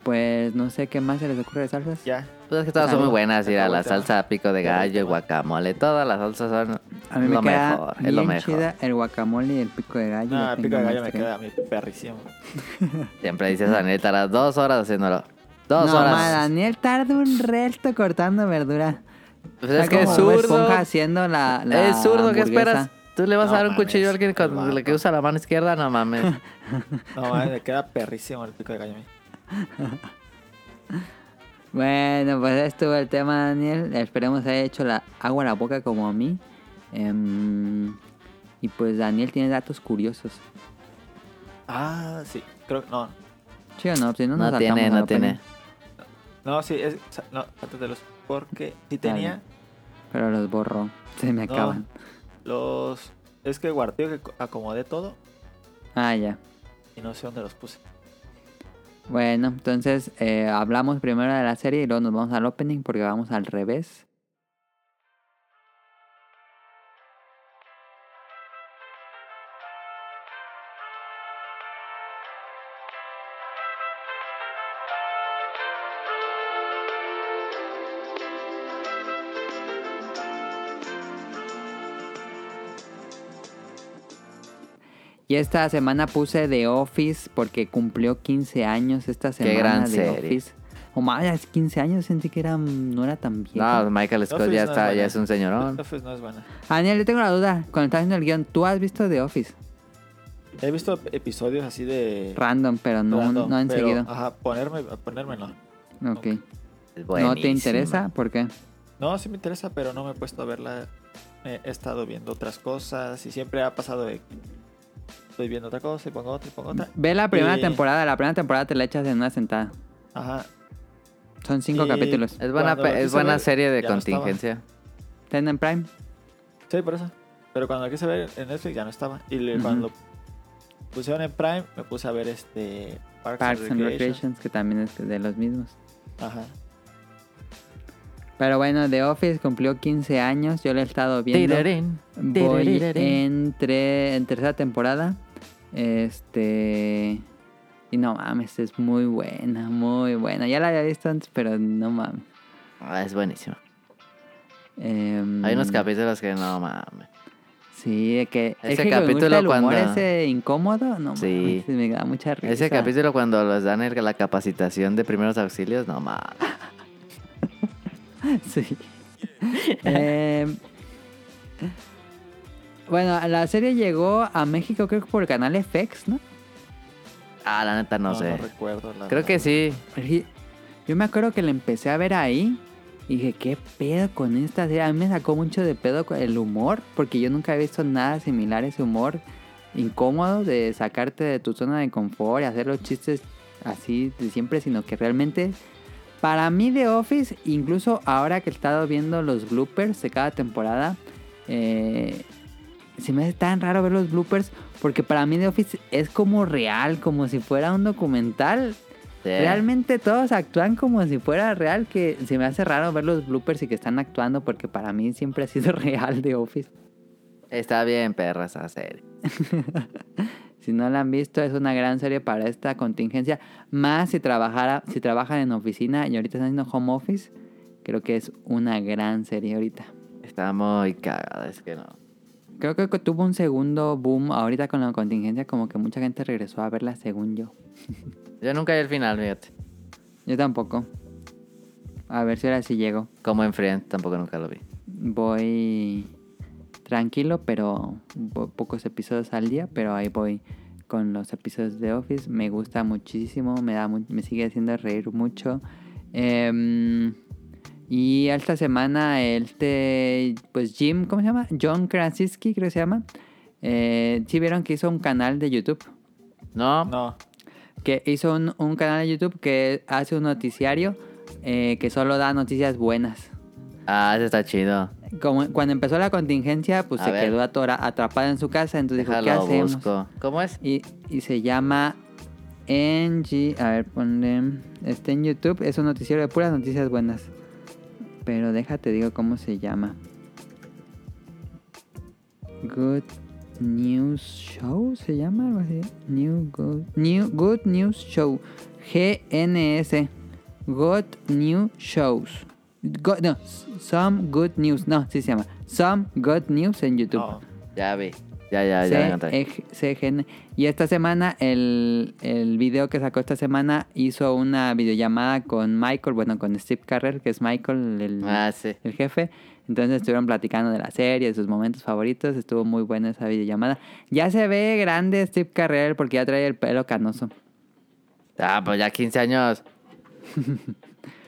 [SPEAKER 5] Pues no sé qué más se les ocurre de salsas.
[SPEAKER 6] Ya.
[SPEAKER 1] Pues es que todas son
[SPEAKER 5] Acabó.
[SPEAKER 1] muy buenas, mira,
[SPEAKER 6] Acabó el
[SPEAKER 1] la
[SPEAKER 6] tema.
[SPEAKER 1] salsa pico de
[SPEAKER 6] Acabó el
[SPEAKER 1] gallo, el
[SPEAKER 6] tema.
[SPEAKER 1] guacamole, todas las salsas son
[SPEAKER 5] A mí me
[SPEAKER 1] lo
[SPEAKER 5] queda
[SPEAKER 1] mejor,
[SPEAKER 5] bien
[SPEAKER 1] es lo mejor.
[SPEAKER 5] chida el guacamole y el pico de gallo.
[SPEAKER 6] No,
[SPEAKER 5] lo
[SPEAKER 6] Ah, el pico
[SPEAKER 5] tengo
[SPEAKER 6] de
[SPEAKER 5] en
[SPEAKER 6] gallo me
[SPEAKER 5] extremo.
[SPEAKER 6] queda a mí perrísimo.
[SPEAKER 1] Siempre dices Daniel, estarás dos horas haciéndolo. Dos
[SPEAKER 5] no,
[SPEAKER 1] horas.
[SPEAKER 5] ma, Daniel tarda un resto cortando verdura.
[SPEAKER 1] Pues es
[SPEAKER 5] Está
[SPEAKER 1] que es
[SPEAKER 5] como Bob
[SPEAKER 1] zurdo.
[SPEAKER 5] Esponja haciendo la, la
[SPEAKER 1] es zurdo, ¿qué
[SPEAKER 5] hamburguesa.
[SPEAKER 1] esperas? Tú le vas
[SPEAKER 6] No
[SPEAKER 1] a dar un
[SPEAKER 6] mames,
[SPEAKER 1] cuchillo a alguien
[SPEAKER 6] el
[SPEAKER 1] con
[SPEAKER 6] vato.
[SPEAKER 1] lo que usa la mano izquierda, no mames.
[SPEAKER 6] No, mames, me queda perrísimo el pico de gallo a mí.
[SPEAKER 5] Bueno, pues estuvo el tema, Daniel. Esperemos haya hecho la agua a la boca como a mí. Em, y pues Daniel tiene datos curiosos.
[SPEAKER 6] Ah, sí. Creo que no.
[SPEAKER 5] Sí o no, si no, nos
[SPEAKER 1] no
[SPEAKER 5] saltamos
[SPEAKER 1] tiene,
[SPEAKER 5] ¿eh? a
[SPEAKER 1] no
[SPEAKER 5] la
[SPEAKER 1] tiene.
[SPEAKER 5] peli.
[SPEAKER 6] No, sí, es. o sea, No, los Porque sí
[SPEAKER 5] Está
[SPEAKER 6] tenía
[SPEAKER 5] Pero los borró. Se me
[SPEAKER 6] No.
[SPEAKER 5] acaban.
[SPEAKER 6] los. Es que guardé que co- acomodé todo
[SPEAKER 5] Ah, ya.
[SPEAKER 6] y no sé dónde los puse.
[SPEAKER 5] Bueno, entonces eh, hablamos primero de la serie y luego nos vamos al opening porque vamos al revés. Y esta semana puse The Office porque cumplió 15 años esta semana.
[SPEAKER 1] gran
[SPEAKER 5] The
[SPEAKER 1] serie.
[SPEAKER 5] Office. Oh, O más, 15 años sentí que era, mm, no era tan vieja.
[SPEAKER 1] No, pues Michael Scott
[SPEAKER 6] Office
[SPEAKER 1] ya
[SPEAKER 6] no es
[SPEAKER 1] está,
[SPEAKER 6] buena.
[SPEAKER 1] ya es un señorón.
[SPEAKER 6] Office no es buena.
[SPEAKER 5] Daniel, yo tengo la duda. Cuando estás viendo el guión, ¿tú has visto The Office?
[SPEAKER 6] He visto episodios así de.
[SPEAKER 5] Random, pero no,
[SPEAKER 6] random,
[SPEAKER 5] no han
[SPEAKER 6] pero,
[SPEAKER 5] seguido.
[SPEAKER 6] Ajá, ponerme, ponerme no.
[SPEAKER 1] ah,
[SPEAKER 5] Ok.
[SPEAKER 1] Es
[SPEAKER 5] ¿No te
[SPEAKER 1] buenísima.
[SPEAKER 5] interesa? ¿Por qué?
[SPEAKER 6] No, sí me interesa, pero no me he puesto a verla. Eh, He estado viendo otras cosas y siempre ha pasado de. Estoy viendo otra cosa y pongo otra y pongo otra.
[SPEAKER 5] Ve la primera
[SPEAKER 6] Y-
[SPEAKER 5] temporada. La primera temporada te la echas en una sentada.
[SPEAKER 6] Ajá.
[SPEAKER 5] Son cinco
[SPEAKER 6] Y-
[SPEAKER 5] capítulos.
[SPEAKER 1] Es buena,
[SPEAKER 6] Cuando
[SPEAKER 1] pe-
[SPEAKER 6] lo
[SPEAKER 1] es
[SPEAKER 6] quise
[SPEAKER 1] buena
[SPEAKER 6] ver,
[SPEAKER 1] serie de
[SPEAKER 6] ya no estaba.
[SPEAKER 1] contingencia.
[SPEAKER 5] ¿Ten en Prime?
[SPEAKER 6] Sí, por eso. Pero cuando la quise ver en Netflix ya no estaba. Y le- cuando pusieron en Prime, me puse a ver este. Parks,
[SPEAKER 5] Parks and
[SPEAKER 6] Recreation.
[SPEAKER 5] Recreations, que también es de los mismos.
[SPEAKER 6] Ajá.
[SPEAKER 5] Pero bueno, The Office cumplió 15 años. Yo lo he estado viendo.
[SPEAKER 1] Tirirín,
[SPEAKER 5] Voy
[SPEAKER 1] tirirín.
[SPEAKER 5] en, tre- en tercera temporada. Este. Y no mames, es muy buena, muy buena. Ya la había visto antes, pero no mames.
[SPEAKER 1] Ah, es buenísimo.
[SPEAKER 5] Em,
[SPEAKER 1] Hay unos capítulos que no mames.
[SPEAKER 5] Sí, de que.
[SPEAKER 1] Ese
[SPEAKER 5] es que como me gusta
[SPEAKER 1] capítulo
[SPEAKER 5] el humor
[SPEAKER 1] cuando-
[SPEAKER 5] ese incómodo, no
[SPEAKER 1] Sí.
[SPEAKER 5] mames, me da mucha risa.
[SPEAKER 1] Ese capítulo cuando les dan el- la capacitación de primeros auxilios, no mames.
[SPEAKER 5] Sí. Em, bueno, la serie llegó a México, creo que por Canal FX, ¿no?
[SPEAKER 1] Ah, la neta no, sé.
[SPEAKER 6] No recuerdo. la
[SPEAKER 1] Creo
[SPEAKER 6] verdad.
[SPEAKER 1] que sí.
[SPEAKER 5] Porque Yo me acuerdo que la empecé a ver ahí y dije, ¿qué pedo con esta serie? A mí me sacó mucho de pedo con el humor, porque yo nunca había visto nada similar a ese humor incómodo de sacarte de tu zona de confort y hacer los chistes así de siempre, sino que realmente para mí The Office, incluso ahora que he estado viendo los bloopers de cada temporada, eh, se me hace tan raro ver los bloopers porque para mí The Office es como real, como si fuera un documental
[SPEAKER 1] Sí.
[SPEAKER 5] Realmente todos actúan como si fuera real, que se me hace raro ver los bloopers y que están actuando porque para mí siempre ha sido real de Office.
[SPEAKER 1] Está bien, perra, esa serie.
[SPEAKER 5] Si no la han visto, es una gran serie para esta contingencia. Más si trabajara, si trabajan en oficina y ahorita están haciendo home office, creo que es una gran serie ahorita.
[SPEAKER 1] Está muy cagada, es que no.
[SPEAKER 5] Creo que tuvo un segundo boom ahorita con la contingencia, como que mucha gente regresó a verla según yo.
[SPEAKER 1] Yo nunca vi el final, fíjate.
[SPEAKER 5] Yo tampoco. A ver si ahora sí llego.
[SPEAKER 1] Como en Friends, tampoco nunca lo vi.
[SPEAKER 5] Voy tranquilo, pero po- pocos episodios al día, pero ahí voy con los episodios de Office. Me gusta muchísimo, me, da mu- me sigue haciendo reír mucho. Em, y esta semana este, pues Jim, ¿cómo se llama? John Krasinski creo que se llama. Eh, sí vieron que hizo un canal de YouTube
[SPEAKER 1] No,
[SPEAKER 6] No.
[SPEAKER 5] que hizo un, un canal de YouTube que hace un noticiario eh, que solo da noticias buenas.
[SPEAKER 1] Ah, ese está chido.
[SPEAKER 5] Como cuando empezó la contingencia, pues
[SPEAKER 1] A
[SPEAKER 5] se
[SPEAKER 1] ver.
[SPEAKER 5] quedó atora- atrapada en su casa, entonces dijo,
[SPEAKER 1] Déjalo,
[SPEAKER 5] ¿qué hacemos?
[SPEAKER 1] busco. ¿Cómo es?
[SPEAKER 5] Y, y se llama NG, a ver, ponle, está en YouTube, es un noticiero de puras noticias buenas. Pero déjate digo cómo se llama. Good News Show se llama algo así. New Good, New Good News Show. GNS. Good News Shows. Go- no, Some Good News. No, sí se llama. Some Good News en YouTube.
[SPEAKER 6] No.
[SPEAKER 1] Ya vi. Ya, ya, ya. me encontré.
[SPEAKER 5] C- E- CGN. Y esta semana, el, el video que sacó esta semana hizo una videollamada con Michael, bueno, con Steve Carrell, que es Michael, el,
[SPEAKER 1] Ah, sí.
[SPEAKER 5] el jefe. Entonces estuvieron platicando de la serie, de sus momentos favoritos. Estuvo muy buena esa videollamada. Ya se ve grande Steve Carrell porque ya trae el pelo canoso.
[SPEAKER 1] Ah, pues ya 15 años.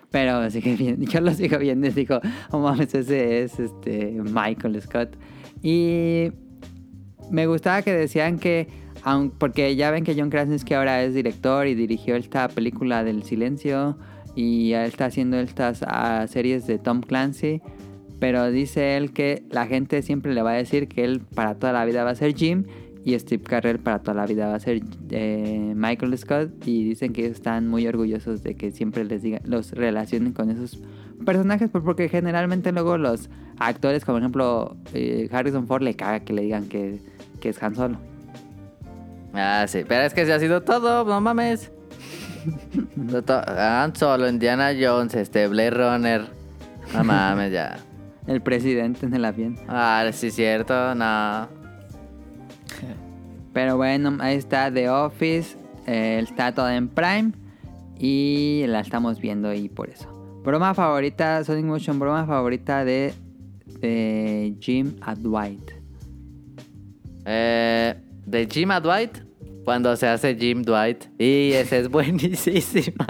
[SPEAKER 5] Pero sigue bien, yo lo sigo viendo y digo, oh mames, ese es este Michael Scott. Y me gustaba que decían que, aun- porque ya ven que John Krasinski ahora es director y dirigió esta película del silencio y ya está haciendo estas ah, series de Tom Clancy. Pero dice él que la gente siempre le va a decir que él para toda la vida va a ser Jim y Steve Carrell para toda la vida va a ser eh, Michael Scott. Y dicen que ellos están muy orgullosos de que siempre les digan, los relacionen con esos personajes, pues, porque generalmente luego los actores, como por ejemplo eh, Harrison Ford, le caga que le digan que, que es Han Solo.
[SPEAKER 1] Ah, sí. Pero es que se ha sido todo, no mames. To- to- Han Solo, Indiana Jones, este, Blade Runner. No mames, ya.
[SPEAKER 5] El presidente en el avión.
[SPEAKER 1] Ah, sí, cierto, no.
[SPEAKER 5] Pero bueno, ahí está The Office. eh, está toda en Prime. Y la estamos viendo y por eso. Broma favorita, Sonic Motion, broma favorita de, de Jim a Dwight.
[SPEAKER 1] Eh, de Jim a Dwight, cuando se hace Jim Dwight. Y esa es buenísima.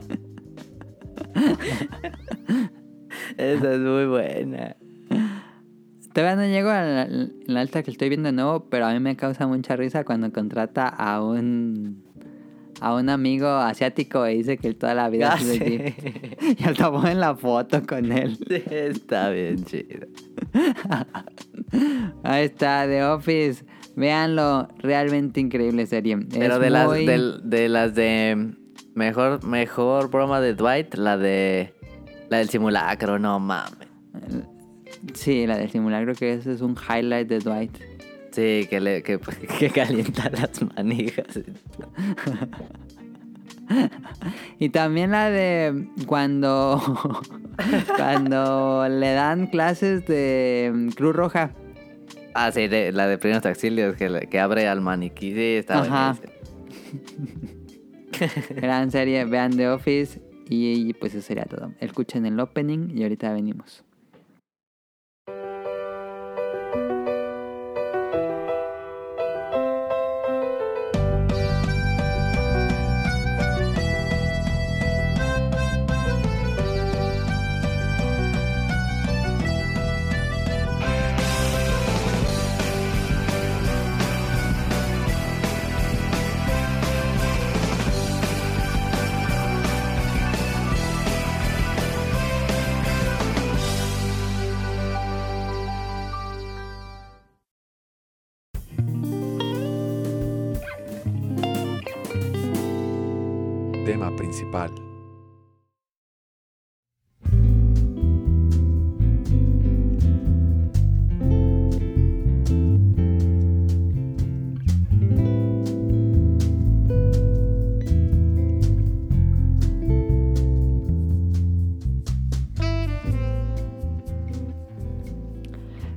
[SPEAKER 1] esa es muy buena.
[SPEAKER 5] Pues, Todavía no llego a la, la alta que estoy viendo de nuevo, pero a mí me causa mucha risa cuando contrata a un a un amigo asiático y dice que él toda la vida
[SPEAKER 1] Ah,
[SPEAKER 5] ha sido
[SPEAKER 1] sí.
[SPEAKER 5] Jim. Y hasta en la foto con él.
[SPEAKER 1] Sí, Está bien chido.
[SPEAKER 5] Ahí está, The Office. Véanlo, realmente increíble serie.
[SPEAKER 1] Pero
[SPEAKER 5] Es
[SPEAKER 1] de las,
[SPEAKER 5] muy-
[SPEAKER 1] del- de, las de mejor, mejor broma de Dwight, la de la del simulacro, no mames.
[SPEAKER 5] Sí, la del simulacro que ese es un highlight de Dwight.
[SPEAKER 1] Sí, que le, que, que calienta las manijas.
[SPEAKER 5] Y también la de cuando cuando le dan clases de mm, Cruz Roja.
[SPEAKER 1] Ah, sí, de, la de primeros auxilios que, le- que abre al maniquí. Sí, está
[SPEAKER 5] Ajá.
[SPEAKER 1] buenísimo.
[SPEAKER 5] Gran serie, vean The Office y, y pues eso sería todo. Escuchen el opening y ahorita venimos.
[SPEAKER 7] tema principal.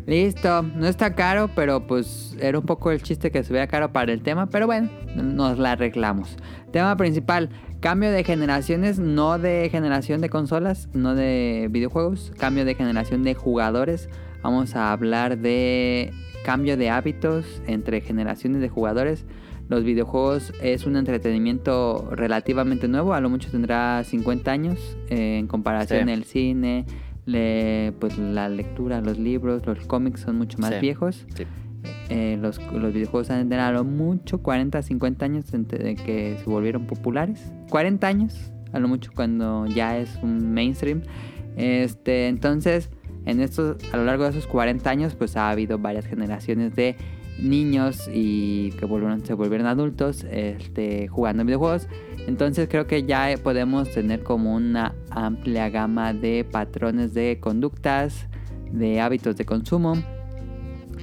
[SPEAKER 5] Listo, no está caro, pero pues era un poco el chiste que se vea caro para el tema, pero bueno, nos la arreglamos. Tema principal, cambio de generaciones, no de generación de consolas, no de videojuegos, cambio de generación de jugadores. Vamos a hablar de cambio de hábitos entre generaciones de jugadores. Los videojuegos es un entretenimiento relativamente nuevo, a lo mucho tendrá 50 años eh, en comparación
[SPEAKER 1] Sí.
[SPEAKER 5] el cine, le- pues la lectura, los libros, los cómics son mucho más
[SPEAKER 1] Sí.
[SPEAKER 5] viejos.
[SPEAKER 1] Sí.
[SPEAKER 5] Eh, los, los videojuegos han tenido a lo mucho 40, 50 años desde que se volvieron populares. 40 años, a lo mucho cuando ya es un mainstream. Este, entonces, en estos, a lo largo de esos 40 años, pues ha habido varias generaciones de niños y que volvieron, se volvieron adultos este, jugando videojuegos. Entonces creo que ya eh, podemos tener como una amplia gama de patrones de conductas, de hábitos de consumo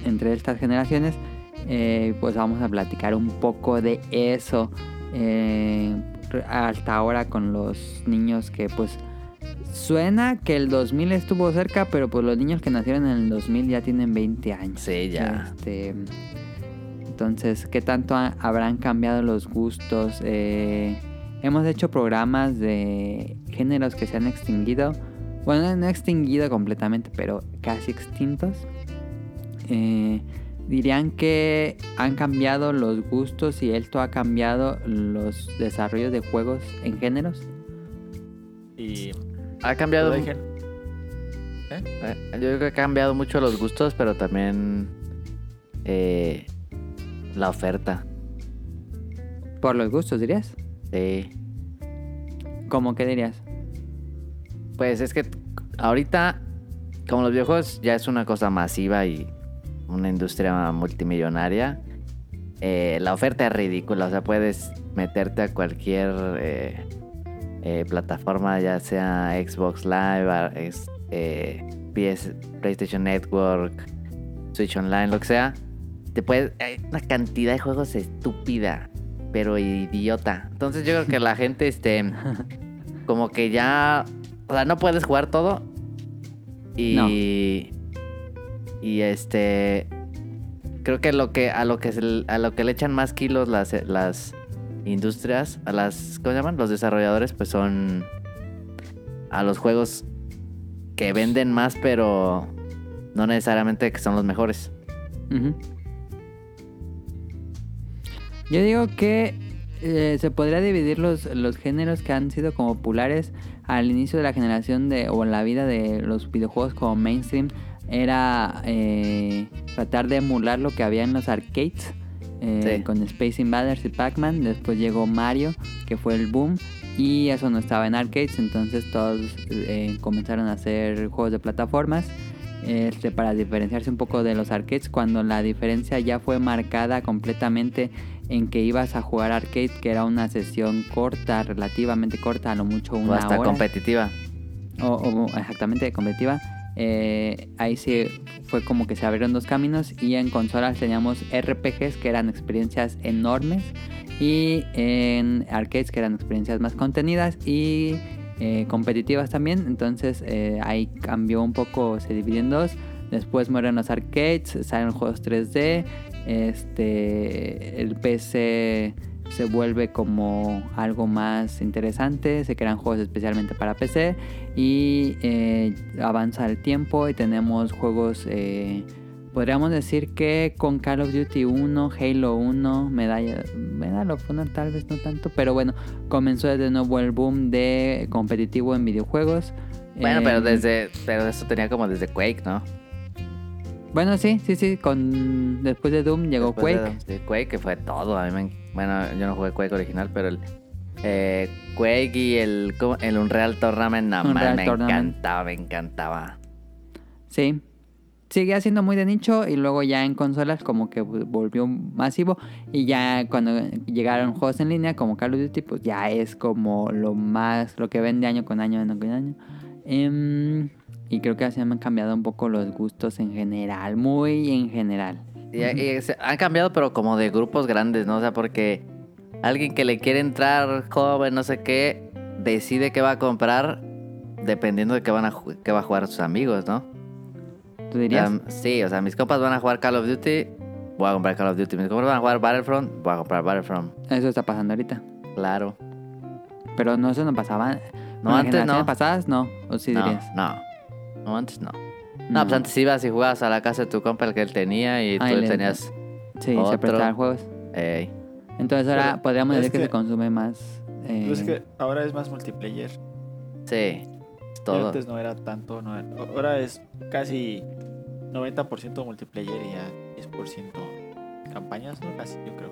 [SPEAKER 5] entre estas generaciones. Eh, pues vamos a platicar un poco de eso eh, re- hasta ahora con los niños que pues suena que el 2000 estuvo cerca, pero pues los niños que nacieron en el 2000 ya tienen 20 años.
[SPEAKER 1] Sí, ya.
[SPEAKER 5] Este, entonces, ¿qué tanto ha- habrán cambiado los gustos? Eh, hemos hecho programas de géneros que se han extinguido. Bueno, no extinguido completamente, pero casi extintos. Eh, dirían que han cambiado los gustos y esto ha cambiado los desarrollos de juegos en géneros.
[SPEAKER 6] Y pues,
[SPEAKER 1] Ha
[SPEAKER 6] lo
[SPEAKER 1] cambiado.
[SPEAKER 6] dejen.
[SPEAKER 1] Eh, Yo creo que ha cambiado mucho los gustos, pero también eh, la oferta.
[SPEAKER 5] Por los gustos, dirías.
[SPEAKER 1] Sí.
[SPEAKER 5] ¿Cómo que dirías?
[SPEAKER 1] Pues es que ahorita, como los videojuegos ya es una cosa masiva y una industria multimillonaria, eh, la oferta es ridícula. O sea, puedes meterte a cualquier eh, eh, plataforma, ya sea Xbox Live, a- es- eh, PS, PlayStation Network, Switch Online, lo que sea. Te puedes, hay una cantidad de juegos estúpida, pero idiota. Entonces yo creo que la gente, este, como que ya o sea, no puedes jugar todo. Y.
[SPEAKER 5] No.
[SPEAKER 1] Y este. Creo que lo que a lo que se- a lo que le echan más kilos las, las industrias, a las. ¿Cómo se llaman? Los desarrolladores, pues son. A los juegos que venden más, pero no necesariamente que son los mejores.
[SPEAKER 5] Ujú. Yo digo que eh, se podría dividir los, los géneros que han sido como populares al inicio de la generación de, o en la vida de los videojuegos como mainstream. Era eh, tratar de emular lo que había en los arcades eh,
[SPEAKER 1] Sí.
[SPEAKER 5] con Space Invaders y Pac-Man. Después llegó Mario, que fue el boom. Y eso no estaba en arcades, entonces todos eh, comenzaron a hacer juegos de plataformas este, para diferenciarse un poco de los arcades, cuando la diferencia ya fue marcada completamente en que ibas a jugar arcade, que era una sesión corta, relativamente corta, a lo mucho
[SPEAKER 1] o
[SPEAKER 5] una
[SPEAKER 1] hasta
[SPEAKER 5] hora,
[SPEAKER 1] competitiva.
[SPEAKER 5] o, o exactamente competitiva. eh, ahí sí fue como que se abrieron dos caminos y en consolas teníamos RPGs que eran experiencias enormes y en arcades que eran experiencias más contenidas y eh, competitivas también. Entonces eh, ahí cambió un poco, se dividió en dos. Después mueren los arcades, salen juegos 3D. Este, el PC se vuelve como algo más interesante, se crean juegos especialmente para PC y eh, avanza el tiempo y tenemos juegos, eh, podríamos decir que con Call of Duty 1, Halo 1, Medalla, Medal of Honor tal vez no tanto, pero bueno, comenzó de nuevo el boom de competitivo en videojuegos.
[SPEAKER 1] Bueno,
[SPEAKER 5] Eh,
[SPEAKER 1] pero desde. Pero eso tenía como desde Quake, ¿no?
[SPEAKER 5] Bueno, sí, sí, sí, con... después de Doom llegó
[SPEAKER 1] Después
[SPEAKER 5] Quake.
[SPEAKER 1] De, de Quake, que fue todo. A mí me en- bueno, yo no jugué Quake original, pero el eh, Quake y el, ¿cómo? el Unreal Tournament, nada más
[SPEAKER 5] Unreal
[SPEAKER 1] me
[SPEAKER 5] Tournament.
[SPEAKER 1] encantaba, me encantaba.
[SPEAKER 5] Sí. seguía siendo muy de nicho y luego ya en consolas como que volvió masivo y ya cuando llegaron juegos en línea como Call of Duty pues ya es como lo más lo que vende año con año año con año Em, y creo que así han cambiado un poco los gustos en general muy en general
[SPEAKER 1] Y, y se- han cambiado, pero como de grupos grandes, ¿no? O sea, porque alguien que le quiere entrar joven, no sé qué, decide qué va a comprar dependiendo de qué, van a ju- qué va a jugar sus amigos, ¿no?
[SPEAKER 5] tú dirías
[SPEAKER 1] Um, sí, o sea, mis compas van a jugar Call of Duty, voy a comprar Call of Duty. Mis compas van a jugar Battlefront, voy a comprar Battlefront.
[SPEAKER 5] eso está pasando ahorita
[SPEAKER 1] Claro.
[SPEAKER 5] pero no eso no pasaba
[SPEAKER 1] No,
[SPEAKER 5] Bueno, en
[SPEAKER 1] antes
[SPEAKER 5] generaciones
[SPEAKER 1] no.
[SPEAKER 5] pasadas no o sí
[SPEAKER 1] no,
[SPEAKER 5] dirías
[SPEAKER 1] no. No, antes no. No,
[SPEAKER 5] No.
[SPEAKER 1] pues antes ibas y jugabas a la casa de tu compa, el que él tenía, y tú
[SPEAKER 5] Ay, le-
[SPEAKER 1] tenías...
[SPEAKER 5] sí se
[SPEAKER 1] Otro.
[SPEAKER 5] prestaban juegos
[SPEAKER 1] Ey.
[SPEAKER 5] entonces ahora
[SPEAKER 6] Pero
[SPEAKER 5] podríamos
[SPEAKER 6] es
[SPEAKER 5] decir que,
[SPEAKER 6] que-
[SPEAKER 5] se consume más eh,
[SPEAKER 6] Pues es que ahora es más multiplayer.
[SPEAKER 1] sí,
[SPEAKER 6] Y
[SPEAKER 1] todo.
[SPEAKER 6] Antes no era tanto, no era- ahora es casi 90% multiplayer y ya 10% campañas, ¿no? Casi, yo creo.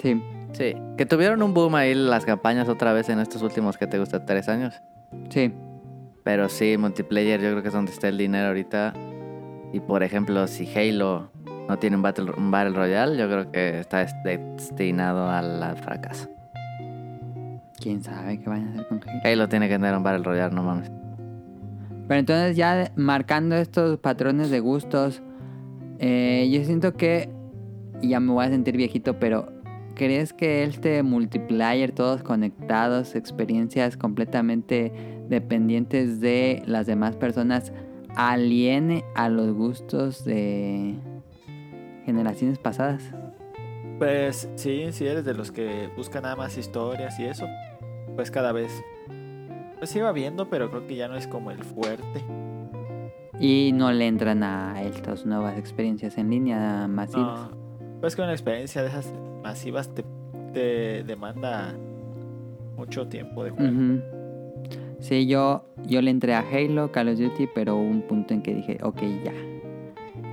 [SPEAKER 5] sí
[SPEAKER 1] Sí, que tuvieron un boom ahí las campañas otra vez en estos últimos que te gusta tres años.
[SPEAKER 5] sí
[SPEAKER 1] Pero sí, multiplayer yo creo que es donde está el dinero ahorita. Y por ejemplo, si Halo no tiene un Battle, un battle Royale, yo creo que está des- destinado al al fracaso.
[SPEAKER 5] quién sabe qué van a hacer con Halo
[SPEAKER 1] Halo tiene que tener un Battle Royale, no mames.
[SPEAKER 5] Pero entonces ya marcando estos patrones de gustos, eh, yo siento que, y ya me voy a sentir viejito, pero ¿crees que este multiplayer, todos conectados, experiencias completamente dependientes de las demás personas, aliene a los gustos de generaciones pasadas?
[SPEAKER 6] Pues sí, si eres de los que buscan nada más historias y eso, pues cada vez. Pues iba viendo, pero creo que ya no es como el fuerte.
[SPEAKER 5] Y no le entran a estas nuevas experiencias en línea masivas.
[SPEAKER 6] No. Pues que una experiencia de esas masivas te, te demanda mucho tiempo de juego.
[SPEAKER 5] Ujú. Sí, yo, yo le entré a Halo, Call of Duty, pero hubo un punto en que dije, ok, ya.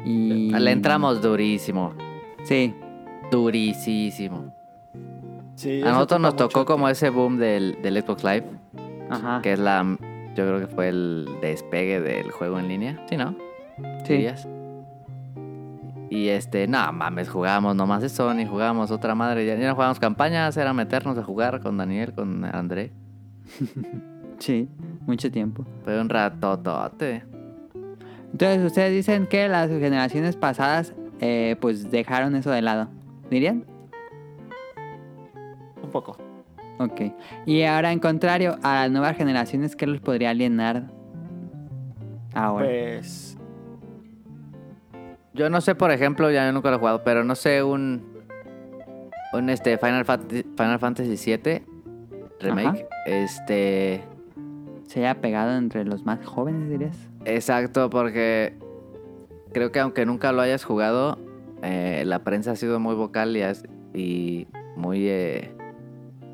[SPEAKER 5] Y...
[SPEAKER 1] Le entramos durísimo,
[SPEAKER 5] Sí,
[SPEAKER 1] durísimo.
[SPEAKER 6] Sí, eso
[SPEAKER 1] A nosotros
[SPEAKER 6] ocupa
[SPEAKER 1] nos tocó
[SPEAKER 6] mucho
[SPEAKER 1] como
[SPEAKER 6] tiempo.
[SPEAKER 1] ese boom del, del Xbox Live,
[SPEAKER 5] ajá.
[SPEAKER 1] que es la... Yo creo que fue el despegue del juego en línea, ¿sí no?
[SPEAKER 5] Sí.
[SPEAKER 1] dirías. Y este, no mames, jugábamos nomás de Sony, jugábamos otra madre, ya, ya no jugábamos campañas, era meternos a jugar con Daniel, con André.
[SPEAKER 5] sí, mucho tiempo.
[SPEAKER 1] Fue un ratotote.
[SPEAKER 5] Entonces, ustedes dicen que las generaciones pasadas, eh, pues dejaron eso de lado. ¿Dirían?
[SPEAKER 6] Un poco.
[SPEAKER 5] Ok. Y ahora, en contrario, a las nuevas generaciones, ¿qué los podría alienar ahora?
[SPEAKER 6] Pues.
[SPEAKER 1] Yo no sé, por ejemplo, ya yo nunca lo he jugado, pero no sé, un. Un este, Final, Fant- Final Fantasy VII Remake.
[SPEAKER 5] Ajá.
[SPEAKER 1] Este.
[SPEAKER 5] ¿Se haya pegado entre los más jóvenes, dirías?
[SPEAKER 1] Exacto, porque creo que aunque nunca lo hayas jugado, eh, la prensa ha sido muy vocal y, has- y muy, eh,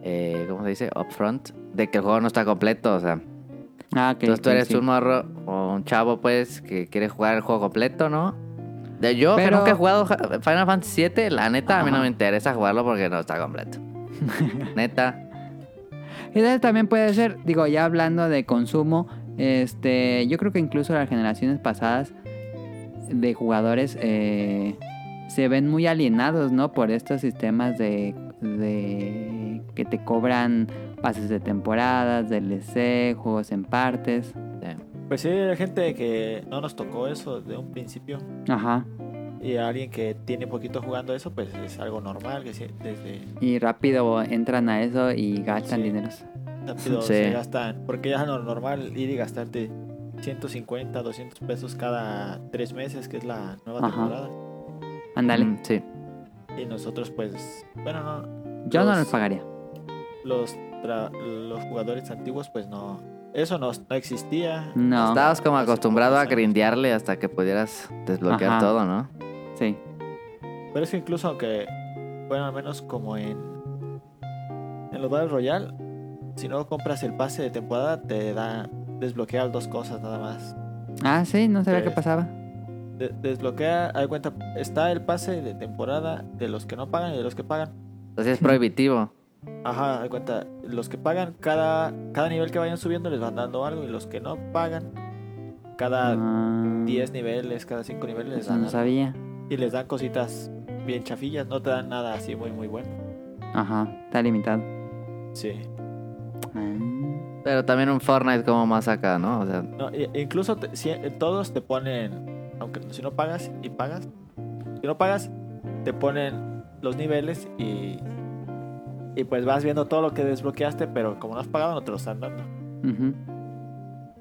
[SPEAKER 1] eh, ¿cómo se dice? Upfront, de que el juego no está completo, o sea.
[SPEAKER 5] Ah, ok.
[SPEAKER 1] Entonces tú
[SPEAKER 5] ok,
[SPEAKER 1] eres
[SPEAKER 5] sí.
[SPEAKER 1] un morro o un chavo, pues, que quiere jugar el juego completo, ¿no? De yo, que
[SPEAKER 5] Pero-
[SPEAKER 1] nunca he jugado ja- Final Fantasy VII, la neta, a mí no
[SPEAKER 5] Ajá.
[SPEAKER 1] me interesa jugarlo porque no está completo. neta.
[SPEAKER 5] Y entonces también puede ser, digo, ya hablando de consumo, este, yo creo que incluso las generaciones pasadas de jugadores eh, se ven muy alienados, ¿no? Por estos sistemas de, de que te cobran pases de temporadas, DLC, juegos en partes.
[SPEAKER 6] Pues sí, hay gente que no nos tocó eso de un principio.
[SPEAKER 5] Ajá.
[SPEAKER 6] Y a alguien que tiene poquito jugando eso, pues es algo normal, que sí, desde
[SPEAKER 5] Y rápido entran a eso y gastan
[SPEAKER 6] Sí.
[SPEAKER 5] dineros.
[SPEAKER 6] rápido
[SPEAKER 1] Sí.
[SPEAKER 6] se gastan. Porque ya es lo normal ir y gastarte 150, 200 pesos cada tres meses, que es la nueva
[SPEAKER 5] Ajá.
[SPEAKER 6] temporada.
[SPEAKER 5] Ándale.
[SPEAKER 1] Mm, sí.
[SPEAKER 6] Y nosotros, pues, bueno, no,
[SPEAKER 5] Yo no
[SPEAKER 6] Los-
[SPEAKER 5] los pagaría.
[SPEAKER 6] los, tra- los jugadores antiguos, pues no. Eso no, no existía.
[SPEAKER 5] No. pues,
[SPEAKER 1] Estabas como
[SPEAKER 6] Hace
[SPEAKER 1] acostumbrado a
[SPEAKER 6] pocos años.
[SPEAKER 1] grindearle hasta que pudieras desbloquear
[SPEAKER 5] Ajá.
[SPEAKER 1] todo, ¿no?
[SPEAKER 5] Sí.
[SPEAKER 6] Pero es que incluso aunque, bueno, al menos como en, en los Battle Royale, si no compras el pase de temporada, te da desbloquear dos cosas nada más.
[SPEAKER 5] Ah, sí, no sabía
[SPEAKER 6] Sí.
[SPEAKER 5] qué pasaba.
[SPEAKER 6] De- desbloquea, hay cuenta, está el pase de temporada de los que no pagan y de los que pagan.
[SPEAKER 1] Entonces es prohibitivo.
[SPEAKER 6] Ajá, hay cuenta, los que pagan, cada, cada nivel que vayan subiendo les van dando algo y los que no pagan, Cada
[SPEAKER 5] Ah,
[SPEAKER 6] 10 niveles, cada 5 niveles les
[SPEAKER 5] eso
[SPEAKER 6] dan
[SPEAKER 5] no
[SPEAKER 6] algo.
[SPEAKER 5] sabía.
[SPEAKER 6] Y les dan cositas bien chafillas, no te dan nada así muy, muy bueno.
[SPEAKER 5] Ajá, está limitado.
[SPEAKER 6] Sí.
[SPEAKER 5] Ah,
[SPEAKER 1] Pero también un Fortnite como más acá, ¿no? O sea,
[SPEAKER 6] No, i- incluso te- si- eh, todos te ponen, aunque si no pagas y pagas, si no pagas, te ponen los niveles y, y pues vas viendo todo lo que desbloqueaste, pero como no has pagado no te lo están dando.
[SPEAKER 5] ujú,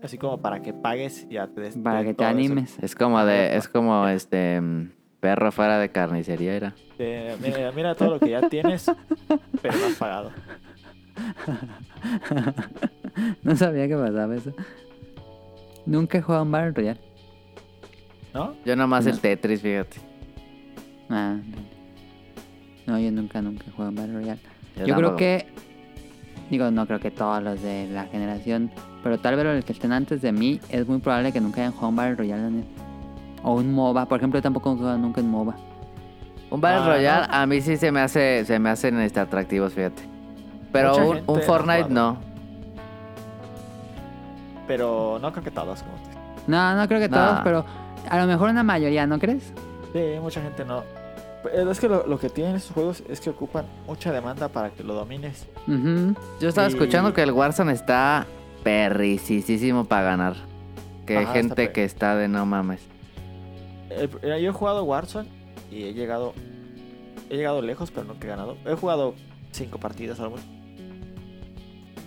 [SPEAKER 6] Así como para que pagues y ya te des.
[SPEAKER 5] Para
[SPEAKER 6] den
[SPEAKER 5] que te
[SPEAKER 6] todo eso.
[SPEAKER 5] animes.
[SPEAKER 1] es como de, es como este mm, perro fuera de carnicería era.
[SPEAKER 6] Te- mira, mira todo lo que ya tienes, pero no has pagado.
[SPEAKER 5] No sabía que pasaba eso. Nunca he jugado un Battle Royale.
[SPEAKER 6] ¿No?
[SPEAKER 1] Yo nomás el Tetris, fíjate.
[SPEAKER 5] Ah, no. No, yo nunca, nunca he jugado un Battle Royale. Yo, creo
[SPEAKER 1] tampoco.
[SPEAKER 5] que. Digo, no creo que todos los de la generación. Pero tal vez los que estén antes de mí, es muy probable que nunca hayan jugado un Battle Royale. la neta. O un MOBA. Por ejemplo, yo tampoco he jugado nunca en MOBA.
[SPEAKER 1] Un Battle
[SPEAKER 6] Ah,
[SPEAKER 1] Royale a mí sí se me hace, se me hacen este, atractivos, fíjate. Pero
[SPEAKER 6] Mucha
[SPEAKER 1] un,
[SPEAKER 6] gente
[SPEAKER 1] un
[SPEAKER 6] lo
[SPEAKER 1] Fortnite
[SPEAKER 6] juega.
[SPEAKER 1] no.
[SPEAKER 6] Pero no creo que todos. Como te-
[SPEAKER 5] No, no creo que todos,
[SPEAKER 1] Nah.
[SPEAKER 5] pero a lo mejor una mayoría, ¿no crees?
[SPEAKER 6] Sí, mucha gente no. Pero Es que lo, lo que tienen esos juegos es que ocupan mucha demanda para que lo domines.
[SPEAKER 5] Ujú.
[SPEAKER 1] Yo estaba
[SPEAKER 6] Y-
[SPEAKER 1] escuchando que el Warzone está perricisísimo para ganar. Que hay
[SPEAKER 6] Ajá, está
[SPEAKER 1] gente
[SPEAKER 6] pe-
[SPEAKER 1] que está de no mames.
[SPEAKER 6] El- mira, yo he jugado Warzone y he llegado he llegado lejos, pero nunca he ganado. He jugado cinco partidas algo.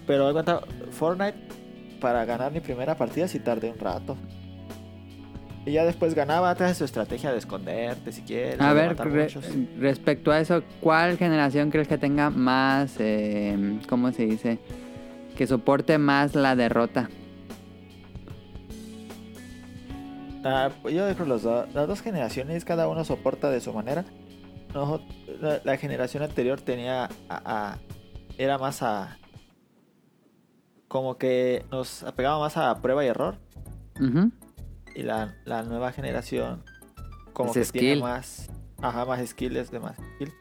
[SPEAKER 6] Pero he cuenta, Fortnite para ganar mi primera partida sí tardé un rato. Y ya después ganaba, te haces su estrategia de esconderte si quieres.
[SPEAKER 5] A
[SPEAKER 6] de
[SPEAKER 5] ver,
[SPEAKER 6] matar
[SPEAKER 5] re-
[SPEAKER 6] muchos.
[SPEAKER 5] respecto a eso, ¿cuál generación crees que tenga más, eh, ¿cómo se dice? Que soporte más la derrota.
[SPEAKER 6] Ah, pues yo creo los do- las dos generaciones, cada uno soporta de su manera. No, la, la generación anterior tenía a, a- era más a como que nos apegaba más a prueba y error
[SPEAKER 5] Ujú.
[SPEAKER 6] y la, la nueva generación como
[SPEAKER 1] Es
[SPEAKER 6] que tiene
[SPEAKER 1] skill.
[SPEAKER 6] más ajá más skills de más skill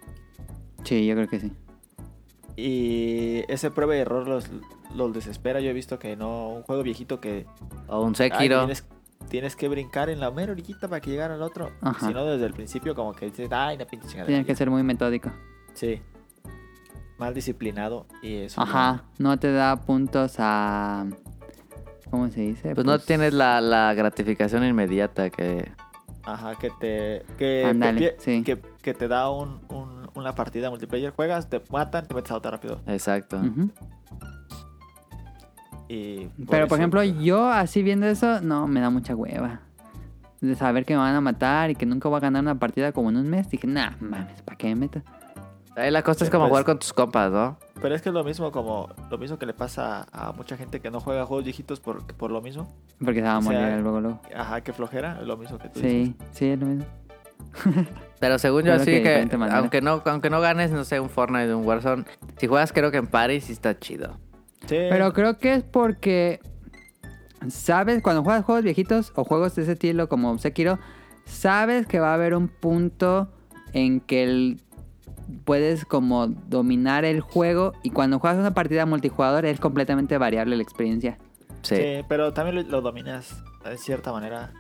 [SPEAKER 5] Sí, yo creo que sí.
[SPEAKER 6] y ese prueba y error los, los desespera yo he visto que no un juego viejito que
[SPEAKER 1] O un
[SPEAKER 6] Ay,
[SPEAKER 1] Sekiro.
[SPEAKER 6] tienes, tienes que brincar en la mera orillita para que llegara al otro.
[SPEAKER 5] Ajá.
[SPEAKER 6] Si no, desde el principio, como que dices, ay, la pinche chingadera.
[SPEAKER 5] Tienes que ser muy
[SPEAKER 1] Pues
[SPEAKER 5] metódico.
[SPEAKER 6] Sí. Mal disciplinado y eso.
[SPEAKER 5] Ajá, no te da puntos a... ¿Cómo se dice?
[SPEAKER 1] Pues no tienes la, la gratificación inmediata que...
[SPEAKER 6] Ajá, que te. Que,
[SPEAKER 5] Ándale,
[SPEAKER 6] que pie-
[SPEAKER 5] sí.
[SPEAKER 6] que, que te da un, un- una partida multiplayer. Juegas, te matan, te metes a otra rápido.
[SPEAKER 1] Exacto.
[SPEAKER 5] Ujú.
[SPEAKER 6] Y
[SPEAKER 5] Pero por
[SPEAKER 6] eso-
[SPEAKER 5] ejemplo, yo así viendo eso, no, me da mucha hueva. De saber que me van a matar y que nunca voy a ganar una partida como en un mes. Dije, nah, mames, ¿para qué me meto?
[SPEAKER 1] Ahí la cosa es
[SPEAKER 6] Sí,
[SPEAKER 1] como
[SPEAKER 6] pues.
[SPEAKER 1] jugar con tus compas, ¿no?
[SPEAKER 6] Pero es que es lo mismo como lo mismo que le pasa a mucha gente que no juega juegos viejitos por, por lo mismo.
[SPEAKER 5] Porque se va a
[SPEAKER 6] O
[SPEAKER 5] morir
[SPEAKER 6] sea,
[SPEAKER 5] luego, luego.
[SPEAKER 6] Ajá, que flojera, lo mismo que tú dices.
[SPEAKER 5] Sí, sí, es lo mismo.
[SPEAKER 1] Pero según yo
[SPEAKER 5] Creo
[SPEAKER 1] así
[SPEAKER 5] que de
[SPEAKER 1] que,
[SPEAKER 5] diferente manera.
[SPEAKER 1] aunque no aunque no ganes, no sé, un Fortnite un Warzone, si juegas creo que en Paris sí está chido.
[SPEAKER 6] Sí,
[SPEAKER 5] Pero creo que es porque, ¿sabes? Cuando juegas juegos viejitos o juegos de ese estilo como Sekiro, sabes que va a haber un punto en que el- puedes como dominar el juego y cuando juegas una partida multijugador es completamente variable la experiencia.
[SPEAKER 1] Sí.
[SPEAKER 6] sí, pero también lo, lo dominas de cierta manera.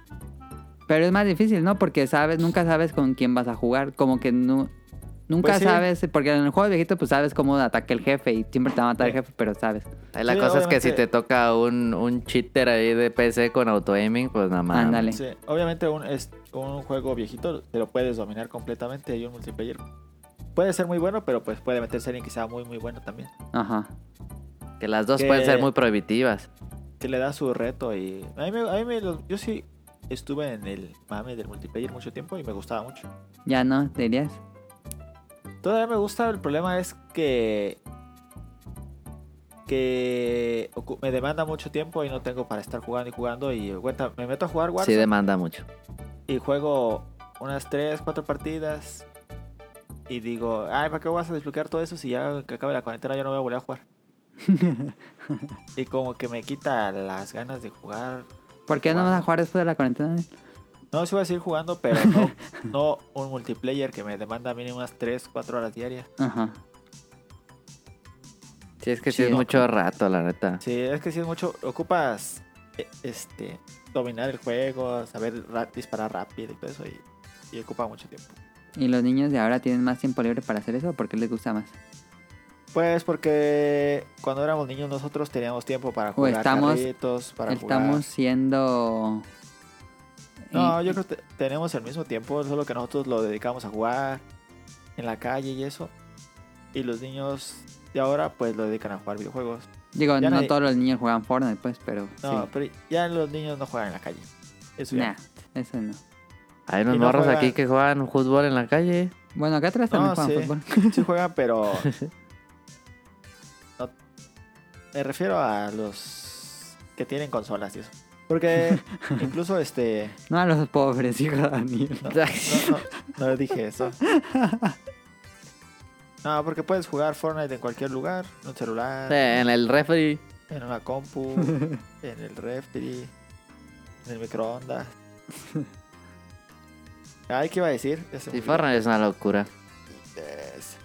[SPEAKER 5] Pero es más difícil, ¿no? Porque sabes, nunca sabes con quién vas a jugar, como que nu- Nunca
[SPEAKER 6] Pues sí.
[SPEAKER 5] sabes, porque en el juego viejito pues sabes cómo ataca el jefe y siempre te va a matar el
[SPEAKER 6] Sí.
[SPEAKER 5] jefe, pero sabes.
[SPEAKER 1] Ahí la
[SPEAKER 6] Sí,
[SPEAKER 1] cosa es que si
[SPEAKER 6] obviamente.
[SPEAKER 1] te toca un, un cheater ahí de PC con auto-aiming, pues nada más.
[SPEAKER 5] Ándale.
[SPEAKER 6] Sí, obviamente un, es un juego viejito te lo puedes dominar completamente y un multiplayer puede ser muy bueno, pero pues puede meterse alguien que sea muy muy bueno también.
[SPEAKER 5] Ajá.
[SPEAKER 1] Que las dos
[SPEAKER 6] Que-
[SPEAKER 1] pueden ser muy prohibitivas.
[SPEAKER 6] Que le da su reto y a mí, me- a mí me lo- yo sí estuve en el mame del multiplayer mucho tiempo y me gustaba mucho.
[SPEAKER 5] Ya no, te dirías.
[SPEAKER 6] Todavía me gusta, el problema es que que ocu- me demanda mucho tiempo y no tengo para estar jugando y jugando y cuenta, me meto a jugar
[SPEAKER 1] Sí
[SPEAKER 6] Warzone
[SPEAKER 1] demanda mucho.
[SPEAKER 6] y juego unas 3, 4 partidas y digo, ay, ¿para qué vas a desbloquear todo eso si ya que acabe la cuarentena yo no voy a volver a jugar? y como que me quita las ganas de jugar.
[SPEAKER 5] ¿Por qué no
[SPEAKER 6] Wow.
[SPEAKER 5] vas a jugar después de la cuarentena?
[SPEAKER 6] No, sí voy a seguir jugando, pero no, no un multiplayer que me demanda mínimo unas 3, 4 horas diarias.
[SPEAKER 5] Ajá.
[SPEAKER 1] Sí, es que sí,
[SPEAKER 5] Sí,
[SPEAKER 1] es
[SPEAKER 5] no.
[SPEAKER 1] mucho rato, la neta.
[SPEAKER 6] Sí, es que si es mucho, ocupas eh, este, dominar el juego, saber ra- disparar rápido y todo eso. Y, y ocupa mucho tiempo.
[SPEAKER 5] ¿Y los niños de ahora tienen más tiempo libre para hacer eso o por qué les gusta más?
[SPEAKER 6] Pues porque cuando éramos niños nosotros teníamos tiempo para
[SPEAKER 5] O
[SPEAKER 6] jugar
[SPEAKER 5] estamos-
[SPEAKER 6] carritos, para
[SPEAKER 5] Estamos siendo...
[SPEAKER 6] jugar. No, yo creo que te- tenemos el mismo tiempo, solo que nosotros lo dedicamos a jugar en la calle y eso. Y los niños de ahora pues lo dedican a jugar videojuegos.
[SPEAKER 5] Digo,
[SPEAKER 6] ya
[SPEAKER 5] no
[SPEAKER 6] nadie-
[SPEAKER 5] todos los niños juegan Fortnite, pues, pero...
[SPEAKER 6] No,
[SPEAKER 5] sí.
[SPEAKER 6] pero ya los niños no juegan en la calle. Eso ya.
[SPEAKER 5] Nah, eso no.
[SPEAKER 1] Hay unos
[SPEAKER 6] Y no
[SPEAKER 1] morros
[SPEAKER 6] juegan.
[SPEAKER 1] aquí que juegan fútbol en la calle.
[SPEAKER 5] Bueno, acá atrás también
[SPEAKER 6] No,
[SPEAKER 5] juegan
[SPEAKER 6] sí.
[SPEAKER 5] fútbol.
[SPEAKER 6] Sí juegan, pero. no- Me refiero a los que tienen consolas y eso. Porque incluso este.
[SPEAKER 5] No a los pobres, hijo de Daniel.
[SPEAKER 6] No, no, no, no le dije eso. No, porque puedes jugar Fortnite en cualquier lugar, en un celular,
[SPEAKER 1] En el refri.
[SPEAKER 6] en una compu, en el refri, en el microondas. Ay, ¿qué iba a decir? Ya se me
[SPEAKER 1] Sí,
[SPEAKER 6] olvidó.
[SPEAKER 1] Fortnite es una locura.
[SPEAKER 6] Es-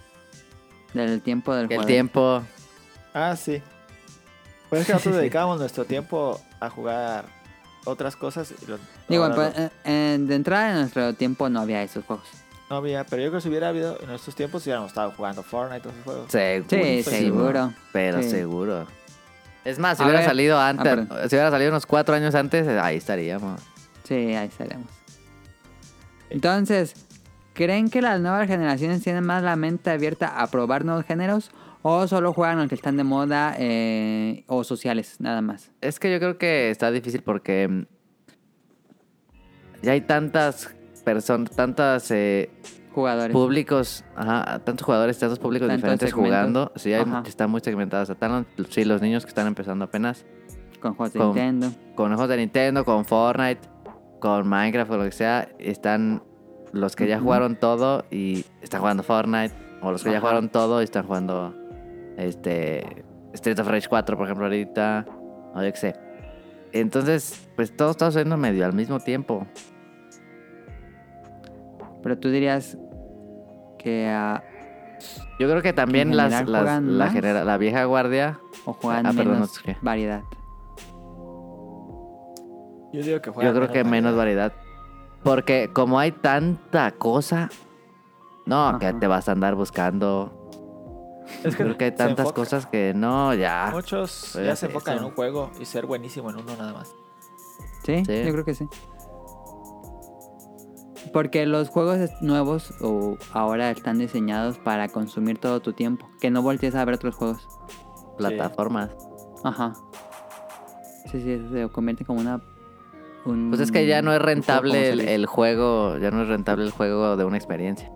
[SPEAKER 5] Del tiempo del
[SPEAKER 1] El
[SPEAKER 5] juego.
[SPEAKER 1] tiempo.
[SPEAKER 6] Ah, sí. Pues es que nosotros dedicábamos nuestro tiempo a jugar otras cosas. y lo-
[SPEAKER 5] Digo,
[SPEAKER 6] ahora
[SPEAKER 5] pues, eh, eh, de entrada en nuestro tiempo no había esos juegos.
[SPEAKER 6] no, no había, pero yo creo que si hubiera habido en nuestros tiempos, hubiéramos estado jugando Fortnite y esos juegos.
[SPEAKER 5] Sí,
[SPEAKER 1] Segurísimo.
[SPEAKER 5] seguro.
[SPEAKER 1] Pero
[SPEAKER 5] Sí.
[SPEAKER 1] seguro. Es más, si
[SPEAKER 5] A
[SPEAKER 1] hubiera
[SPEAKER 5] ver.
[SPEAKER 1] salido antes,
[SPEAKER 5] perdón.
[SPEAKER 1] si hubiera salido unos cuatro años antes, eh, ahí estaríamos.
[SPEAKER 5] Sí, ahí estaremos. Entonces, ¿creen que las nuevas generaciones tienen más la mente abierta a probar nuevos géneros? ¿O solo juegan los que están de moda eh, o sociales, nada más?
[SPEAKER 1] Es que yo creo que está difícil porque mm, ya hay tantas personas, tantas eh,
[SPEAKER 5] Jugadores.
[SPEAKER 1] públicos, ajá, tantos jugadores, tantos públicos
[SPEAKER 5] Tantos
[SPEAKER 1] diferentes
[SPEAKER 5] segmentos.
[SPEAKER 1] jugando. Sí, hay,
[SPEAKER 5] Ajá.
[SPEAKER 1] está muy segmentado. O sea, están los, sí, los niños que están empezando apenas
[SPEAKER 5] con juegos de
[SPEAKER 1] con-
[SPEAKER 5] Nintendo.
[SPEAKER 1] con juegos de Nintendo, con Fortnite, con Minecraft o lo que sea. Están los que ya
[SPEAKER 5] Ujú.
[SPEAKER 1] jugaron todo y están jugando Fortnite. O los que ya
[SPEAKER 5] Ajá.
[SPEAKER 1] jugaron todo y están jugando este Street of Rage 4, por ejemplo, ahorita. O yo qué sé. Entonces, pues todo está sucediendo medio al mismo tiempo.
[SPEAKER 5] Pero tú dirías que ah,
[SPEAKER 1] Yo creo que también
[SPEAKER 5] En
[SPEAKER 1] las,
[SPEAKER 5] general
[SPEAKER 1] las-
[SPEAKER 5] juegan
[SPEAKER 1] la,
[SPEAKER 5] más.
[SPEAKER 1] genera- la vieja guardia
[SPEAKER 5] o juegan
[SPEAKER 1] Ah, perdón,
[SPEAKER 5] menos
[SPEAKER 1] no te escuché.
[SPEAKER 5] variedad.
[SPEAKER 6] Yo digo que
[SPEAKER 1] Yo creo que menos variedad. Porque como hay tanta cosa, no, que
[SPEAKER 5] Ajá.
[SPEAKER 1] te vas a andar buscando. creo que hay
[SPEAKER 6] se
[SPEAKER 1] tantas
[SPEAKER 6] enfoca.
[SPEAKER 1] cosas que no, ya.
[SPEAKER 6] Muchos
[SPEAKER 1] Pues
[SPEAKER 6] Ah, ya
[SPEAKER 1] ya
[SPEAKER 6] se
[SPEAKER 1] sé
[SPEAKER 6] enfocan
[SPEAKER 1] eso.
[SPEAKER 6] en un juego y ser buenísimo en uno nada más.
[SPEAKER 5] ¿Sí?
[SPEAKER 1] Sí.
[SPEAKER 5] yo creo que sí. Porque los juegos es- nuevos o ahora están diseñados para consumir todo tu tiempo. Que no voltees a ver otros juegos.
[SPEAKER 1] Plataformas.
[SPEAKER 5] Ajá. Sí, sí, se convierte como una... un-
[SPEAKER 1] Pues es que ya no es
[SPEAKER 5] un juego como
[SPEAKER 1] rentable el,
[SPEAKER 5] servicio.
[SPEAKER 1] el juego, ya no es rentable el juego de una experiencia.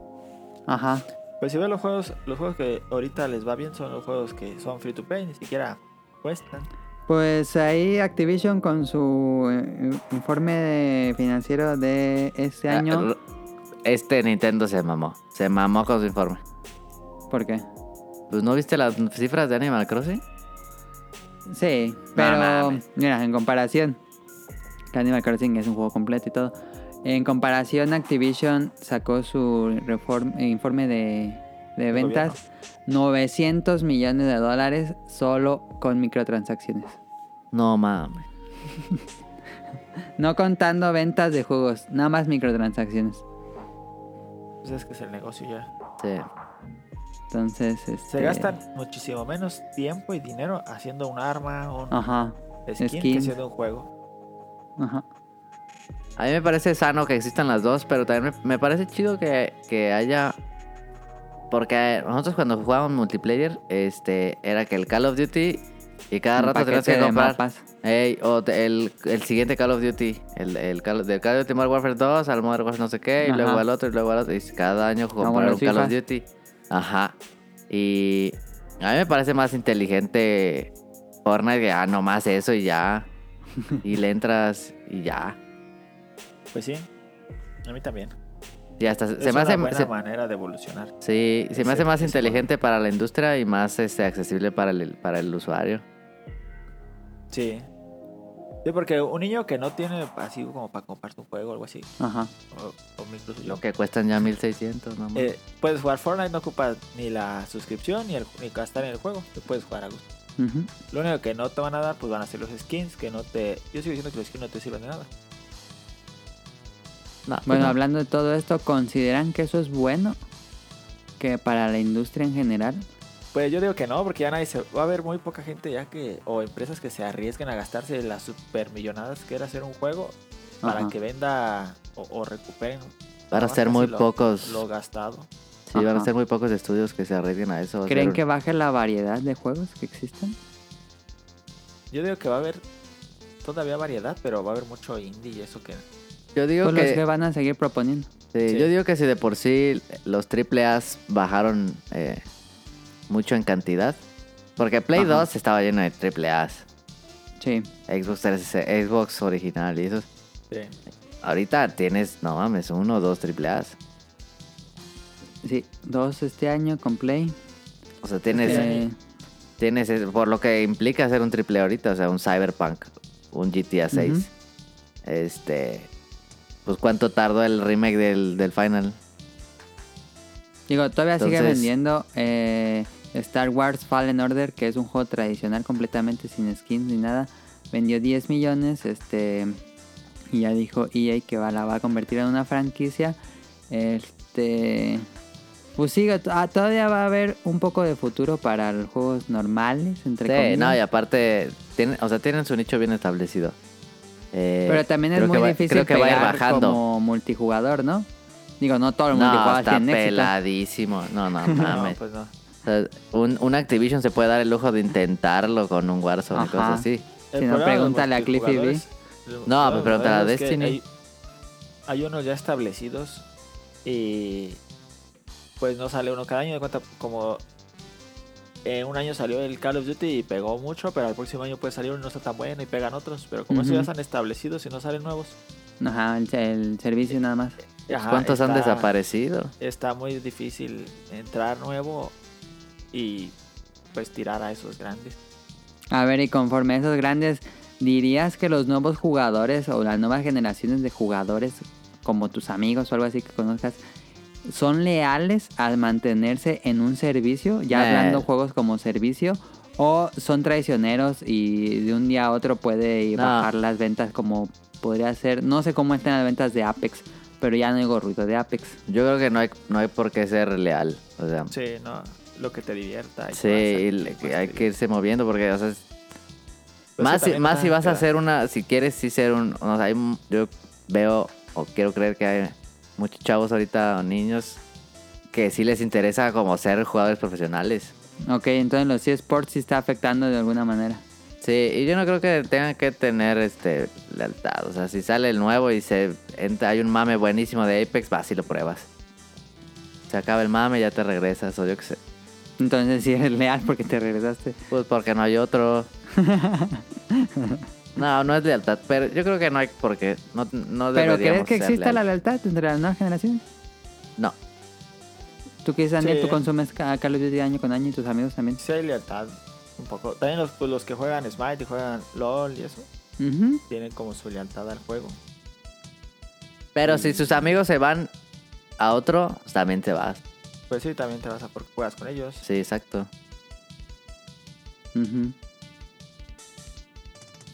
[SPEAKER 5] Ajá.
[SPEAKER 6] Pues si ves los juegos, los juegos que ahorita les va bien son los juegos que son free to play, ni siquiera cuestan.
[SPEAKER 5] Pues ahí Activision con su eh, informe de- financiero de este año...
[SPEAKER 1] Ah, Este Nintendo se mamó, se mamó con su informe.
[SPEAKER 5] ¿Por qué?
[SPEAKER 1] Pues no viste las cifras de Animal Crossing?
[SPEAKER 5] Sí,
[SPEAKER 1] No
[SPEAKER 5] pero
[SPEAKER 1] mames.
[SPEAKER 5] mira, en comparación, que Animal Crossing es un juego completo y todo. En comparación, Activision sacó su reform- eh, informe de, de ventas 900 millones de dólares solo con microtransacciones.
[SPEAKER 1] No mames.
[SPEAKER 5] No contando ventas de juegos, nada más microtransacciones.
[SPEAKER 6] Pues es que es el negocio ya.
[SPEAKER 1] Sí.
[SPEAKER 5] Entonces,
[SPEAKER 6] Se
[SPEAKER 5] este,
[SPEAKER 6] gastan muchísimo menos tiempo y dinero haciendo un arma, un
[SPEAKER 5] Ajá,
[SPEAKER 6] skin,
[SPEAKER 5] skin.
[SPEAKER 6] que haciendo un juego.
[SPEAKER 5] ajá.
[SPEAKER 1] A mí me parece sano que existan las dos, pero también me, me parece chido que, que haya. Porque nosotros cuando jugábamos multiplayer, este, era que el Call of Duty y cada
[SPEAKER 5] Un
[SPEAKER 1] rato tenías
[SPEAKER 5] paquete
[SPEAKER 1] que
[SPEAKER 5] de
[SPEAKER 1] comprar.
[SPEAKER 5] mapas.
[SPEAKER 1] Ey, o te- el, el siguiente Call of Duty, el, el Call, del Call of Duty Modern Warfare 2 al Modern Warfare no sé qué, y
[SPEAKER 5] Ajá.
[SPEAKER 1] luego al otro, y luego al otro, y cada
[SPEAKER 6] Ah,
[SPEAKER 1] año comprar
[SPEAKER 5] bueno,
[SPEAKER 1] un
[SPEAKER 5] sí,
[SPEAKER 1] Call of
[SPEAKER 5] fast.
[SPEAKER 1] Duty. Ajá. Y a mí me parece más inteligente Fortnite que, ah, nomás eso y ya. y le entras y ya.
[SPEAKER 6] Pues sí, a mí también.
[SPEAKER 1] Y hasta se-
[SPEAKER 6] Es
[SPEAKER 1] se me
[SPEAKER 6] una
[SPEAKER 1] hace...
[SPEAKER 6] buena
[SPEAKER 1] se-
[SPEAKER 6] manera de evolucionar.
[SPEAKER 1] sí, se me hace
[SPEAKER 6] Ese-
[SPEAKER 1] más
[SPEAKER 6] ese
[SPEAKER 1] inteligente para la industria y más este, accesible para el, para el usuario.
[SPEAKER 6] Sí. Sí, porque un niño que no tiene así como para comprarse un juego o algo así,
[SPEAKER 5] Ajá.
[SPEAKER 6] o, o incluso yo,
[SPEAKER 1] Lo que cuestan ya 1600, nomás.
[SPEAKER 6] eh, puedes jugar Fortnite, no ocupas ni la suscripción ni, el, ni gastar en el juego, te puedes jugar a gusto.
[SPEAKER 5] Ujú.
[SPEAKER 6] Lo único que no te van a dar, pues van a ser los skins, que no te... Yo sigo diciendo que los skins no te sirven de nada.
[SPEAKER 1] No,
[SPEAKER 5] Bueno,
[SPEAKER 1] no.
[SPEAKER 5] hablando de todo esto, ¿consideran que eso es bueno? Que para la industria en general.
[SPEAKER 6] Pues yo digo que no, porque ya nadie se... Va a haber muy poca gente ya que... O empresas que se arriesguen a gastarse las supermillonadas que era hacer un juego para
[SPEAKER 5] Ajá.
[SPEAKER 6] que venda o, o recuperen...
[SPEAKER 1] Van a
[SPEAKER 6] ¿no?
[SPEAKER 1] ser
[SPEAKER 6] Casi
[SPEAKER 1] muy
[SPEAKER 6] lo-
[SPEAKER 1] pocos.
[SPEAKER 6] Lo gastado.
[SPEAKER 1] Sí, van
[SPEAKER 5] Ajá.
[SPEAKER 1] a ser muy pocos estudios que se arriesguen a eso. va a
[SPEAKER 5] ¿Creen
[SPEAKER 1] ser-
[SPEAKER 5] que baje la variedad de juegos que existen?
[SPEAKER 6] Yo digo que va a haber todavía variedad, pero va a haber mucho indie y eso que...
[SPEAKER 1] Yo digo
[SPEAKER 5] Pues los
[SPEAKER 1] que...
[SPEAKER 5] que van a seguir proponiendo.
[SPEAKER 1] Sí,
[SPEAKER 6] Sí.
[SPEAKER 1] Yo digo que si de por sí los AAAs bajaron eh, mucho en cantidad, porque Play
[SPEAKER 5] Ajá.
[SPEAKER 1] 2 estaba lleno de AAAs,
[SPEAKER 5] Sí.
[SPEAKER 1] Xbox 360, Xbox original y eso.
[SPEAKER 6] Sí.
[SPEAKER 1] Ahorita tienes, no mames, uno o dos AAAs.
[SPEAKER 5] Sí, dos este año con Play.
[SPEAKER 1] O sea, tienes,
[SPEAKER 5] Eh,
[SPEAKER 1] tienes es- por lo que implica ser un triple ahorita, o sea, un Cyberpunk, un GTA 6.
[SPEAKER 5] Ujú.
[SPEAKER 1] Este, pues cuánto tardó el remake del, del final.
[SPEAKER 5] digo, todavía sigue
[SPEAKER 1] Entonces-
[SPEAKER 5] vendiendo eh, Star Wars Fallen Order, que es un juego tradicional completamente sin skins ni nada. Vendió 10 millones, este. Y ya dijo EA que va, la va a convertir en una franquicia. Este. Pues sí, to- ah, todavía va a haber un poco de futuro para los juegos normales, entre
[SPEAKER 1] Sí,
[SPEAKER 5] comillas.
[SPEAKER 1] no, y aparte, tienen, o sea, tienen su nicho bien establecido. Eh,
[SPEAKER 5] Pero también es
[SPEAKER 1] creo
[SPEAKER 5] muy
[SPEAKER 1] que va-
[SPEAKER 5] difícil
[SPEAKER 1] Creo que va a ir
[SPEAKER 5] pegar
[SPEAKER 1] bajando.
[SPEAKER 5] como multijugador, ¿no? Digo, no todo el
[SPEAKER 1] No,
[SPEAKER 5] multijugador
[SPEAKER 1] está
[SPEAKER 5] tiene éxito.
[SPEAKER 1] peladísimo. No, no,
[SPEAKER 6] No,
[SPEAKER 1] mames.
[SPEAKER 6] pues no.
[SPEAKER 1] O sea, un, un Activision se puede dar el lujo de intentarlo con un Warzone y
[SPEAKER 5] Ajá.
[SPEAKER 1] cosas así.
[SPEAKER 5] Si
[SPEAKER 6] El
[SPEAKER 5] no,
[SPEAKER 6] problema de los
[SPEAKER 5] pregúntale a Cliffy B.
[SPEAKER 6] multijugadores- el problema
[SPEAKER 1] No, pues
[SPEAKER 6] de los
[SPEAKER 1] pregúntale a
[SPEAKER 6] multijugadores es que
[SPEAKER 1] Destiny.
[SPEAKER 6] Hay, hay unos ya establecidos y pues no sale uno cada año. De cuenta, como en un año salió el Call of Duty y pegó mucho, pero al próximo año puede salir uno no está tan bueno y pegan otros. Pero como esos
[SPEAKER 5] Ujú.
[SPEAKER 6] ya están establecidos y no salen nuevos,
[SPEAKER 5] Ajá, el, el servicio nada más.
[SPEAKER 6] ajá,
[SPEAKER 1] Pues, ¿Cuántos han
[SPEAKER 6] está-
[SPEAKER 1] desaparecido?
[SPEAKER 6] Está muy difícil entrar nuevo y pues tirar a esos grandes.
[SPEAKER 5] A ver, y conforme a esos grandes, ¿dirías que los nuevos jugadores o las nuevas generaciones de jugadores, como tus amigos o algo así que conozcas, son leales al mantenerse en un servicio, ya
[SPEAKER 1] Eh.
[SPEAKER 5] hablando juegos como servicio, o son traicioneros y de un día a otro puede
[SPEAKER 1] No.
[SPEAKER 5] bajar las ventas como podría ser? No sé cómo están las ventas de Apex, pero ya no digo ruido de Apex.
[SPEAKER 1] Yo creo que no hay, no hay por qué ser leal. O sea,
[SPEAKER 6] Sí, no, lo que te divierta. y
[SPEAKER 1] sí,
[SPEAKER 6] todo eso.
[SPEAKER 1] y le- que hay que irse moviendo porque, o sea, es-
[SPEAKER 6] Pues
[SPEAKER 1] más,
[SPEAKER 6] que
[SPEAKER 1] si,
[SPEAKER 6] también
[SPEAKER 1] más si
[SPEAKER 6] está-
[SPEAKER 1] vas a hacer una, si quieres sí ser un, o sea, hay m- yo veo o quiero creer que hay muchos chavos ahorita o niños que sí les interesa como ser jugadores profesionales.
[SPEAKER 5] Ok, entonces los eSports sí está afectando de alguna manera.
[SPEAKER 1] Sí, y yo no creo que tengan que tener este lealtad. O sea, si sale el nuevo y se entra, hay un mame buenísimo de Apex, vas y lo pruebas. Se acaba el mame, ya te regresas, o yo qué sé.
[SPEAKER 5] Entonces sí eres leal porque te regresaste.
[SPEAKER 1] Pues porque no hay otro. No, no es lealtad, pero yo creo que no hay porque no,
[SPEAKER 5] ¿Pero
[SPEAKER 1] no
[SPEAKER 5] crees
[SPEAKER 1] deberíamos
[SPEAKER 5] que
[SPEAKER 1] ser
[SPEAKER 5] exista la
[SPEAKER 1] leales.
[SPEAKER 5] lealtad entre las nuevas generaciones?
[SPEAKER 1] No,
[SPEAKER 5] Tú que Daniel,
[SPEAKER 6] Sí.
[SPEAKER 5] tú consumes ca- Call of Duty año con año y tus amigos también.
[SPEAKER 6] Sí hay lealtad, un poco. También los, pues, los que juegan Smite y juegan LOL y eso,
[SPEAKER 5] Ujú.
[SPEAKER 6] tienen como su lealtad al juego.
[SPEAKER 1] pero si sus amigos se van a otro, pues también te vas.
[SPEAKER 6] Pues sí, también te vas a porque juegas con ellos.
[SPEAKER 1] Sí, exacto.
[SPEAKER 5] Ujú.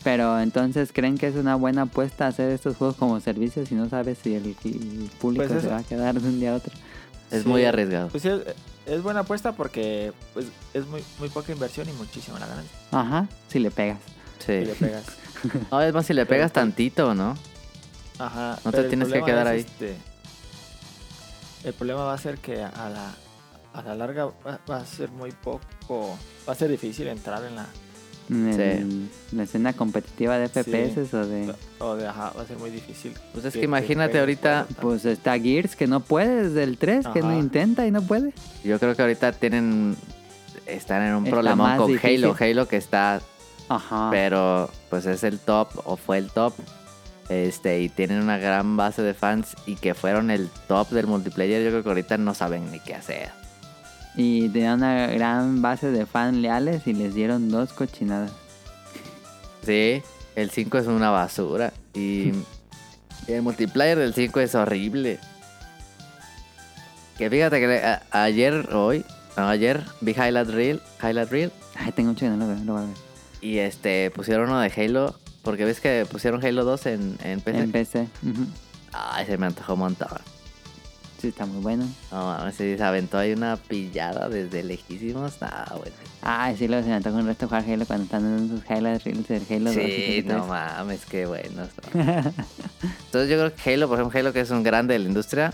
[SPEAKER 5] Pero entonces, ¿creen que es una buena apuesta hacer estos juegos como servicios si no sabes si el, el público
[SPEAKER 6] Pues
[SPEAKER 5] se
[SPEAKER 6] eso.
[SPEAKER 5] va a quedar de un día a otro?
[SPEAKER 1] Es
[SPEAKER 6] Sí.
[SPEAKER 1] muy arriesgado.
[SPEAKER 6] Pues sí, es, es buena apuesta porque pues, es muy, muy poca inversión y muchísima la ganancia.
[SPEAKER 5] Ajá, si le pegas.
[SPEAKER 6] Y
[SPEAKER 1] Sí.
[SPEAKER 6] le pegas.
[SPEAKER 1] No, es más si le
[SPEAKER 6] Pero
[SPEAKER 1] pegas
[SPEAKER 6] pues-
[SPEAKER 1] tantito, ¿no?
[SPEAKER 6] Ajá.
[SPEAKER 1] No te
[SPEAKER 6] pero el
[SPEAKER 1] tienes que
[SPEAKER 6] problema
[SPEAKER 1] quedar
[SPEAKER 6] es,
[SPEAKER 1] ahí.
[SPEAKER 6] este, el problema va a ser que a la, a la larga va, va a ser muy poco. Va a ser difícil entrar en la.
[SPEAKER 5] En el- la escena competitiva de FPS o de...
[SPEAKER 6] O de, ajá, va a ser muy difícil.
[SPEAKER 1] Pues es que imagínate
[SPEAKER 6] pegue
[SPEAKER 1] ahorita-
[SPEAKER 6] fuerte.
[SPEAKER 5] Pues está Gears que no puede desde el 3, que no
[SPEAKER 6] Ajá.
[SPEAKER 5] intenta y no puede.
[SPEAKER 1] Yo creo que ahorita tienen. Están en un
[SPEAKER 5] Está
[SPEAKER 1] problemón
[SPEAKER 5] más
[SPEAKER 1] con
[SPEAKER 5] difícil. Ah.
[SPEAKER 1] Halo. Halo que está.
[SPEAKER 5] Ajá.
[SPEAKER 1] Pero pues es el top o fue el top. Este, y tienen una gran base de fans y que fueron el top del multiplayer. Yo creo que ahorita no saben ni qué hacer.
[SPEAKER 5] Y tenían una gran base de fans leales y les dieron dos cochinadas.
[SPEAKER 1] Sí, el 5 es una basura. Y el multiplayer del 5 es horrible. Que fíjate que le- a- eh, ayer, hoy, No, ayer vi Highlight Reel, Highlight Reel
[SPEAKER 5] Ay, tengo un chingo, no lo veo, lo voy a ver.
[SPEAKER 1] y este pusieron uno de Halo, porque ves que pusieron Halo 2 en, en PC.
[SPEAKER 5] En PC. ujú.
[SPEAKER 1] Ay, se me antojó un montón.
[SPEAKER 5] Sí, está muy bueno.
[SPEAKER 1] No mames, si se aventó ahí una pillada desde lejísimos. Nada, güey.
[SPEAKER 5] Ay, Ah, sí, luego se me antoja un resto jugar Halo cuando están en sus highlights reels del Halo 2 y
[SPEAKER 1] Sí,
[SPEAKER 5] 3.
[SPEAKER 1] no mames, qué bueno. está. Entonces yo creo que Halo, por ejemplo, Halo que es un grande de la industria,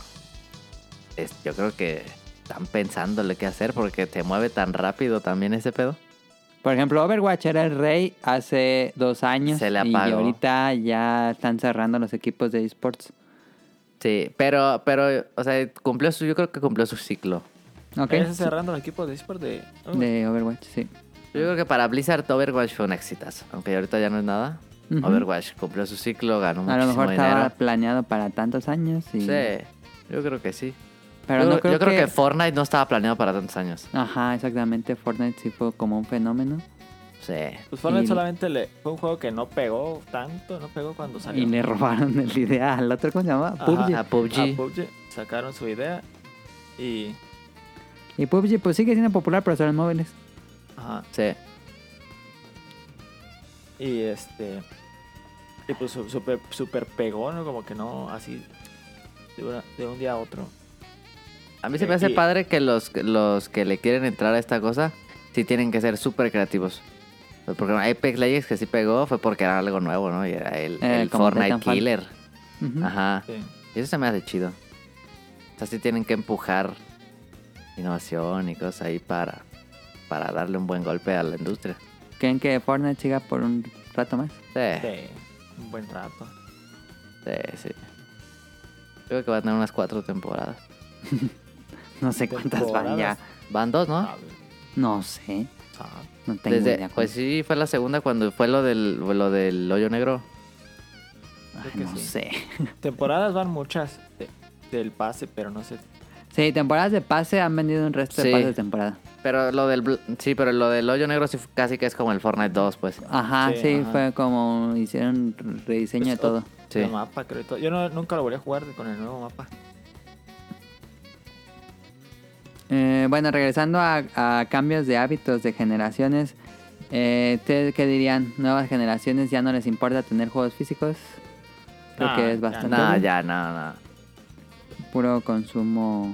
[SPEAKER 1] es- yo creo que están pensándole qué hacer porque te mueve tan rápido también ese pedo.
[SPEAKER 5] Por ejemplo, Overwatch era el rey hace dos años.
[SPEAKER 1] Se le
[SPEAKER 5] Y
[SPEAKER 1] apagó.
[SPEAKER 5] ahorita ya están cerrando los equipos de esports.
[SPEAKER 1] Sí, pero, pero, o sea, cumplió su, yo creo que cumplió su ciclo.
[SPEAKER 5] ¿Ok?
[SPEAKER 6] Ese cerrando el equipo de eSport de... oh,
[SPEAKER 5] De Overwatch, sí.
[SPEAKER 1] Yo creo que para Blizzard Overwatch fue un exitazo, aunque ahorita ya no es nada.
[SPEAKER 5] Ujú.
[SPEAKER 1] Overwatch cumplió su ciclo, ganó
[SPEAKER 5] A lo
[SPEAKER 1] muchísimo
[SPEAKER 5] mejor
[SPEAKER 1] dinero.
[SPEAKER 5] estaba planeado para tantos años. Y...
[SPEAKER 1] Sí, yo creo que sí.
[SPEAKER 5] Pero
[SPEAKER 1] yo,
[SPEAKER 5] no creo,
[SPEAKER 1] yo creo que... Fortnite no estaba planeado para tantos años.
[SPEAKER 5] Ajá, exactamente. Fortnite sí fue como un fenómeno.
[SPEAKER 1] Sí.
[SPEAKER 6] Pues Fortnite
[SPEAKER 5] Y-
[SPEAKER 6] solamente le... fue un juego que no pegó tanto, no pegó cuando salió.
[SPEAKER 5] Y le robaron el idea al otro, ¿cómo se llama?
[SPEAKER 6] Ajá. Ah,
[SPEAKER 5] PUBG.
[SPEAKER 1] A PUBG.
[SPEAKER 6] A PUBG sacaron su idea y...
[SPEAKER 5] Y PUBG pues sigue siendo popular, pero solo en móviles.
[SPEAKER 6] Ajá.
[SPEAKER 1] Sí.
[SPEAKER 6] Y este. Y pues su- super, super pegó, ¿no? Como que no, así. De, una- de un día a otro.
[SPEAKER 1] A
[SPEAKER 5] Eh,
[SPEAKER 1] mí se me hace
[SPEAKER 6] Y-
[SPEAKER 1] padre que los, los que le quieren entrar a esta cosa sí tienen que ser súper creativos. Pues Porque Apex Legends que sí pegó fue porque era algo nuevo, ¿no? Y era el,
[SPEAKER 5] Eh,
[SPEAKER 1] el
[SPEAKER 5] como
[SPEAKER 1] Fortnite
[SPEAKER 5] Titanfall.
[SPEAKER 1] Killer.
[SPEAKER 5] Ujú.
[SPEAKER 6] Ah.
[SPEAKER 1] Ajá.
[SPEAKER 6] Sí.
[SPEAKER 1] Y eso se me hace chido. O sea, sí tienen que empujar innovación y cosas ahí para, para darle un buen golpe a la industria.
[SPEAKER 5] ¿Creen que Fortnite siga por un rato más?
[SPEAKER 1] Sí,
[SPEAKER 6] De un buen rato.
[SPEAKER 1] sí, sí. Creo que va a tener unas cuatro temporadas.
[SPEAKER 5] No sé cuántas van ya.
[SPEAKER 6] Temporadas. ah,
[SPEAKER 1] Van dos, ¿no?
[SPEAKER 6] A ver,
[SPEAKER 5] No sé.
[SPEAKER 6] ah,
[SPEAKER 5] No Ah, tengo
[SPEAKER 1] Desde-
[SPEAKER 5] idea.
[SPEAKER 1] pues sí, fue la segunda cuando fue lo del, lo del hoyo negro.
[SPEAKER 5] Ay,
[SPEAKER 6] pues, creo que
[SPEAKER 5] no
[SPEAKER 6] sí.
[SPEAKER 5] sé.
[SPEAKER 6] Temporadas van muchas de- del pase, pero no sé.
[SPEAKER 5] Sí, temporadas de pase han vendido un resto
[SPEAKER 1] Sí.
[SPEAKER 5] de pases de temporada.
[SPEAKER 1] Pero lo del bl- sí, pero lo del hoyo negro sí fu- casi que es como el Fortnite 2, pues.
[SPEAKER 5] Ajá, sí,
[SPEAKER 6] Sí, ajá.
[SPEAKER 5] fue como hicieron rediseño de
[SPEAKER 6] Pues,
[SPEAKER 5] todo.
[SPEAKER 1] Sí.
[SPEAKER 6] El mapa, creo. y todo. Yo no- nunca lo volví a jugar con el nuevo mapa.
[SPEAKER 5] Eh, bueno, regresando a, a cambios de hábitos de generaciones, eh, ¿ustedes ¿qué dirían? ¿Nuevas generaciones ya no les importa tener juegos físicos? Creo
[SPEAKER 6] Ah,
[SPEAKER 5] que es
[SPEAKER 6] ya
[SPEAKER 5] bastante
[SPEAKER 1] No, ya, no, no.
[SPEAKER 5] puro consumo.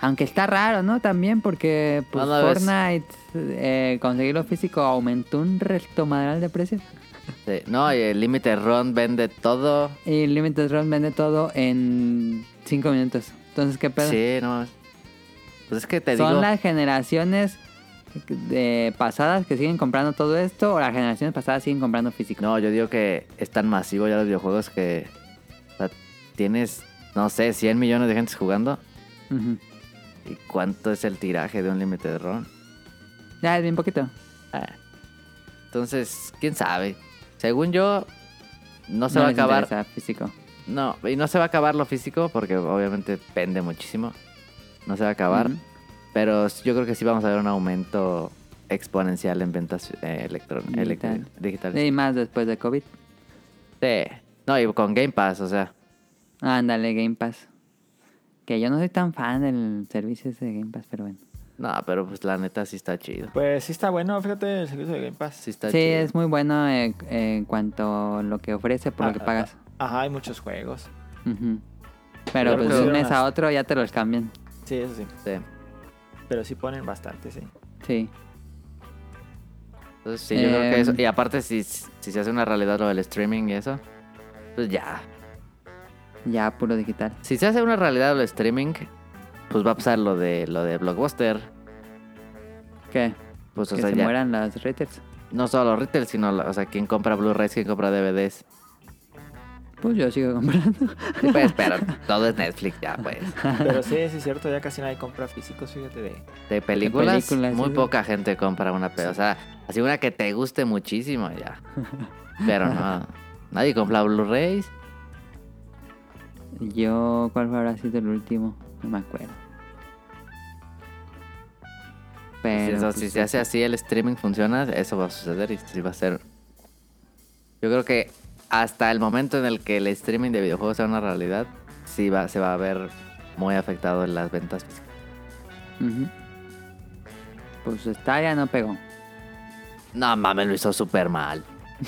[SPEAKER 5] Aunque está raro, ¿no? También porque pues,
[SPEAKER 1] No, no, ves.
[SPEAKER 5] Fortnite, eh, conseguirlo físico aumentó un resto madral de precio.
[SPEAKER 1] Sí. No, y el límite Ron vende todo.
[SPEAKER 5] Y Limited Run vende todo en 5 minutos. Entonces, ¿qué pedo?
[SPEAKER 1] Sí, no. mames. Pues es que te
[SPEAKER 5] ¿Son
[SPEAKER 1] digo,
[SPEAKER 5] las generaciones de pasadas que siguen comprando todo esto o las generaciones pasadas siguen comprando físico?
[SPEAKER 1] no, yo digo que es tan masivo ya los videojuegos que o sea, tienes no sé, 100 millones de gente jugando
[SPEAKER 5] Ujú.
[SPEAKER 1] y cuánto es el tiraje de un límite Ron.
[SPEAKER 5] Ya, es bien poquito.
[SPEAKER 1] Ah. Entonces, quién sabe. Según yo no se va a
[SPEAKER 5] les
[SPEAKER 1] acabar
[SPEAKER 5] interesa físico.
[SPEAKER 1] No, y no se va a acabar lo físico porque obviamente pende muchísimo. No se va a acabar.
[SPEAKER 5] Ujú.
[SPEAKER 1] Pero yo creo que sí vamos a ver un aumento exponencial en ventas eh, electrón-
[SPEAKER 5] Digital.
[SPEAKER 1] electro- digitales.
[SPEAKER 5] Y más después de COVID.
[SPEAKER 1] Sí. No, y con Game Pass, o sea.
[SPEAKER 5] Ándale, Game Pass. Que yo no soy tan fan del servicio ese de Game Pass, pero bueno.
[SPEAKER 1] No, pero pues la neta sí está chido.
[SPEAKER 6] Pues sí está bueno, fíjate el servicio de Game Pass.
[SPEAKER 1] Sí está
[SPEAKER 5] sí,
[SPEAKER 1] chido.
[SPEAKER 5] es muy bueno eh, eh, en cuanto a lo que ofrece por lo que
[SPEAKER 6] Ah,
[SPEAKER 5] pagas.
[SPEAKER 6] Ajá, hay muchos juegos.
[SPEAKER 5] Ujú. Pero
[SPEAKER 6] Yo
[SPEAKER 5] pues de un
[SPEAKER 6] creo-
[SPEAKER 5] mes a otro ya te los cambian.
[SPEAKER 6] Sí, eso sí.
[SPEAKER 1] Sí.
[SPEAKER 6] Pero sí ponen bastante, sí.
[SPEAKER 5] Sí.
[SPEAKER 1] Entonces sí, yo creo que
[SPEAKER 5] Em.
[SPEAKER 1] eso. Y aparte, si, si se hace una realidad lo del streaming y eso, pues ya.
[SPEAKER 5] Ya puro digital.
[SPEAKER 1] Si se hace una realidad lo del streaming, pues va a pasar lo de lo de Blockbuster.
[SPEAKER 5] ¿Qué?
[SPEAKER 1] Pues o
[SPEAKER 5] que
[SPEAKER 1] sea,
[SPEAKER 5] se
[SPEAKER 1] ya.
[SPEAKER 5] mueran las reiters.
[SPEAKER 1] No solo los retail, sino, la- o sea, quien compra Blu-rays, quien compra DVDs.
[SPEAKER 5] Pues yo sigo comprando.
[SPEAKER 1] Sí, pues, pero todo es Netflix ya, pues.
[SPEAKER 6] Pero sí, sí es cierto, ya casi nadie compra físicos, fíjate de.
[SPEAKER 1] De películas,
[SPEAKER 5] películas,
[SPEAKER 1] muy
[SPEAKER 5] sí.
[SPEAKER 1] poca gente compra una, pero, o sea, así una que te guste muchísimo ya. Pero no, nadie compra Blu-rays.
[SPEAKER 5] Yo, ¿cuál fue habrá sido el último? No me acuerdo.
[SPEAKER 1] Si
[SPEAKER 5] Pero.
[SPEAKER 1] eso-
[SPEAKER 5] pues,
[SPEAKER 1] si se hace así, el streaming funciona, eso va a suceder y sí va a ser... Yo creo que hasta el momento en el que el streaming de videojuegos sea una realidad, sí va, se va a ver muy afectado en las ventas físicas.
[SPEAKER 5] Ujú. Pues está ya no pegó.
[SPEAKER 1] No mames, lo hizo súper mal.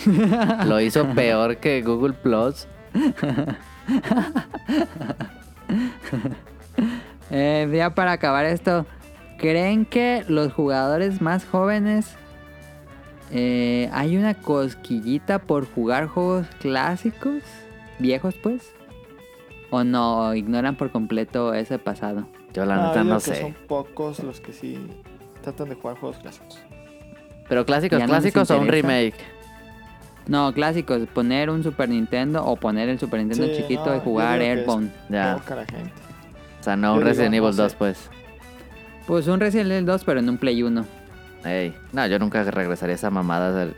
[SPEAKER 1] lo hizo peor que Google Plus.
[SPEAKER 5] Eh, ya para acabar esto, ¿creen que los jugadores más jóvenes eh, hay una cosquillita por jugar juegos clásicos? ¿Viejos pues? ¿O no? ¿Ignoran por completo ese pasado?
[SPEAKER 1] Yo la
[SPEAKER 6] Ah,
[SPEAKER 1] neta
[SPEAKER 6] digo
[SPEAKER 1] no
[SPEAKER 6] que
[SPEAKER 1] sé.
[SPEAKER 6] Son pocos los que sí tratan de jugar juegos clásicos.
[SPEAKER 1] Pero clásicos,
[SPEAKER 5] Ya no les
[SPEAKER 1] clásicos o un
[SPEAKER 5] interesa.
[SPEAKER 1] remake.
[SPEAKER 5] No, clásicos, poner un Super Nintendo o poner el Super Nintendo
[SPEAKER 6] Sí,
[SPEAKER 5] chiquito
[SPEAKER 6] no,
[SPEAKER 5] y
[SPEAKER 6] yo
[SPEAKER 5] jugar
[SPEAKER 6] digo que es-
[SPEAKER 5] Airbound.
[SPEAKER 1] Ya.
[SPEAKER 6] Poca la gente.
[SPEAKER 1] O sea, no un
[SPEAKER 6] Oh, Yo digo,
[SPEAKER 1] Resident
[SPEAKER 6] no
[SPEAKER 1] Evil
[SPEAKER 6] sé.
[SPEAKER 1] 2, pues.
[SPEAKER 5] Pues un Resident Evil 2, pero en un Play 1.
[SPEAKER 1] Ey. No, yo nunca regresaría a esa mamada. del-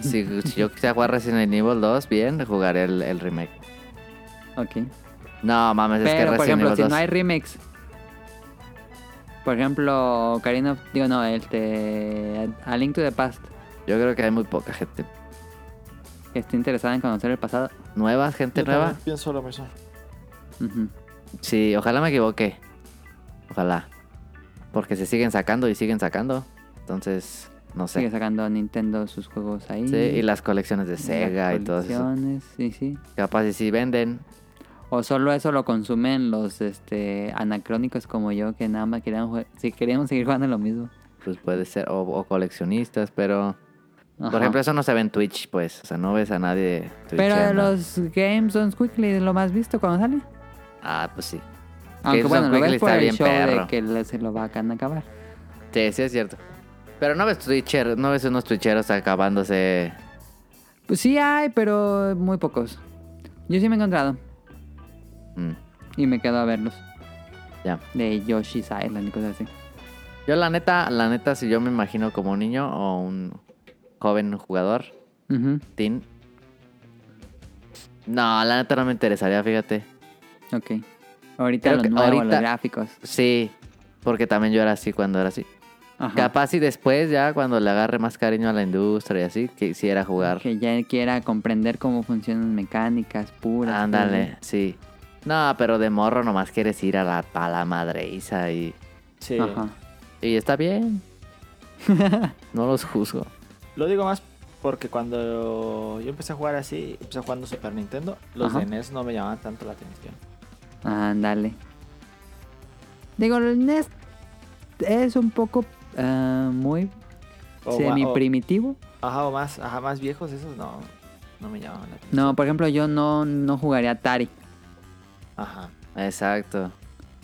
[SPEAKER 1] si, si yo quisiera jugar Resident Evil 2, bien, jugaré el, el remake.
[SPEAKER 5] Ok.
[SPEAKER 1] No mames, es que
[SPEAKER 5] Pero,
[SPEAKER 1] Resident
[SPEAKER 5] por ejemplo,
[SPEAKER 1] Evil
[SPEAKER 5] si
[SPEAKER 1] 2.
[SPEAKER 5] no hay remix. Por ejemplo, Karina, digo, no, este. A Link to the Past.
[SPEAKER 1] Yo creo que hay muy poca gente.
[SPEAKER 5] Que esté interesada en conocer el pasado.
[SPEAKER 1] ¿Nueva? ¿Gente
[SPEAKER 6] Yo
[SPEAKER 1] nueva?
[SPEAKER 6] también pienso lo mismo.
[SPEAKER 5] Ujú.
[SPEAKER 1] Sí, ojalá me equivoque. Ojalá. Porque se siguen sacando y siguen sacando. Entonces, no sé.
[SPEAKER 5] Sigue sacando Nintendo sus juegos ahí.
[SPEAKER 1] Sí, y las colecciones de
[SPEAKER 5] las
[SPEAKER 1] Sega y todo eso.
[SPEAKER 5] colecciones, Sí, sí.
[SPEAKER 1] Capaz y si venden.
[SPEAKER 5] O solo eso lo consumen los este anacrónicos como yo, que nada más querían jue- Si queríamos seguir jugando lo mismo.
[SPEAKER 1] Pues puede ser, o, o coleccionistas, pero...
[SPEAKER 5] Ajá.
[SPEAKER 1] Por ejemplo, eso no se ve en Twitch, pues. O sea, no ves a nadie
[SPEAKER 5] Pero de
[SPEAKER 1] twitcheando.
[SPEAKER 5] los Games on Quickly es lo más visto cuando sale.
[SPEAKER 1] Ah, pues sí.
[SPEAKER 5] Aunque
[SPEAKER 1] Games on
[SPEAKER 5] bueno, lo
[SPEAKER 1] Quickly
[SPEAKER 5] ves por
[SPEAKER 1] está
[SPEAKER 5] el
[SPEAKER 1] bien
[SPEAKER 5] show
[SPEAKER 1] perro.
[SPEAKER 5] de que le- se lo vacan a acabar.
[SPEAKER 1] Sí, sí es cierto. Pero no ves Twitcher, no ves unos Twitcheros acabándose...
[SPEAKER 5] Pues sí hay, pero muy pocos. Yo sí me he encontrado
[SPEAKER 1] Mm,
[SPEAKER 5] y me quedo a verlos.
[SPEAKER 1] ya.
[SPEAKER 5] De Yoshi's Island y cosas así.
[SPEAKER 1] Yo la neta, la neta, si yo me imagino como un niño o un joven jugador,
[SPEAKER 5] Ujú,
[SPEAKER 1] Tin. No, la neta no me interesaría, fíjate.
[SPEAKER 5] Ok. Ahorita
[SPEAKER 1] Creo
[SPEAKER 5] los
[SPEAKER 1] que
[SPEAKER 5] nuevos, los
[SPEAKER 1] ahorita-
[SPEAKER 5] gráficos.
[SPEAKER 1] Sí, porque también yo era así cuando era así.
[SPEAKER 5] Ajá.
[SPEAKER 1] Capaz y después ya cuando le agarre más cariño a la industria y así, quisiera jugar.
[SPEAKER 5] Que ya quiera comprender cómo funcionan mecánicas puras.
[SPEAKER 1] Ándale, sí. No, pero de morro nomás quieres ir a la, a la madreiza y,
[SPEAKER 6] Sí.
[SPEAKER 5] todo. Ajá.
[SPEAKER 1] y está bien. no los juzgo.
[SPEAKER 6] Lo digo más porque cuando yo empecé a jugar así, empecé jugando Super Nintendo, los
[SPEAKER 5] Ajá.
[SPEAKER 6] de NES no me llamaban tanto la atención.
[SPEAKER 5] Ándale. Digo, el NES es un poco ah, muy
[SPEAKER 6] O ma- o-
[SPEAKER 5] semi-primitivo.
[SPEAKER 6] Ajá, o más, ajá, más viejos esos no, no me llamaban la atención.
[SPEAKER 5] No, por ejemplo, yo no, no jugaría Atari.
[SPEAKER 6] Ajá.
[SPEAKER 1] Exacto.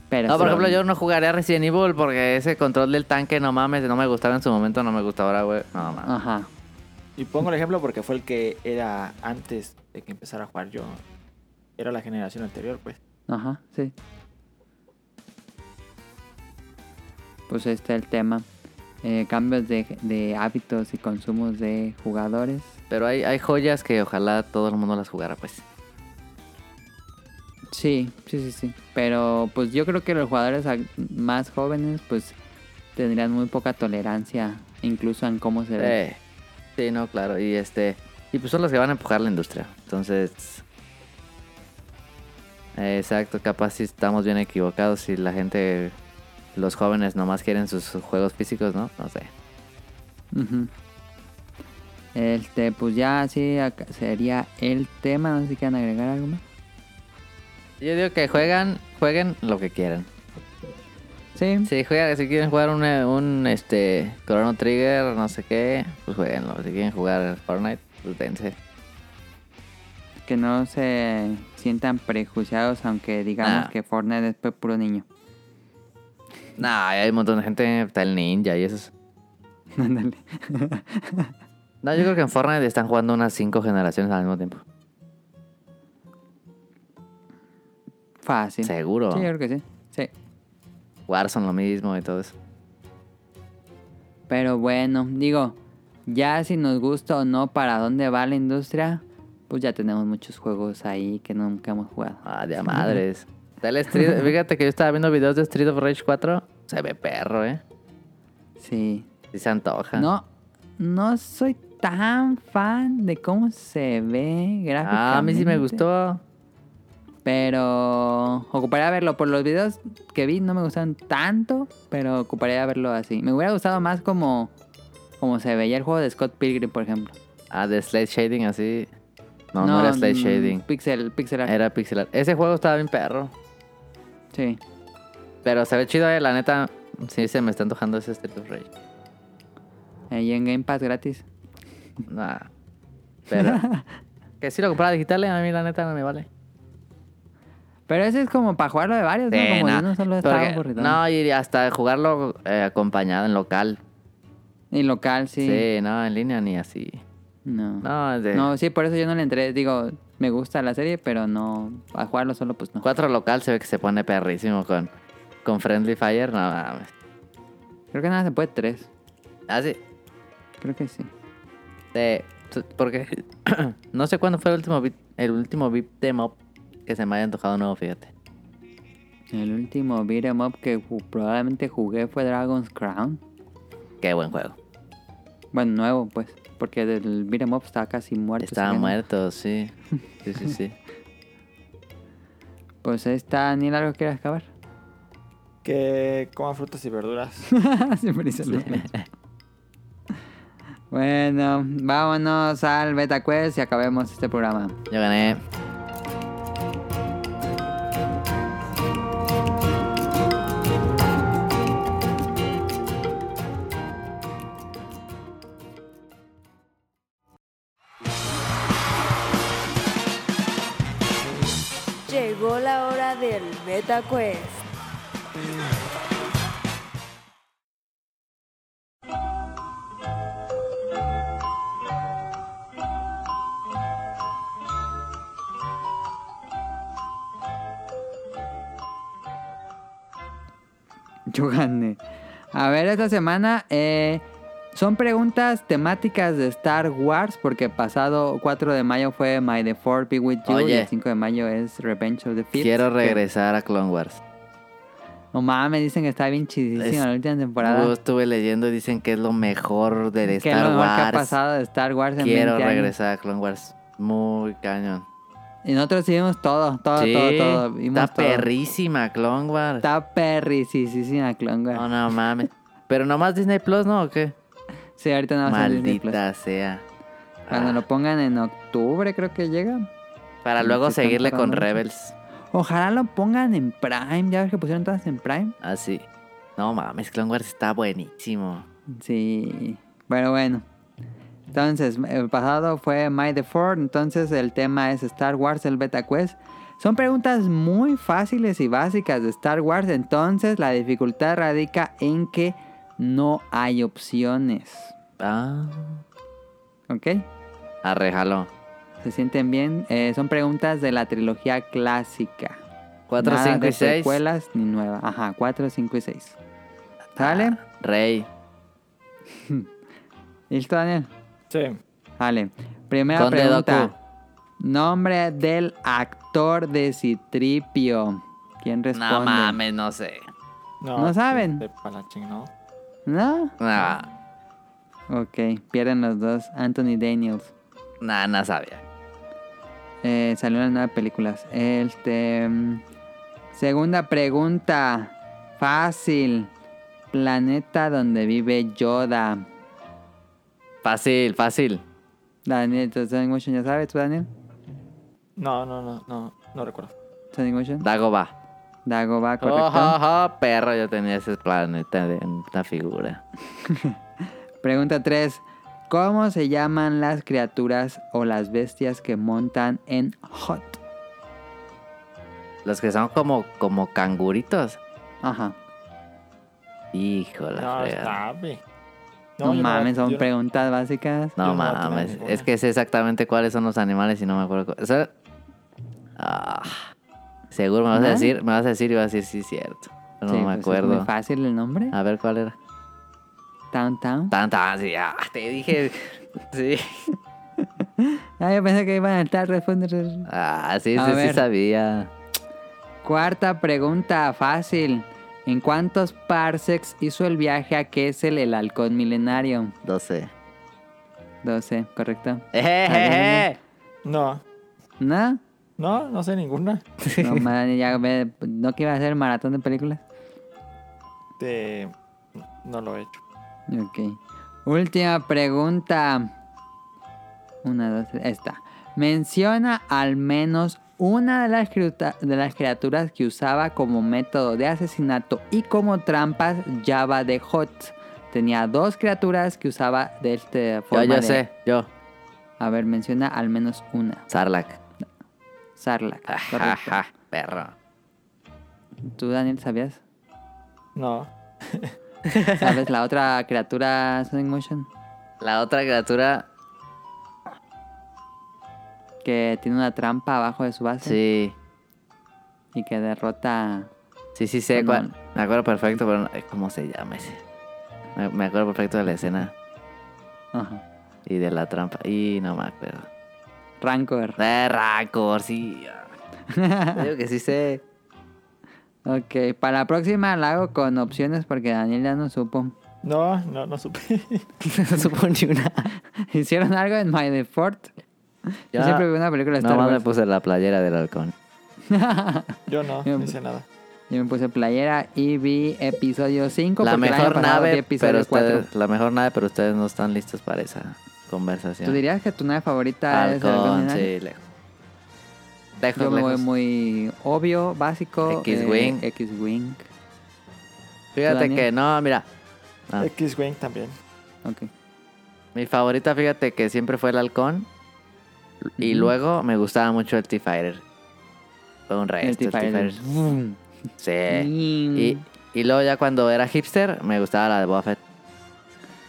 [SPEAKER 5] Pero
[SPEAKER 1] No, por
[SPEAKER 5] sí-
[SPEAKER 1] ejemplo, yo no jugaría Resident Evil porque ese control del tanque, no mames, no me gustaba en su momento, no me gusta ahora, güey. No mames.
[SPEAKER 5] Ajá.
[SPEAKER 6] Y pongo el ejemplo porque fue el que era antes de que empezara a jugar yo. Era la generación anterior, pues.
[SPEAKER 5] Ajá, sí. Pues ahí está el tema. Eh, cambios de, de hábitos y consumos de jugadores.
[SPEAKER 1] Pero hay, hay joyas que ojalá todo el mundo las jugara, pues.
[SPEAKER 5] Sí, sí, sí, sí. Pero pues yo creo que los jugadores ac- más jóvenes pues tendrían muy poca tolerancia incluso en cómo se ve.
[SPEAKER 1] Eh, sí, no, claro. Y este. Y pues son los que van a empujar la industria. Entonces. eh, Exacto, capaz si estamos bien equivocados si la gente, los jóvenes nomás quieren sus juegos físicos, ¿no? No sé.
[SPEAKER 5] Ujú. Este, pues ya así ac- sería el tema. No sé si quieren agregar algo más.
[SPEAKER 1] Yo digo que juegan, jueguen lo que quieran.
[SPEAKER 5] Sí,
[SPEAKER 1] Si juegan, si quieren jugar un, eh, un este Chrono Trigger, no sé qué, pues jueguenlo. Si quieren jugar Fortnite, pues dense.
[SPEAKER 5] que no se sientan prejuiciados aunque digamos
[SPEAKER 1] Ah.
[SPEAKER 5] que Fortnite es pues, puro niño.
[SPEAKER 1] Nah, hay un montón de gente, está el ninja y esos.
[SPEAKER 5] Ándale.
[SPEAKER 1] No, yo creo que en Fortnite están jugando unas cinco generaciones al mismo tiempo.
[SPEAKER 5] Fácil. Sí,
[SPEAKER 1] Seguro.
[SPEAKER 5] yo creo que sí. Sí.
[SPEAKER 1] Warzone lo mismo y todo eso.
[SPEAKER 5] Pero bueno, digo, ya si nos gusta o no para dónde va la industria, pues ya tenemos muchos juegos ahí que nunca hemos jugado.
[SPEAKER 1] Ah, de a madres. Está el Street- Fíjate que yo estaba viendo videos de Street of Rage 4. Se ve perro, ¿eh?
[SPEAKER 5] Sí.
[SPEAKER 1] Sí se antoja.
[SPEAKER 5] No, no soy tan fan de cómo se ve gráficamente.
[SPEAKER 1] Ah, a mí sí me gustó.
[SPEAKER 5] Pero ocuparía verlo. Por los videos que vi no me gustaron tanto, pero ocuparía verlo así. Me hubiera gustado más como, como se veía el juego de Scott Pilgrim, por ejemplo.
[SPEAKER 1] Ah, de Slate Shading así. No, no, era Slate
[SPEAKER 5] mm,
[SPEAKER 1] Shading.
[SPEAKER 5] Pixel, pixel art.
[SPEAKER 1] Era pixel art. Ese juego estaba bien perro.
[SPEAKER 5] Sí.
[SPEAKER 1] Pero se ve chido, eh, la neta. Sí, se me está antojando ese Street of Rage.
[SPEAKER 5] Ahí en Game Pass gratis.
[SPEAKER 1] Nah. Pero. que si lo compraba digital, eh, a mí la neta no me vale.
[SPEAKER 5] Pero ese es como para jugarlo de varios, ¿no?
[SPEAKER 1] Sí,
[SPEAKER 5] Como
[SPEAKER 1] nah.
[SPEAKER 5] de uno solo
[SPEAKER 1] Porque-
[SPEAKER 5] estaba aburrido.
[SPEAKER 1] no, y hasta jugarlo eh, acompañado en local.
[SPEAKER 5] Y local,
[SPEAKER 1] Sí.
[SPEAKER 5] sí.
[SPEAKER 1] no, en línea ni así.
[SPEAKER 5] No. No,
[SPEAKER 1] No, de
[SPEAKER 5] sí, por eso yo no le entré. Digo, me gusta la serie, pero no. A jugarlo solo, pues no.
[SPEAKER 1] cuatro local se ve que se pone perrísimo con, con Friendly Fire. No, mames.
[SPEAKER 5] Creo que nada se puede tres.
[SPEAKER 1] Ah, sí.
[SPEAKER 5] Creo que sí.
[SPEAKER 1] De- t- porque no sé cuándo fue el último beat, el último beat em up que se me haya antojado nuevo, fíjate.
[SPEAKER 5] El último beat'em up que ju- probablemente jugué fue Dragon's Crown.
[SPEAKER 1] Qué buen juego.
[SPEAKER 5] Bueno, nuevo, pues. Porque el beat'em up estaba casi muerto.
[SPEAKER 1] Estaba
[SPEAKER 5] ese género.
[SPEAKER 1] muerto, sí. Sí, sí, sí.
[SPEAKER 5] Pues está ni algo que quieras acabar.
[SPEAKER 6] Que coma frutas y verduras.
[SPEAKER 5] Siempre dice lo mismo. Bueno, vámonos al Beta Quest y acabemos este programa.
[SPEAKER 1] Yo gané.
[SPEAKER 4] Llegó la hora del Beta Quest.
[SPEAKER 5] Yo gané. A ver, esta semana eh, son preguntas temáticas de Star Wars, porque pasado 4 de mayo fue My The Four Be With You y
[SPEAKER 1] Oye.
[SPEAKER 5] el 5 de mayo es Revenge of the Fifth.
[SPEAKER 1] Quiero
[SPEAKER 5] que-
[SPEAKER 1] regresar a Clone Wars.
[SPEAKER 5] No mames, dicen que está bien chidísima
[SPEAKER 1] Es-
[SPEAKER 5] la última
[SPEAKER 1] Yo
[SPEAKER 5] temporada.
[SPEAKER 1] Uh, estuve leyendo y dicen que es lo mejor del
[SPEAKER 5] Que es
[SPEAKER 1] Star
[SPEAKER 5] lo mejor que ha
[SPEAKER 1] Wars.
[SPEAKER 5] pasado de Star Wars en
[SPEAKER 1] Quiero
[SPEAKER 5] 20 años.
[SPEAKER 1] regresar a Clone Wars. Muy cañón.
[SPEAKER 5] Y nosotros sí vimos todo, todo,
[SPEAKER 1] sí,
[SPEAKER 5] todo, todo. Vimos
[SPEAKER 1] está
[SPEAKER 5] todo.
[SPEAKER 1] perrísima Clone Wars.
[SPEAKER 5] Está perrisísima Clone Wars.
[SPEAKER 1] No, no mames. Pero nomás Disney Plus, ¿no? ¿O qué?
[SPEAKER 5] Sí, ahorita no va a salir Disney Plus.
[SPEAKER 1] Maldita sea.
[SPEAKER 5] Cuando
[SPEAKER 1] Ah,
[SPEAKER 5] lo pongan en octubre creo que llega.
[SPEAKER 1] para
[SPEAKER 5] se
[SPEAKER 1] luego
[SPEAKER 5] están
[SPEAKER 1] seguirle con
[SPEAKER 5] tardando mucho.
[SPEAKER 1] Rebels.
[SPEAKER 5] Ojalá lo pongan en Prime. Ya ves que pusieron todas en Prime.
[SPEAKER 1] Así. No mames, Clone Wars está buenísimo.
[SPEAKER 5] Sí. Pero bueno. Entonces, el pasado fue My The Four. Entonces, el tema es Star Wars, el Beta Quest. Son preguntas muy fáciles y básicas de Star Wars. Entonces, la dificultad radica en que no hay opciones.
[SPEAKER 1] Ah.
[SPEAKER 5] ¿Ok?
[SPEAKER 1] Arrejalo.
[SPEAKER 5] Se sienten bien. Eh, son preguntas de la trilogía clásica.
[SPEAKER 1] 4,
[SPEAKER 5] Nada
[SPEAKER 1] 5
[SPEAKER 5] de
[SPEAKER 1] y 6.
[SPEAKER 5] secuelas ni nueva. Ajá, 4, 5 y 6.
[SPEAKER 1] Ah.
[SPEAKER 5] ¿Sale?
[SPEAKER 1] Rey.
[SPEAKER 5] ¿Listo, Daniel?
[SPEAKER 6] Sí.
[SPEAKER 5] Vale. Primera
[SPEAKER 1] Conde
[SPEAKER 5] pregunta.
[SPEAKER 1] Dooku.
[SPEAKER 5] Nombre del actor de Citripio. ¿Quién responde?
[SPEAKER 1] No mames, no sé.
[SPEAKER 5] ¿No saben?
[SPEAKER 6] de pa' la ching- no.
[SPEAKER 5] ¿No?
[SPEAKER 1] No,
[SPEAKER 5] Ok, pierden los dos. Anthony Daniels.
[SPEAKER 1] no, no sabía.
[SPEAKER 5] Eh, salió en las nuevas películas. Este. mm, Segunda pregunta. Fácil. Planeta donde vive Yoda.
[SPEAKER 1] Fácil, fácil.
[SPEAKER 5] Daniel, ¿tú Sonic Motion ya sabes tú, Daniel?
[SPEAKER 6] No, no, no, no, no recuerdo.
[SPEAKER 5] Sonic Motion.
[SPEAKER 1] Dagoba.
[SPEAKER 5] Dagobah,
[SPEAKER 1] Oh,
[SPEAKER 5] correcto.
[SPEAKER 1] oh, oh, perro, yo tenía ese planeta de una figura.
[SPEAKER 5] Pregunta 3. ¿Cómo se llaman las criaturas o las bestias que montan en Hot?
[SPEAKER 1] Los que son como, como canguritos.
[SPEAKER 5] Ajá.
[SPEAKER 1] Híjole.
[SPEAKER 6] No,
[SPEAKER 1] fregada.
[SPEAKER 6] sabe.
[SPEAKER 5] No,
[SPEAKER 6] yo
[SPEAKER 5] mames,
[SPEAKER 6] yo
[SPEAKER 5] son
[SPEAKER 6] no-
[SPEAKER 5] preguntas básicas.
[SPEAKER 1] No
[SPEAKER 6] Yo no voy a tener
[SPEAKER 1] mames,
[SPEAKER 6] ninguna.
[SPEAKER 1] es que sé exactamente cuáles son los animales y no me acuerdo. cu- o sea, ah, seguro me vas a
[SPEAKER 5] ¿No?
[SPEAKER 1] decir, me vas a decir y vas a decir sí cierto. Pero No
[SPEAKER 5] Sí,
[SPEAKER 1] me
[SPEAKER 5] pues, es
[SPEAKER 1] acuerdo. Ah.
[SPEAKER 5] muy fácil el nombre.
[SPEAKER 1] A ver cuál era.
[SPEAKER 5] Town Town.
[SPEAKER 1] Tan tan, sí, ah, te dije. sí.
[SPEAKER 5] Ah, yo pensé que iban a estar respondiendo.
[SPEAKER 1] Ah, sí,
[SPEAKER 5] A
[SPEAKER 1] sí, sí
[SPEAKER 5] ver.
[SPEAKER 1] sabía.
[SPEAKER 5] Cuarta pregunta, fácil. ¿En cuántos parsecs hizo el viaje a Kessel el halcón milenario?
[SPEAKER 1] 12.
[SPEAKER 5] 12, correcto.
[SPEAKER 1] Ejejeje.
[SPEAKER 6] No,
[SPEAKER 5] ¿No?
[SPEAKER 6] No, no sé ninguna.
[SPEAKER 5] No, man, ya ve- ¿no que iba a hacer maratón de películas.
[SPEAKER 6] Este, no lo he hecho.
[SPEAKER 5] Ok. Última pregunta. Una, dos, tres. Esta. Menciona al menos una de las, criuta- de las criaturas que usaba como método de asesinato y como trampas Java de Hot. Tenía dos criaturas que usaba de este
[SPEAKER 1] Yo,
[SPEAKER 5] forma.
[SPEAKER 1] yo
[SPEAKER 5] de-
[SPEAKER 1] sé, yo.
[SPEAKER 5] A ver, menciona al menos una.
[SPEAKER 1] Sarlac.
[SPEAKER 5] Sarlacc.
[SPEAKER 1] Ah,
[SPEAKER 5] correcto.
[SPEAKER 1] Ajá, perro.
[SPEAKER 5] ¿Tú, Daniel, sabías?
[SPEAKER 6] No.
[SPEAKER 5] ¿Sabes la otra criatura Sonic Motion?
[SPEAKER 1] La otra criatura,
[SPEAKER 5] Que tiene una trampa abajo de su base.
[SPEAKER 1] sí.
[SPEAKER 5] Y que derrota.
[SPEAKER 1] Sí, sí sé
[SPEAKER 5] No.
[SPEAKER 1] cuál. Me acuerdo perfecto, pero no- eh, ¿cómo se llama ese? Me- Me acuerdo perfecto de la escena
[SPEAKER 5] Ajá.
[SPEAKER 1] y de la trampa. Y no me acuerdo.
[SPEAKER 5] Rancor.
[SPEAKER 1] De Rancor, sí. Te Digo que sí sé.
[SPEAKER 5] Ok, para la próxima la hago con opciones porque Daniel ya no supo.
[SPEAKER 6] No, no, no supe.
[SPEAKER 1] No supo ni una.
[SPEAKER 5] Hicieron algo en My Default. Yo
[SPEAKER 1] Ya.
[SPEAKER 5] siempre veo una película de Star
[SPEAKER 1] No pues. más me
[SPEAKER 5] Wars.
[SPEAKER 1] puse la playera del halcón.
[SPEAKER 6] Yo no,
[SPEAKER 5] Yo-
[SPEAKER 6] no hice nada.
[SPEAKER 5] Yo me puse playera y vi episodio 5.
[SPEAKER 1] La
[SPEAKER 5] porque el año
[SPEAKER 1] mejor
[SPEAKER 5] pasado vi
[SPEAKER 1] nave, pero
[SPEAKER 5] episodio 4.
[SPEAKER 1] ustedes, la mejor nave, pero ustedes no están listos para esa
[SPEAKER 5] ¿Tú
[SPEAKER 1] conversación.
[SPEAKER 5] dirías que tu nave favorita es
[SPEAKER 1] Halcón,
[SPEAKER 5] Halcón
[SPEAKER 1] sí, lejos. Lejos,
[SPEAKER 5] Yo me voy
[SPEAKER 1] lejos.
[SPEAKER 5] muy obvio, básico.
[SPEAKER 1] X-Wing.
[SPEAKER 5] eh, X-Wing. ¿Tú,
[SPEAKER 1] Fíjate
[SPEAKER 5] Daniel?
[SPEAKER 1] que no, mira. Ah.
[SPEAKER 6] X-Wing también.
[SPEAKER 5] Ok.
[SPEAKER 1] Este, Mi favorita, fíjate que siempre fue el halcón. Y
[SPEAKER 5] Ujú.
[SPEAKER 1] luego me gustaba mucho el T-Fighter. Fue un rey.
[SPEAKER 5] El
[SPEAKER 1] este
[SPEAKER 5] T-Fighter. Vroom.
[SPEAKER 1] Sí.
[SPEAKER 5] Mm.
[SPEAKER 1] Eh, Y, y luego ya cuando era hipster, me gustaba la de Buffett.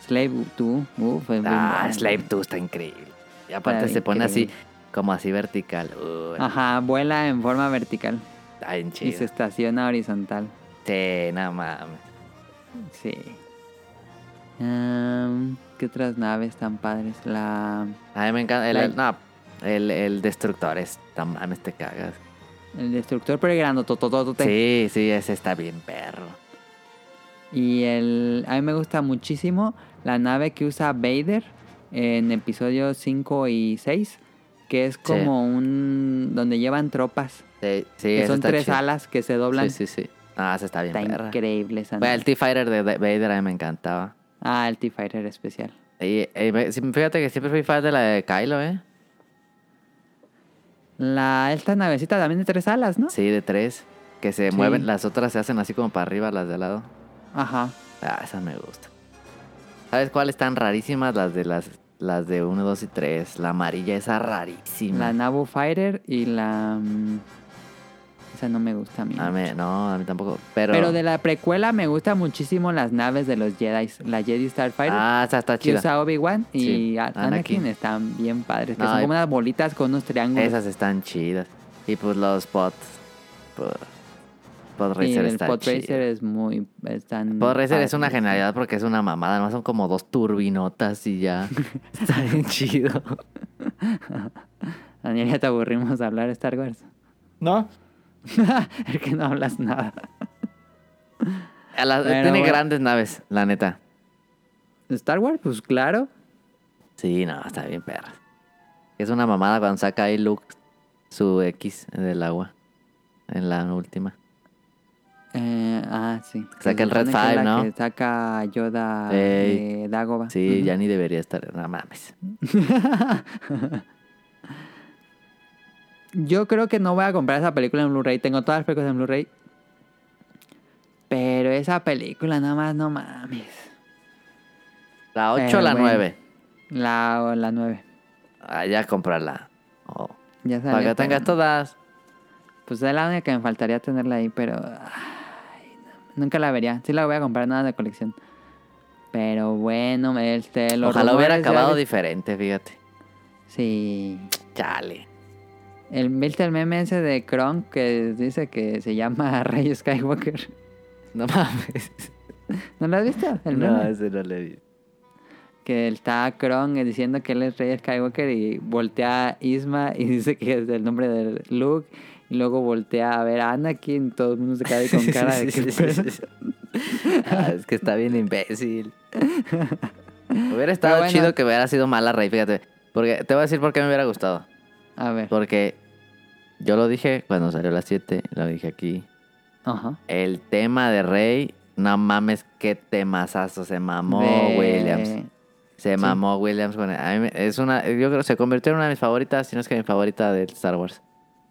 [SPEAKER 5] Slave 2. Uh, fue muy
[SPEAKER 1] Ah,
[SPEAKER 5] buena.
[SPEAKER 1] Slave 2 está increíble. Y aparte
[SPEAKER 5] Está
[SPEAKER 1] se pone así,
[SPEAKER 5] increíble.
[SPEAKER 1] como así vertical. Uh,
[SPEAKER 5] Ajá, vuela en forma vertical
[SPEAKER 1] está bien
[SPEAKER 5] y se
[SPEAKER 1] chido.
[SPEAKER 5] estaciona horizontal.
[SPEAKER 1] Sí, no mames.
[SPEAKER 5] Sí. Am, ¿Qué otras naves tan padres? La.
[SPEAKER 1] A mí me encanta. El,
[SPEAKER 5] La-
[SPEAKER 1] el- no, el, el destructor es. No mames, te cagas.
[SPEAKER 5] El destructor, pero grande,
[SPEAKER 1] Sí, sí, ese está bien, perro.
[SPEAKER 5] Y el. A mí me gusta muchísimo la nave que usa Vader en episodios 5 y 6, que es como un. donde llevan tropas.
[SPEAKER 1] Sí, sí,
[SPEAKER 5] que
[SPEAKER 1] ese
[SPEAKER 5] son
[SPEAKER 1] está
[SPEAKER 5] tres
[SPEAKER 1] chido.
[SPEAKER 5] alas que se doblan.
[SPEAKER 1] Sí, sí, sí. Ah, esa está bien,
[SPEAKER 5] Está
[SPEAKER 1] perra.
[SPEAKER 5] increíble esa
[SPEAKER 1] Bueno,
[SPEAKER 5] nave.
[SPEAKER 1] el T-Fighter de de- Vader a mí me encantaba.
[SPEAKER 5] Ah, el T-Fighter especial.
[SPEAKER 1] Y, y me- sí, fíjate que siempre fui fan de la de Kylo, ¿eh?
[SPEAKER 5] La, esta navecita también de tres alas, ¿no?
[SPEAKER 1] Sí, de tres. Que se
[SPEAKER 5] Sí.
[SPEAKER 1] mueven, las otras se hacen así como para arriba, las de lado.
[SPEAKER 5] Ajá.
[SPEAKER 1] Ah, esas me gustan. ¿Sabes cuáles están rarísimas? Las de las las de 1, 2 y 3. La amarilla, esa
[SPEAKER 5] La
[SPEAKER 1] rarísima.
[SPEAKER 5] Nabu Fighter y la. mm, Esa no me gusta a mí.
[SPEAKER 1] A mí- no, a mí tampoco. Pero,
[SPEAKER 5] Pero... de la precuela me gustan muchísimo las naves de los Jedi. La Jedi Starfighter.
[SPEAKER 1] Ah, esa está
[SPEAKER 5] que
[SPEAKER 1] chida.
[SPEAKER 5] usa Obi-Wan y
[SPEAKER 1] Sí,
[SPEAKER 5] a- Anakin
[SPEAKER 1] Anakin.
[SPEAKER 5] están bien padres. Que
[SPEAKER 1] No,
[SPEAKER 5] son
[SPEAKER 1] y-
[SPEAKER 5] como unas bolitas con unos triángulos.
[SPEAKER 1] Esas están chidas. Y pues los pods. Pod, pod
[SPEAKER 5] y el
[SPEAKER 1] Racer está
[SPEAKER 5] Pod
[SPEAKER 1] chido.
[SPEAKER 5] Racer es muy. Están
[SPEAKER 1] Pod Racer es una
[SPEAKER 5] padres.
[SPEAKER 1] genialidad porque es una mamada, nomás son como dos turbinotas y ya. Está bien chido.
[SPEAKER 5] Daniel, ya te aburrimos de hablar de Star Wars.
[SPEAKER 6] No,
[SPEAKER 5] es que no hablas nada.
[SPEAKER 1] A la-
[SPEAKER 5] Bueno,
[SPEAKER 1] tiene
[SPEAKER 5] bueno.
[SPEAKER 1] grandes naves, la neta.
[SPEAKER 5] Star Wars, pues claro.
[SPEAKER 1] Sí, no, está bien perra. Es una mamada cuando saca ahí Luke su X del agua. En la última.
[SPEAKER 5] Eh, ah, sí.
[SPEAKER 1] Saca
[SPEAKER 5] Se
[SPEAKER 1] el
[SPEAKER 5] supone que
[SPEAKER 1] Red
[SPEAKER 5] es la
[SPEAKER 1] Five, ¿no?
[SPEAKER 5] que saca Yoda
[SPEAKER 1] Ey.
[SPEAKER 5] de Dagobah.
[SPEAKER 1] Sí,
[SPEAKER 5] Ujú.
[SPEAKER 1] ya ni debería estar. No mames.
[SPEAKER 5] Yo creo que no voy a comprar esa película en Blu-ray. Tengo todas las películas en Blu-ray. Pero esa película nada más, no mames.
[SPEAKER 1] La 8
[SPEAKER 5] Pero
[SPEAKER 1] o la
[SPEAKER 5] bueno.
[SPEAKER 1] 9.
[SPEAKER 5] La, la 9.
[SPEAKER 1] Allá comprarla. Oh,
[SPEAKER 5] Ya salió.
[SPEAKER 1] Para
[SPEAKER 5] pero-
[SPEAKER 1] que tengas todas.
[SPEAKER 5] Pues es la única que me faltaría tenerla ahí, pero... ay, no, nunca la vería. Sí la voy a comprar nada de colección. Pero bueno, este... los
[SPEAKER 1] Ojalá hubiera
[SPEAKER 5] rumores
[SPEAKER 1] acabado
[SPEAKER 5] reales-
[SPEAKER 1] diferente, fíjate.
[SPEAKER 5] Sí.
[SPEAKER 1] Chale.
[SPEAKER 5] El, ¿Viste el meme ese de Kronk que dice que se llama Rey Skywalker?
[SPEAKER 1] No mames.
[SPEAKER 5] ¿No lo has visto? El meme.
[SPEAKER 1] No, ese no le vi.
[SPEAKER 5] Que está Kron diciendo que él es Rey Skywalker y voltea a Isma y dice que es el nombre de Luke. Y luego voltea a ver a Anakin. Todo el mundo se queda ahí con cara de que.
[SPEAKER 1] Ah, es que está bien imbécil. Hubiera estado
[SPEAKER 5] bueno.
[SPEAKER 1] chido que hubiera sido mala Rey, fíjate. Porque te voy a decir por qué me hubiera gustado.
[SPEAKER 5] A ver.
[SPEAKER 1] Porque Yo lo dije cuando salió a las 7, lo dije aquí.
[SPEAKER 5] Ajá.
[SPEAKER 1] El tema de Rey, no mames, qué temazazo se mamó
[SPEAKER 5] De-
[SPEAKER 1] Williams. Se
[SPEAKER 5] Sí.
[SPEAKER 1] mamó Williams con a mí me- es una, yo creo que se convirtió en una de mis favoritas, si no es que mi favorita de Star Wars.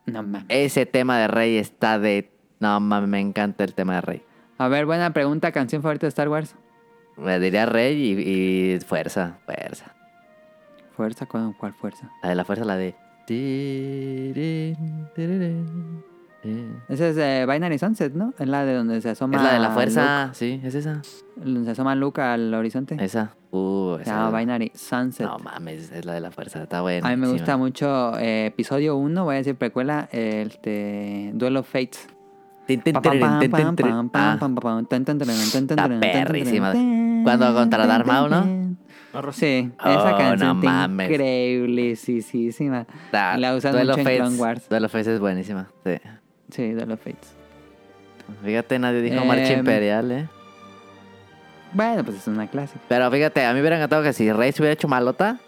[SPEAKER 5] No mames.
[SPEAKER 1] Ese tema de Rey está de no mames, me encanta el tema de Rey.
[SPEAKER 5] A ver, buena pregunta. ¿Canción favorita de Star Wars?
[SPEAKER 1] Me diría Rey y, y fuerza, fuerza.
[SPEAKER 5] Fuerza, ¿cuál, cuál fuerza?
[SPEAKER 1] La de la fuerza, la de tirín, tirín, tirín.
[SPEAKER 5] Esa es de Binary Sunset, ¿no? Es la de donde se asoma.
[SPEAKER 1] eh. Es la de la fuerza, sí, es esa.
[SPEAKER 5] Luke- donde se asoma Luke al horizonte.
[SPEAKER 1] Esa. Uh,
[SPEAKER 5] se
[SPEAKER 1] esa.
[SPEAKER 5] llama Binary Sunset.
[SPEAKER 1] No mames, es la de la fuerza, está buena.
[SPEAKER 5] a mí me gusta mucho eh, episodio 1, voy a decir precuela, este, Duel of Fates. Está
[SPEAKER 1] Ah, Está perrísima. Cuando contra Darth Maul, ¿no?
[SPEAKER 5] Sí, esa
[SPEAKER 1] Oh,
[SPEAKER 5] canción
[SPEAKER 1] no
[SPEAKER 5] está
[SPEAKER 1] mames.
[SPEAKER 5] increíble, sí, sí, sí, ma. La usan
[SPEAKER 1] Duel
[SPEAKER 5] mucho
[SPEAKER 1] of
[SPEAKER 5] en
[SPEAKER 1] Fates.
[SPEAKER 5] Clone Wars.
[SPEAKER 1] Duel of Fates es buenísima. Sí.
[SPEAKER 5] Sí, Duel of Fates.
[SPEAKER 1] Fíjate, nadie dijo
[SPEAKER 5] Eh,
[SPEAKER 1] Marcha Imperial, ¿eh?
[SPEAKER 5] Bueno, pues es una clásica.
[SPEAKER 1] Pero fíjate, a mí me hubiera encantado que si Rey se hubiera hecho malota,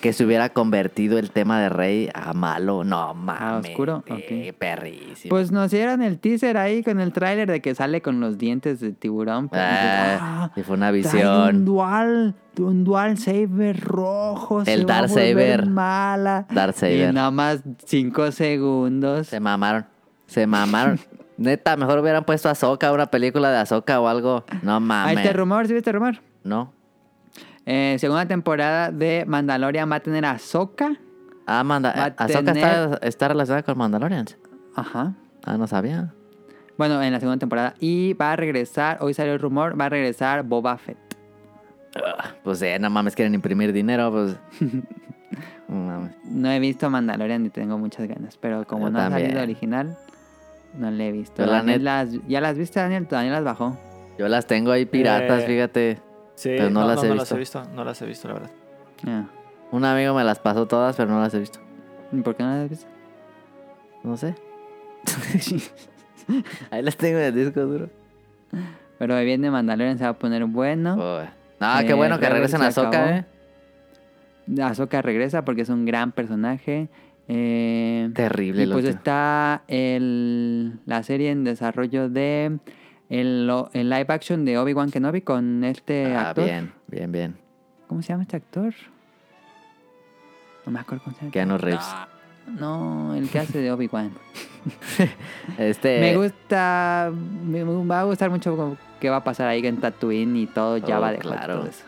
[SPEAKER 1] que se hubiera convertido el tema de Rey a malo. No mames.
[SPEAKER 5] Ah, oscuro,
[SPEAKER 1] sí, Perrísimo.
[SPEAKER 5] Pues nos dieron el teaser ahí con el tráiler de que sale con los dientes de tiburón. pues,
[SPEAKER 1] Ah,
[SPEAKER 5] ¡ah!
[SPEAKER 1] y fue una
[SPEAKER 5] Trae un
[SPEAKER 1] visión.
[SPEAKER 5] dual, un dual saber rojo. se
[SPEAKER 1] El
[SPEAKER 5] va a
[SPEAKER 1] Darth
[SPEAKER 5] volver
[SPEAKER 1] Saber.
[SPEAKER 5] Mala.
[SPEAKER 1] Darth Saber.
[SPEAKER 5] Y nada más 5 segundos.
[SPEAKER 1] Se mamaron. Se mamaron. Neta, mejor hubieran puesto a Soca, una película de Azoka o algo. No
[SPEAKER 5] Ahí
[SPEAKER 1] mames.
[SPEAKER 5] está el rumor, ¿sí viste el rumor?
[SPEAKER 1] No.
[SPEAKER 5] Eh, segunda temporada de Mandalorian va a tener a Sokka.
[SPEAKER 1] Ah, manda
[SPEAKER 5] Va a
[SPEAKER 1] eh, Ahsoka
[SPEAKER 5] tener-
[SPEAKER 1] está, está relacionada con Mandalorians.
[SPEAKER 5] Ajá.
[SPEAKER 1] Ah, no sabía.
[SPEAKER 5] Bueno, en la segunda temporada. Y va a regresar, hoy salió el rumor, va a regresar Boba Fett.
[SPEAKER 1] Pues eh, no mames, quieren imprimir dinero, pues. No mames.
[SPEAKER 5] No he visto Mandalorian ni tengo muchas ganas, pero como
[SPEAKER 1] Yo
[SPEAKER 5] no ha
[SPEAKER 1] también.
[SPEAKER 5] salido original, no le he visto.
[SPEAKER 1] Yo la
[SPEAKER 5] Daniel
[SPEAKER 1] net-
[SPEAKER 5] las- ¿Ya las viste, Daniel? Daniel las bajó.
[SPEAKER 1] Yo las tengo ahí piratas,
[SPEAKER 6] Eh.
[SPEAKER 1] fíjate.
[SPEAKER 6] Sí,
[SPEAKER 1] Pero no
[SPEAKER 6] no,
[SPEAKER 1] las
[SPEAKER 6] no,
[SPEAKER 1] he
[SPEAKER 6] no
[SPEAKER 1] visto.
[SPEAKER 6] No las he visto, la verdad.
[SPEAKER 5] Ah,
[SPEAKER 1] Un amigo me las pasó todas, pero no las he visto.
[SPEAKER 5] ¿y ¿Por qué no las has visto?
[SPEAKER 1] No sé. ahí las tengo en el disco duro.
[SPEAKER 5] Pero ahí viene Mandalorian, se va a poner bueno.
[SPEAKER 1] Oh, eh. No, qué
[SPEAKER 5] Eh,
[SPEAKER 1] bueno que
[SPEAKER 5] Rebels
[SPEAKER 1] regresen
[SPEAKER 5] se
[SPEAKER 1] a Soca,
[SPEAKER 5] acabó.
[SPEAKER 1] eh. Oh.
[SPEAKER 5] Ahsoka regresa porque es un gran personaje. Eh,
[SPEAKER 1] Terrible
[SPEAKER 5] y
[SPEAKER 1] lo
[SPEAKER 5] pues
[SPEAKER 1] que-
[SPEAKER 5] está el- la serie en desarrollo de el, lo- el live action de Obi-Wan Kenobi con este
[SPEAKER 1] Ah,
[SPEAKER 5] actor.
[SPEAKER 1] bien, bien, bien.
[SPEAKER 5] ¿Cómo se llama este actor? No me acuerdo cómo se llama.
[SPEAKER 1] Keanu Reeves.
[SPEAKER 5] No, el que hace de Obi-Wan.
[SPEAKER 1] Este.
[SPEAKER 5] Me gusta, me, me va a gustar mucho como qué va a pasar ahí en Tatooine y todo, ya
[SPEAKER 1] Oh,
[SPEAKER 5] va a dejar
[SPEAKER 1] claro.
[SPEAKER 5] todo eso.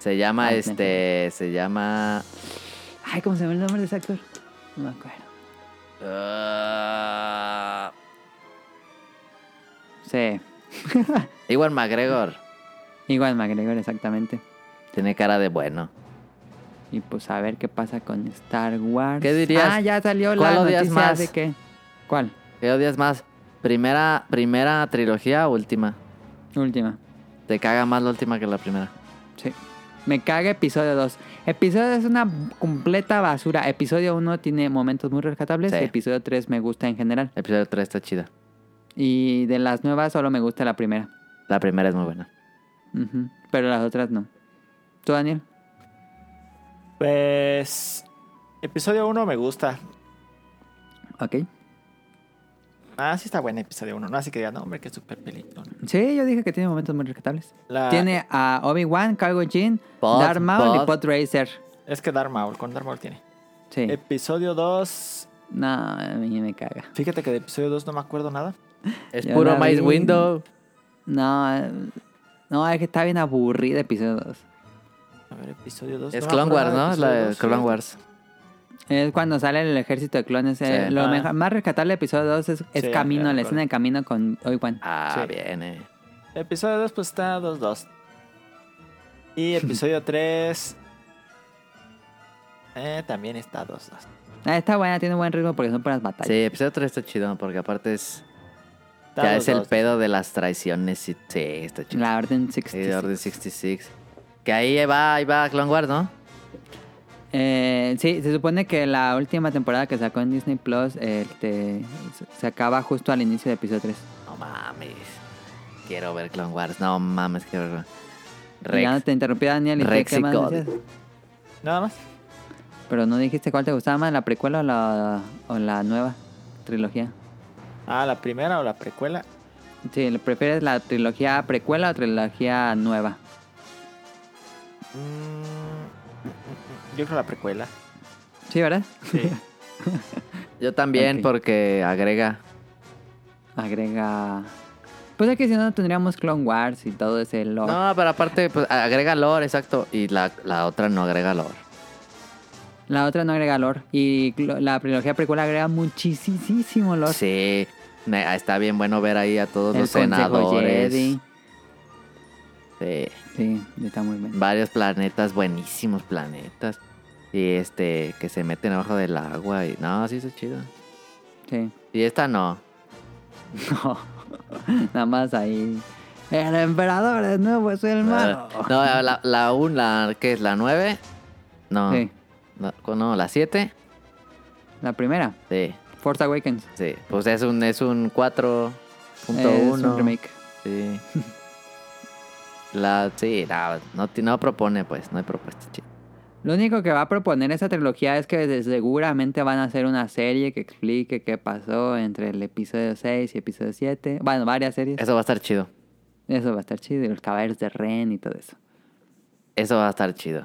[SPEAKER 1] Se llama
[SPEAKER 5] Ah,
[SPEAKER 1] este. Se llama.
[SPEAKER 5] Ay, ¿cómo se llama el nombre de ese actor? No me acuerdo.
[SPEAKER 1] ah,
[SPEAKER 5] Sí,
[SPEAKER 1] Ewan McGregor.
[SPEAKER 5] igual McGregor exactamente.
[SPEAKER 1] Tiene cara de bueno.
[SPEAKER 5] Y pues a ver qué pasa con Star Wars.
[SPEAKER 1] ¿Qué dirías?
[SPEAKER 5] Ah, ya salió la
[SPEAKER 1] ¿Cuál odias
[SPEAKER 5] noticia
[SPEAKER 1] más?
[SPEAKER 5] de que... ¿Cuál?
[SPEAKER 1] ¿Qué odias más? ¿Primera, primera trilogía o última?
[SPEAKER 5] Última.
[SPEAKER 1] Te caga más la última que la primera.
[SPEAKER 5] Sí. Me caga episodio 2. Episodio es una completa basura. Episodio 1 tiene momentos muy rescatables.
[SPEAKER 1] Sí.
[SPEAKER 5] Episodio 3 me gusta en general.
[SPEAKER 1] Episodio 3 está chida.
[SPEAKER 5] Y de las nuevas solo me gusta la primera.
[SPEAKER 1] La primera es muy buena.
[SPEAKER 5] Ujú, Pero las otras no. ¿Tú, Daniel?
[SPEAKER 6] Pues. Episodio 1 me gusta.
[SPEAKER 5] Ok.
[SPEAKER 6] Ah, sí está buena episodio 1. No así que diga, no, hombre, que súper película.
[SPEAKER 5] Sí, yo dije que tiene momentos muy rescatables.
[SPEAKER 1] Ah,
[SPEAKER 6] La-
[SPEAKER 1] eh.
[SPEAKER 5] Tiene a Obi-Wan, Cargo Jin,
[SPEAKER 1] Pod,
[SPEAKER 5] Darth Maul y
[SPEAKER 1] Pod.
[SPEAKER 5] Pod Racer.
[SPEAKER 6] Es que Darth Maul, con Darth Maul tiene.
[SPEAKER 5] Sí.
[SPEAKER 1] Eh.
[SPEAKER 6] Episodio 2.
[SPEAKER 5] No, a mí me caga.
[SPEAKER 6] Fíjate que de episodio 2 no me acuerdo nada.
[SPEAKER 1] Es
[SPEAKER 5] Yo
[SPEAKER 1] puro
[SPEAKER 5] la
[SPEAKER 1] Maze
[SPEAKER 5] vi. Pues
[SPEAKER 1] Window.
[SPEAKER 5] No, eh, no, es que está bien aburrida episodio 2.
[SPEAKER 6] A ver, episodio 2.
[SPEAKER 1] Es Clone Wars, ¿no? La de Clone Wars.
[SPEAKER 5] Es cuando sale el ejército de clones. eh,
[SPEAKER 1] Sí.
[SPEAKER 5] lo
[SPEAKER 6] Ah.
[SPEAKER 5] meja- más rescatable de episodio 2 es, es
[SPEAKER 6] Sí,
[SPEAKER 5] Camino, la
[SPEAKER 6] ya recuerdo.
[SPEAKER 5] escena de Camino con Obi-Wan.
[SPEAKER 1] Ah,
[SPEAKER 6] Sí.
[SPEAKER 1] bien, eh.
[SPEAKER 6] Episodio 2, pues está 2-2. Y episodio 3. Eh, también está 2-2.
[SPEAKER 5] Ah, está buena, tiene buen ritmo porque son puras batallas.
[SPEAKER 1] Sí, episodio 3 está chido porque aparte es.
[SPEAKER 6] Está
[SPEAKER 1] Ya es el
[SPEAKER 6] 2-2.
[SPEAKER 1] pedo de las traiciones. y- Sí, está chido.
[SPEAKER 5] La Orden
[SPEAKER 1] Sí,
[SPEAKER 5] 66.
[SPEAKER 1] de Orden 66. Que ahí va, ahí va Clone Wars, ¿no?
[SPEAKER 5] Eh, sí, se supone que la última temporada que sacó en Disney Plus este, se- se acaba justo al inicio de episodio 3.
[SPEAKER 1] No mames. Quiero ver Clone Wars. No mames, quiero ver.
[SPEAKER 5] Ya no
[SPEAKER 1] Rex.
[SPEAKER 5] te interrumpí, Daniel, y
[SPEAKER 1] Rex
[SPEAKER 5] qué
[SPEAKER 1] y
[SPEAKER 5] más
[SPEAKER 1] God.
[SPEAKER 5] decías?
[SPEAKER 6] Nada más.
[SPEAKER 5] Pero no dijiste cuál te gustaba más, la precuela o la, o la nueva. trilogía?
[SPEAKER 6] Ah, la primera o la precuela.
[SPEAKER 5] Sí, ¿le ¿prefieres la trilogía precuela o trilogía nueva?
[SPEAKER 6] Mm, yo creo la precuela.
[SPEAKER 5] Sí, ¿verdad?
[SPEAKER 6] Sí.
[SPEAKER 1] Yo también,
[SPEAKER 5] Ok.
[SPEAKER 1] porque agrega.
[SPEAKER 5] Agrega... Pues es que si no tendríamos Clone Wars y todo ese lore.
[SPEAKER 1] No, pero aparte, pues agrega lore, exacto. Y la, la otra no agrega lore.
[SPEAKER 5] La otra no agrega lore. Y clo- la trilogía precuela agrega muchísimo lore.
[SPEAKER 1] Sí, me- ah, está bien bueno ver ahí a todos los
[SPEAKER 5] Consejo
[SPEAKER 1] senadores.
[SPEAKER 5] Jedi.
[SPEAKER 1] Sí,
[SPEAKER 5] Sí, está muy bien.
[SPEAKER 1] varios planetas, buenísimos planetas. Y este, que se meten abajo del agua. Y no, sí, es chido.
[SPEAKER 5] Sí.
[SPEAKER 1] Y esta no.
[SPEAKER 5] No. Nada más ahí. El emperador de nuevo es
[SPEAKER 1] Ah.
[SPEAKER 5] el malo.
[SPEAKER 1] No, la, la, un- la ¿qué es? ¿La 9? No.
[SPEAKER 5] Sí.
[SPEAKER 1] No, no, la 7.
[SPEAKER 5] La primera,
[SPEAKER 1] Sí,
[SPEAKER 5] Force Awakens.
[SPEAKER 1] sí. Pues es un, es un 4.1.
[SPEAKER 5] es un remake.
[SPEAKER 1] Sí. La, sí, no, no, ti- no propone, pues, no hay propuesta. chi-
[SPEAKER 5] Lo único que va a proponer esa trilogía es que de- seguramente van a hacer una serie que explique qué pasó entre el episodio 6 y episodio 7. Bueno, varias series. Eso,
[SPEAKER 1] Eso va a estar chido.
[SPEAKER 5] va a estar chido. y Los caballeros de Ren y todo eso.
[SPEAKER 1] Eso va a estar chido.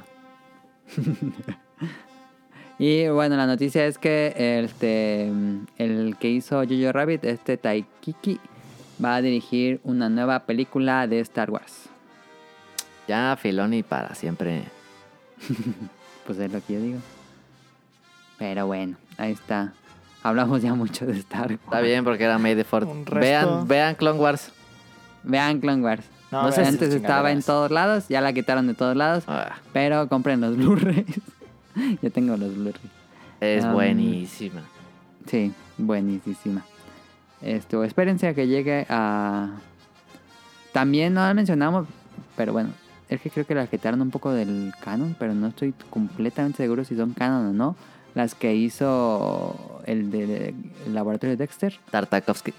[SPEAKER 5] Y bueno, la noticia es que este el que hizo Jojo Rabbit, este Taikiki, va a dirigir una nueva película de Star Wars.
[SPEAKER 1] Ya Filoni para siempre.
[SPEAKER 5] Pues es lo que yo digo. Pero bueno, ahí está. Hablamos ya mucho de Star Wars.
[SPEAKER 1] Está bien porque era Made the Fourth.
[SPEAKER 6] Un resto.
[SPEAKER 1] Vean, vean Clone Wars.
[SPEAKER 5] Vean Clone Wars.
[SPEAKER 6] No,
[SPEAKER 5] No sé,
[SPEAKER 6] vean
[SPEAKER 5] antes
[SPEAKER 6] esas
[SPEAKER 5] estaba en
[SPEAKER 6] chingaderas.
[SPEAKER 5] todos lados, ya la quitaron de todos lados.
[SPEAKER 1] Ah,
[SPEAKER 5] Pero compren los Blu-rays. yo tengo los Blu-rays.
[SPEAKER 1] es
[SPEAKER 5] Um,
[SPEAKER 1] buenísima.
[SPEAKER 5] Sí, buenísima. Esto, espérense a que llegue a. También no la mencionamos, pero bueno, es que creo que la quitaron un poco del canon, pero no estoy completamente seguro si son canon o no. Las que hizo el de el laboratorio de Dexter,
[SPEAKER 1] Tartakovsky.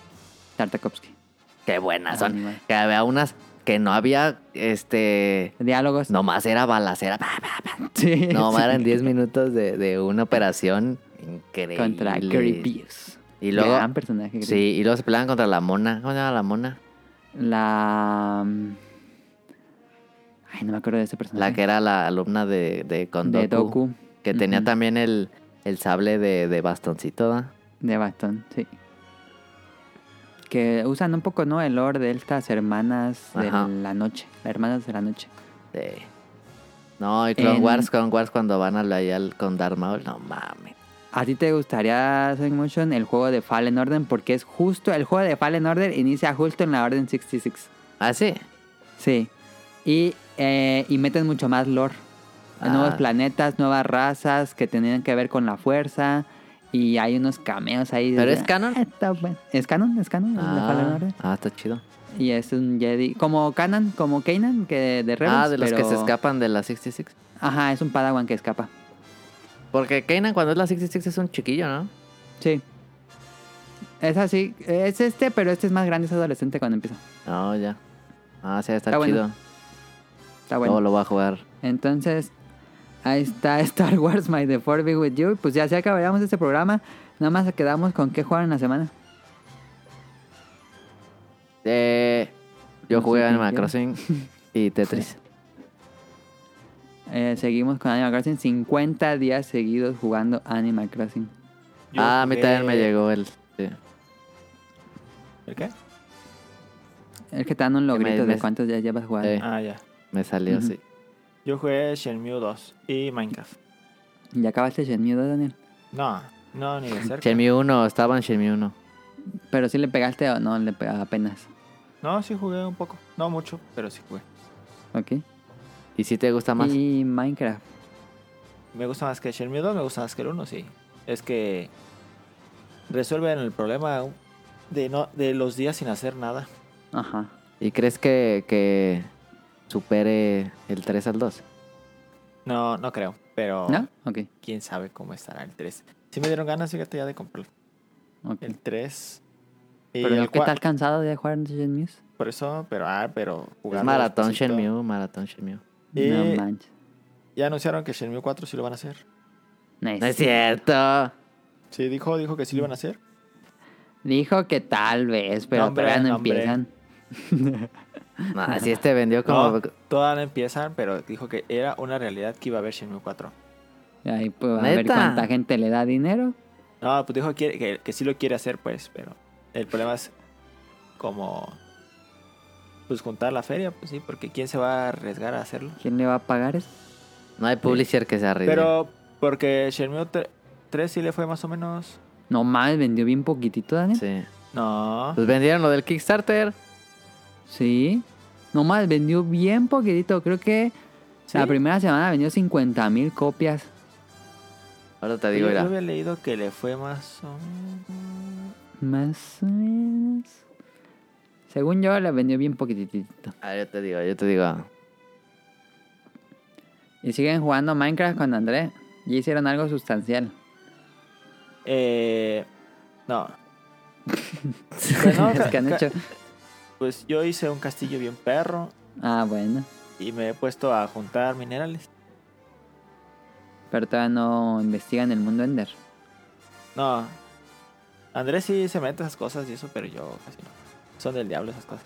[SPEAKER 5] Tartakovsky. Ah,
[SPEAKER 1] Qué buenas Ah, son.
[SPEAKER 5] Animal.
[SPEAKER 1] Que había unas que no había, este...
[SPEAKER 5] Diálogos.
[SPEAKER 1] Nomás era balacera. pa, pa, pa.
[SPEAKER 5] sí, sí.
[SPEAKER 1] Nomás eran 10 minutos de, de una operación increíble.
[SPEAKER 5] Contra Curry Pierce.
[SPEAKER 1] Y luego...
[SPEAKER 5] Gran personaje. Curry
[SPEAKER 1] Sí, y luego se peleaban contra la mona. ¿Cómo se llama la mona?
[SPEAKER 5] La. mm, Ay, no me acuerdo de ese personaje.
[SPEAKER 1] La que era la alumna de, de Kondoku.
[SPEAKER 5] De Doku,
[SPEAKER 1] Que tenía
[SPEAKER 5] Ujú.
[SPEAKER 1] también el, el sable de, de bastoncito, ¿va?
[SPEAKER 5] de bastón, sí. Que usan un poco, ¿no? El lore de estas hermanas de
[SPEAKER 1] Ajá.
[SPEAKER 5] la noche. Las hermanas de la noche.
[SPEAKER 1] Sí. No, y Clone
[SPEAKER 5] En-
[SPEAKER 1] Wars, Clone Wars cuando van a la al con Darth Maul, no mames.
[SPEAKER 5] ¿A ti te gustaría, Sonic Motion, el juego de Fallen Order? Porque es justo, el juego de Fallen Order inicia justo en la Orden 66.
[SPEAKER 1] Ah, sí.
[SPEAKER 5] Sí. Y, eh, y meten mucho más lore.
[SPEAKER 1] Ah.
[SPEAKER 5] Nuevos planetas, nuevas razas que tenían que ver con la fuerza. Y hay unos cameos ahí.
[SPEAKER 1] ¿Pero
[SPEAKER 5] de-
[SPEAKER 1] es canon?
[SPEAKER 5] Ah, está bueno. Es canon, es canon. el de Fallen
[SPEAKER 1] Ah,
[SPEAKER 5] Order.
[SPEAKER 1] ah, está chido.
[SPEAKER 5] Y es un Jedi. Como Canon, como Kanan, que de Rebels.
[SPEAKER 1] ah, de los que
[SPEAKER 5] pero-
[SPEAKER 1] se escapan de la 66.
[SPEAKER 5] Ajá, es un Padawan que escapa.
[SPEAKER 1] Porque Kanan cuando es la 66 es un chiquillo, ¿no?
[SPEAKER 5] Sí. Es así. Es este, pero este es más grande, es adolescente cuando empieza.
[SPEAKER 1] No, ya. Ah, sí, está,
[SPEAKER 5] Está bueno.
[SPEAKER 1] chido.
[SPEAKER 5] Está bueno.
[SPEAKER 1] Luego lo voy a jugar.
[SPEAKER 5] Entonces, ahí está Star Wars My The Four Be With You. Pues ya se acabaríamos este programa. Nada más quedamos con qué jugar en la semana.
[SPEAKER 1] Eh,
[SPEAKER 5] No
[SPEAKER 1] yo
[SPEAKER 5] sé
[SPEAKER 1] jugué
[SPEAKER 5] qué
[SPEAKER 1] Animal
[SPEAKER 5] quieras.
[SPEAKER 1] Crossing y Tetris.
[SPEAKER 5] Eh, seguimos con Animal Crossing. 50 días seguidos jugando Animal Crossing.
[SPEAKER 6] Yo
[SPEAKER 1] ah, a mí
[SPEAKER 6] jugué-
[SPEAKER 1] también me llegó el... sí.
[SPEAKER 6] ¿El qué?
[SPEAKER 5] Es que te dan un
[SPEAKER 1] me-
[SPEAKER 5] logrito de
[SPEAKER 1] me-
[SPEAKER 5] cuántos días llevas jugando.
[SPEAKER 1] Eh.
[SPEAKER 6] Ah, ya.
[SPEAKER 1] Me salió
[SPEAKER 5] Ujú.
[SPEAKER 1] sí.
[SPEAKER 6] Yo jugué Shenmue 2 y Minecraft.
[SPEAKER 5] Ya acabaste el miedo, Daniel.
[SPEAKER 6] No, no, ni de cerca.
[SPEAKER 1] Shenmue 1, estaba en Shenmue 1.
[SPEAKER 5] Pero si le pegaste o no, le pegas apenas.
[SPEAKER 6] No, sí jugué un poco. No mucho, pero sí jugué.
[SPEAKER 5] Ok.
[SPEAKER 1] ¿Y si te gusta más?
[SPEAKER 5] Y Minecraft.
[SPEAKER 6] Me gusta más que Shenmue 2, me gusta más que el 1, sí. Es que resuelven el problema de, no, de los días sin hacer nada.
[SPEAKER 5] Ajá.
[SPEAKER 1] ¿Y crees que, que supere el 3 al 2?
[SPEAKER 6] No, no creo, pero
[SPEAKER 5] ¿No? Ok.
[SPEAKER 6] quién sabe cómo estará el 3. Sí me dieron ganas, fíjate, ya de comprarlo.
[SPEAKER 5] ok.
[SPEAKER 6] El 3. Y
[SPEAKER 5] Pero
[SPEAKER 6] el
[SPEAKER 5] ¿qué tal
[SPEAKER 6] 4.
[SPEAKER 5] cansado de jugar en Gen Muse?
[SPEAKER 6] Por eso, pero, ah, pero
[SPEAKER 1] Es
[SPEAKER 6] jugar.
[SPEAKER 1] maratón Shenmue, maratón Shenmue.
[SPEAKER 6] Y-
[SPEAKER 5] No manches.
[SPEAKER 6] Ya anunciaron que Shenmue 4 sí lo van a hacer.
[SPEAKER 5] No
[SPEAKER 1] No es cierto. Mm.
[SPEAKER 6] Sí, dijo, dijo que sí lo iban a hacer.
[SPEAKER 5] Dijo que tal vez, pero
[SPEAKER 6] No, hombre,
[SPEAKER 5] todavía no
[SPEAKER 6] no, hombre.
[SPEAKER 5] empiezan.
[SPEAKER 1] No, así este vendió como...
[SPEAKER 6] No, todavía no empiezan, pero dijo que era una realidad que iba a haber Shenmue 4.
[SPEAKER 5] Ahí pues, a ver
[SPEAKER 1] ¿Neta?
[SPEAKER 5] cuánta gente le da dinero.
[SPEAKER 6] No, pues dijo que, que, que sí lo quiere hacer, pues, pero el problema es como... Pues juntar la feria, pues sí, porque ¿quién se va a arriesgar a hacerlo?
[SPEAKER 5] ¿Quién le va a pagar eso?
[SPEAKER 1] No hay publisher que se arriesgue.
[SPEAKER 6] Pero porque Shenmue 3 sí le fue más o menos...
[SPEAKER 5] No mames, vendió bien poquitito, Daniel. Sí.
[SPEAKER 1] Sí.
[SPEAKER 6] No.
[SPEAKER 1] Pues vendieron lo del Kickstarter.
[SPEAKER 5] No mames, vendió bien poquitito. Creo que
[SPEAKER 6] ¿Sí?
[SPEAKER 5] la primera semana vendió 50 mil copias.
[SPEAKER 1] Ahora te
[SPEAKER 6] Yo,
[SPEAKER 1] digo,
[SPEAKER 6] yo
[SPEAKER 1] mira.
[SPEAKER 6] había leído que le fue más o menos...
[SPEAKER 5] Más o menos. Según yo, la vendió bien poquitito.
[SPEAKER 1] A ver, yo te digo, yo te digo.
[SPEAKER 5] Y siguen jugando Minecraft con André. Y hicieron algo sustancial.
[SPEAKER 6] Eh, no. Bueno,
[SPEAKER 5] Es que han
[SPEAKER 6] ca-
[SPEAKER 5] hecho.
[SPEAKER 6] Pues yo hice un castillo bien perro
[SPEAKER 5] Ah, bueno.
[SPEAKER 6] y me he puesto a juntar minerales.
[SPEAKER 5] Pero todavía no investigan el mundo Ender.
[SPEAKER 6] No. Andrés sí se mete a esas cosas y eso, pero yo casi no. Son del diablo esas cosas.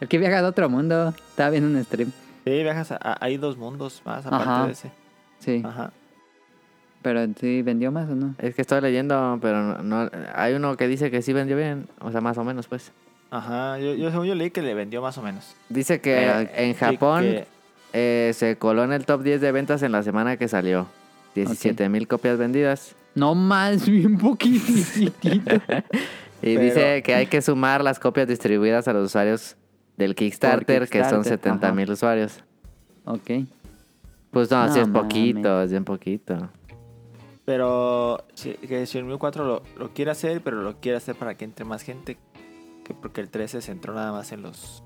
[SPEAKER 5] El que viaja a otro mundo. Estaba viendo un stream.
[SPEAKER 6] Sí, viajas a- a- hay dos mundos más aparte
[SPEAKER 5] Ajá.
[SPEAKER 6] de ese.
[SPEAKER 5] Sí.
[SPEAKER 6] Ajá.
[SPEAKER 5] Pero sí, vendió más o no.
[SPEAKER 1] Es que estoy leyendo, pero no, no- hay uno que dice que sí vendió bien, o sea, más o menos, pues.
[SPEAKER 6] Ajá. Yo, yo según yo leí que le vendió más o menos.
[SPEAKER 1] Dice que
[SPEAKER 5] Pero,
[SPEAKER 6] Que-
[SPEAKER 1] en Japón
[SPEAKER 6] que-
[SPEAKER 1] eh, se coló en el top 10 de ventas en la semana que salió. 17 mil copias vendidas.
[SPEAKER 5] No más, bien poquitito.
[SPEAKER 1] Y
[SPEAKER 6] Pero-
[SPEAKER 1] dice que hay que sumar las copias distribuidas a los usuarios del Kickstarter, que son
[SPEAKER 5] Kickstarter,
[SPEAKER 1] 70 mil usuarios.
[SPEAKER 5] ok.
[SPEAKER 1] Pues no,
[SPEAKER 5] No
[SPEAKER 1] sí es
[SPEAKER 5] mames.
[SPEAKER 1] poquito, es bien poquito.
[SPEAKER 6] pero sí, que Shenmue 4 lo, lo quiere hacer, pero lo quiere hacer para que entre más gente. Que porque el 13 se entró nada más en los.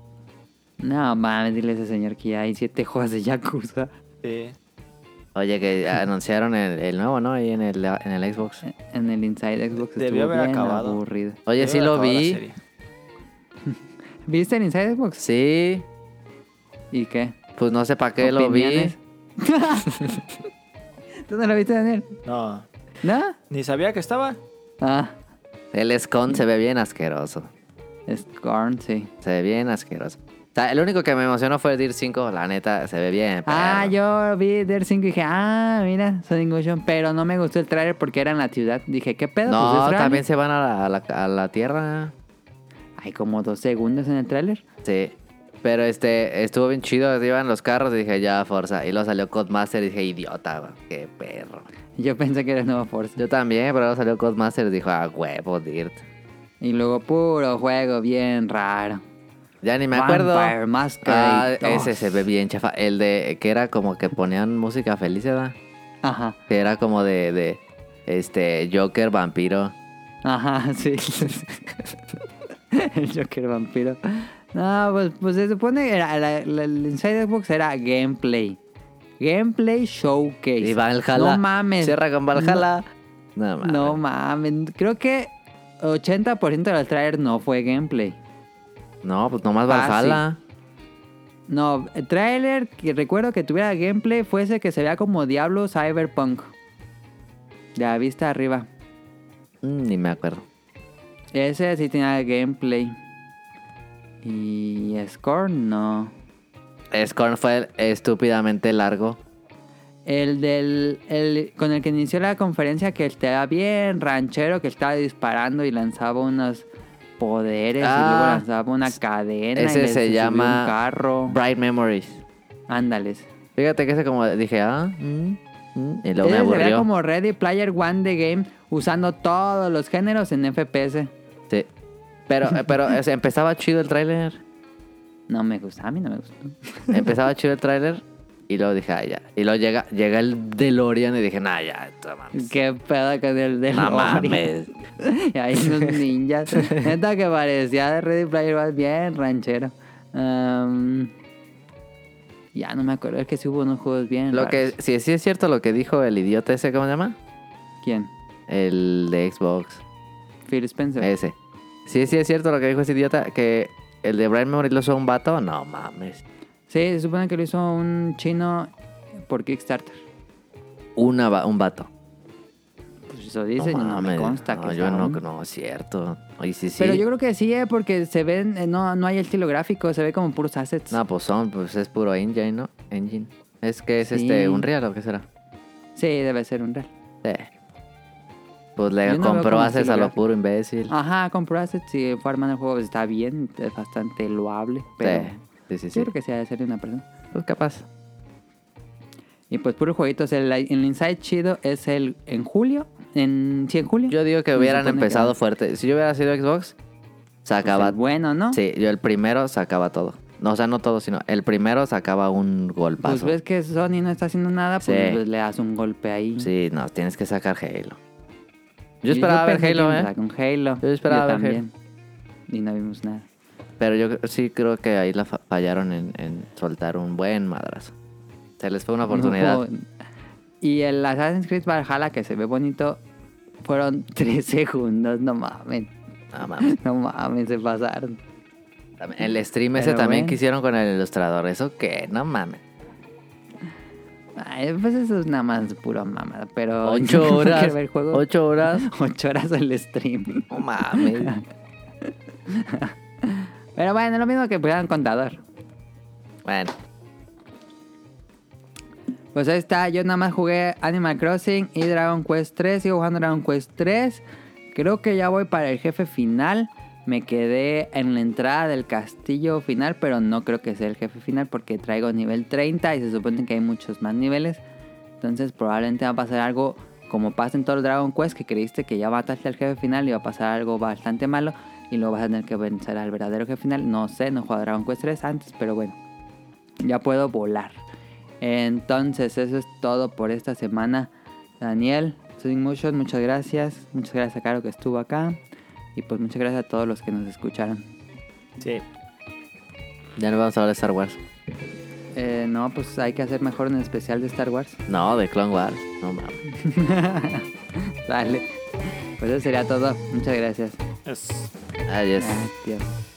[SPEAKER 5] No mames, dile a ese señor que ya hay siete juegos de Yakuza.
[SPEAKER 6] Sí.
[SPEAKER 1] Oye, que anunciaron el, el nuevo, ¿no? Ahí en el, en el Xbox.
[SPEAKER 5] En el Inside Xbox
[SPEAKER 6] Debió
[SPEAKER 5] estuvo
[SPEAKER 6] haber
[SPEAKER 5] bien
[SPEAKER 6] acabado.
[SPEAKER 5] aburrido.
[SPEAKER 1] Oye, sí
[SPEAKER 6] Debe
[SPEAKER 1] lo
[SPEAKER 6] acabar la
[SPEAKER 1] vi.
[SPEAKER 6] serie.
[SPEAKER 5] ¿Viste el Inside Xbox?
[SPEAKER 1] Sí,
[SPEAKER 5] ¿Y qué?
[SPEAKER 1] pues no sé para qué lo vi.
[SPEAKER 5] eh, ¿Opiniones? ¿Tú no lo viste, Daniel?
[SPEAKER 6] No.
[SPEAKER 5] ¿No?
[SPEAKER 6] Ni sabía que estaba.
[SPEAKER 5] Ah,
[SPEAKER 1] El Scon se ve bien asqueroso.
[SPEAKER 5] Scorn, sí.
[SPEAKER 1] Se ve bien asqueroso. O sea, el único que me emocionó fue el Dir 5, la neta, se ve bien.
[SPEAKER 5] Ah,
[SPEAKER 1] pero-
[SPEAKER 5] yo vi Dirt 5 y dije, ah, mira, Sonic Motion. Pero no me gustó el trailer porque era en la ciudad. Dije, ¿qué pedo?
[SPEAKER 1] No,
[SPEAKER 5] Pues es
[SPEAKER 1] también
[SPEAKER 5] real.
[SPEAKER 1] se van a la, a la- a la tierra.
[SPEAKER 5] Hay como dos segundos en el trailer.
[SPEAKER 1] Sí. Pero este, estuvo bien chido. Iban los carros y dije, ya, Forza. Y luego salió Codemaster y dije, idiota, güey, qué perro.
[SPEAKER 5] Yo pensé que era nueva Forza.
[SPEAKER 1] Yo también, pero luego salió Codemaster y dijo, ah, huevo, Dirt.
[SPEAKER 5] Y luego puro juego bien raro.
[SPEAKER 1] Ya ni me acuerdo.
[SPEAKER 5] Vampire
[SPEAKER 1] Ah,
[SPEAKER 5] Masquerade 2.
[SPEAKER 1] ese se ve bien chafa. El de que era como que ponían música feliz, ¿verdad?
[SPEAKER 5] Ajá,
[SPEAKER 1] Que era como de, de este Joker vampiro.
[SPEAKER 5] ajá, sí. el Joker vampiro. No, pues, pues se supone que era- la- la- el Inside Xbox era gameplay. Gameplay Showcase.
[SPEAKER 1] Y Valhalla.
[SPEAKER 5] No mames.
[SPEAKER 1] Cierra con Valhalla. No, mames.
[SPEAKER 5] No mames. Creo que 80% del trailer no fue gameplay.
[SPEAKER 1] No, pues nomás
[SPEAKER 5] Fácil.
[SPEAKER 1] Valhalla.
[SPEAKER 5] No, el trailer que recuerdo que tuviera gameplay fue ese que se vea como Diablo Cyberpunk. De la vista arriba.
[SPEAKER 1] Mm, ni me acuerdo.
[SPEAKER 5] Ese sí tenía gameplay. Y Scorn no.
[SPEAKER 1] Scorn fue estúpidamente largo.
[SPEAKER 5] El del. El, con el que inició la conferencia que estaba bien ranchero, que estaba disparando y lanzaba unos poderes y luego
[SPEAKER 1] Ah,
[SPEAKER 5] lanzaba una cadena. y
[SPEAKER 1] ese
[SPEAKER 5] le
[SPEAKER 1] se
[SPEAKER 5] subía
[SPEAKER 1] llama
[SPEAKER 5] Un carro.
[SPEAKER 1] Bright Memories.
[SPEAKER 5] Ándales.
[SPEAKER 1] Fíjate que ese como dije, ah, mm, mm, y
[SPEAKER 5] Ese se
[SPEAKER 1] luego me
[SPEAKER 5] veía
[SPEAKER 1] aburrió.
[SPEAKER 5] como Ready Player One de Game usando todos los géneros en FPS.
[SPEAKER 1] Sí. Pero, eh, pero o sea, empezaba chido el tráiler.
[SPEAKER 5] No me gusta, a mí no me gustó.
[SPEAKER 1] Empezaba chido el tráiler y luego dije, ah, ya. Y luego llega, llega el DeLorean y dije, nah, ya, no mames.
[SPEAKER 5] Qué pedo con el de
[SPEAKER 1] No mames.
[SPEAKER 5] Y ahí unos ninjas. Neta que parecía de Ready Player One bien ranchero. Am, ya no me acuerdo, es que sí hubo unos juegos bien.
[SPEAKER 1] Lo
[SPEAKER 5] raros.
[SPEAKER 1] que, sí, sí es cierto lo que dijo el idiota ese, ¿cómo se llama?
[SPEAKER 5] ¿Quién?
[SPEAKER 1] El de Xbox.
[SPEAKER 5] Phil Spencer.
[SPEAKER 1] Ese. Sí, sí es cierto lo que dijo ese idiota, que el de Bright Memories lo hizo un vato. No mames.
[SPEAKER 5] Sí, se supone que lo hizo un chino por Kickstarter.
[SPEAKER 1] Una, va- un vato.
[SPEAKER 5] Pues eso dicen, no, me
[SPEAKER 1] mames,
[SPEAKER 5] consta
[SPEAKER 1] no,
[SPEAKER 5] que
[SPEAKER 1] yo
[SPEAKER 5] sea
[SPEAKER 1] no,
[SPEAKER 5] un-
[SPEAKER 1] no, es cierto. Oye, sí, sí.
[SPEAKER 5] Pero yo creo que sí, eh, porque se ven, eh, no, no hay estilo gráfico, se ve como puros assets.
[SPEAKER 1] No, pues son, pues es puro engine, ¿no? Engine. Es que es
[SPEAKER 5] Sí.
[SPEAKER 1] este Unreal o qué será.
[SPEAKER 5] Sí, debe ser un real.
[SPEAKER 1] Sí. Pues
[SPEAKER 5] Yo
[SPEAKER 1] le
[SPEAKER 5] no veo
[SPEAKER 1] compró
[SPEAKER 5] como
[SPEAKER 1] haces
[SPEAKER 5] estilo
[SPEAKER 1] a lo
[SPEAKER 5] gráfico.
[SPEAKER 1] puro imbécil.
[SPEAKER 5] Ajá, compró assets y fue armando el juego, pues, está bien, es bastante loable, pero
[SPEAKER 1] sí, sí, sí.
[SPEAKER 5] yo
[SPEAKER 1] sí.
[SPEAKER 5] creo que sí ha de ser una persona.
[SPEAKER 1] Pues capaz.
[SPEAKER 5] Y pues puros jueguitos, el, el Inside Chido es el en julio, en, sí, en julio.
[SPEAKER 1] Yo digo que
[SPEAKER 5] Se
[SPEAKER 1] hubieran
[SPEAKER 5] supone que
[SPEAKER 1] empezado
[SPEAKER 5] va-
[SPEAKER 1] fuerte. Si yo hubiera sido Xbox,
[SPEAKER 5] pues,
[SPEAKER 1] sacaba.
[SPEAKER 5] el bueno, ¿no?
[SPEAKER 1] Sí, yo el primero sacaba todo. No, o sea, no todo, sino el primero sacaba un golpazo.
[SPEAKER 5] Pues ves que Sony no está haciendo nada, pues,
[SPEAKER 1] Sí.
[SPEAKER 5] pues, le das un golpe ahí.
[SPEAKER 1] Sí, no, tienes que sacar Halo.
[SPEAKER 5] Y
[SPEAKER 1] Yo esperaba ver
[SPEAKER 5] pensé que
[SPEAKER 1] Halo,
[SPEAKER 5] iban a
[SPEAKER 1] ¿eh?
[SPEAKER 5] sacar Con Halo.
[SPEAKER 1] Yo esperaba ver Halo.
[SPEAKER 5] también. Y no vimos nada.
[SPEAKER 1] Pero yo sí creo que ahí la fa- fallaron en, en soltar un buen madrazo. Se les fue una oportunidad.
[SPEAKER 5] No. Y el Assassin's Creed Valhalla, que se ve bonito, fueron 3 segundos. No mames,
[SPEAKER 1] No mames.
[SPEAKER 5] no mames, se pasaron.
[SPEAKER 1] También- El stream
[SPEAKER 5] Pero
[SPEAKER 1] ese también
[SPEAKER 5] bueno.
[SPEAKER 1] que hicieron con el ilustrador. ¿Eso qué? No mames.
[SPEAKER 5] Ay, pues eso es nada más pura mamada. Pero yo no quiero
[SPEAKER 1] Ocho horas.
[SPEAKER 5] ver juegos. Ocho.
[SPEAKER 1] Ocho horas.
[SPEAKER 5] horas el stream.
[SPEAKER 1] No mames.
[SPEAKER 5] Pero bueno, lo mismo que pegar un contador.
[SPEAKER 1] Bueno,
[SPEAKER 5] Pues ahí está, yo nada más jugué Animal Crossing y Dragon Quest 3, sigo jugando Dragon Quest 3. Creo que ya voy para el jefe final. Me quedé en la entrada del castillo final, pero no creo que sea el jefe final porque traigo nivel 30 y se supone que hay muchos más niveles. Entonces probablemente va a pasar algo como pasa en todos los Dragon Quest, que creíste que ya mataste al jefe final y va a pasar algo bastante malo y luego vas a tener que vencer al verdadero jefe final. No sé, no he jugado Dragon Quest 3 antes, pero bueno, ya puedo volar. Entonces, eso es todo por esta semana. Daniel, Swing Motion, muchas gracias. Muchas gracias a Caro que estuvo acá. Y pues muchas gracias a todos los que nos escucharon.
[SPEAKER 6] Sí.
[SPEAKER 1] ya no vamos a hablar de Star Wars.
[SPEAKER 5] Eh, no, pues hay que hacer mejor un especial de Star Wars.
[SPEAKER 1] No, de Clone Wars. No mames.
[SPEAKER 5] Dale. Pues eso sería todo. Muchas gracias.
[SPEAKER 6] Es...
[SPEAKER 1] Adiós.
[SPEAKER 5] Adiós.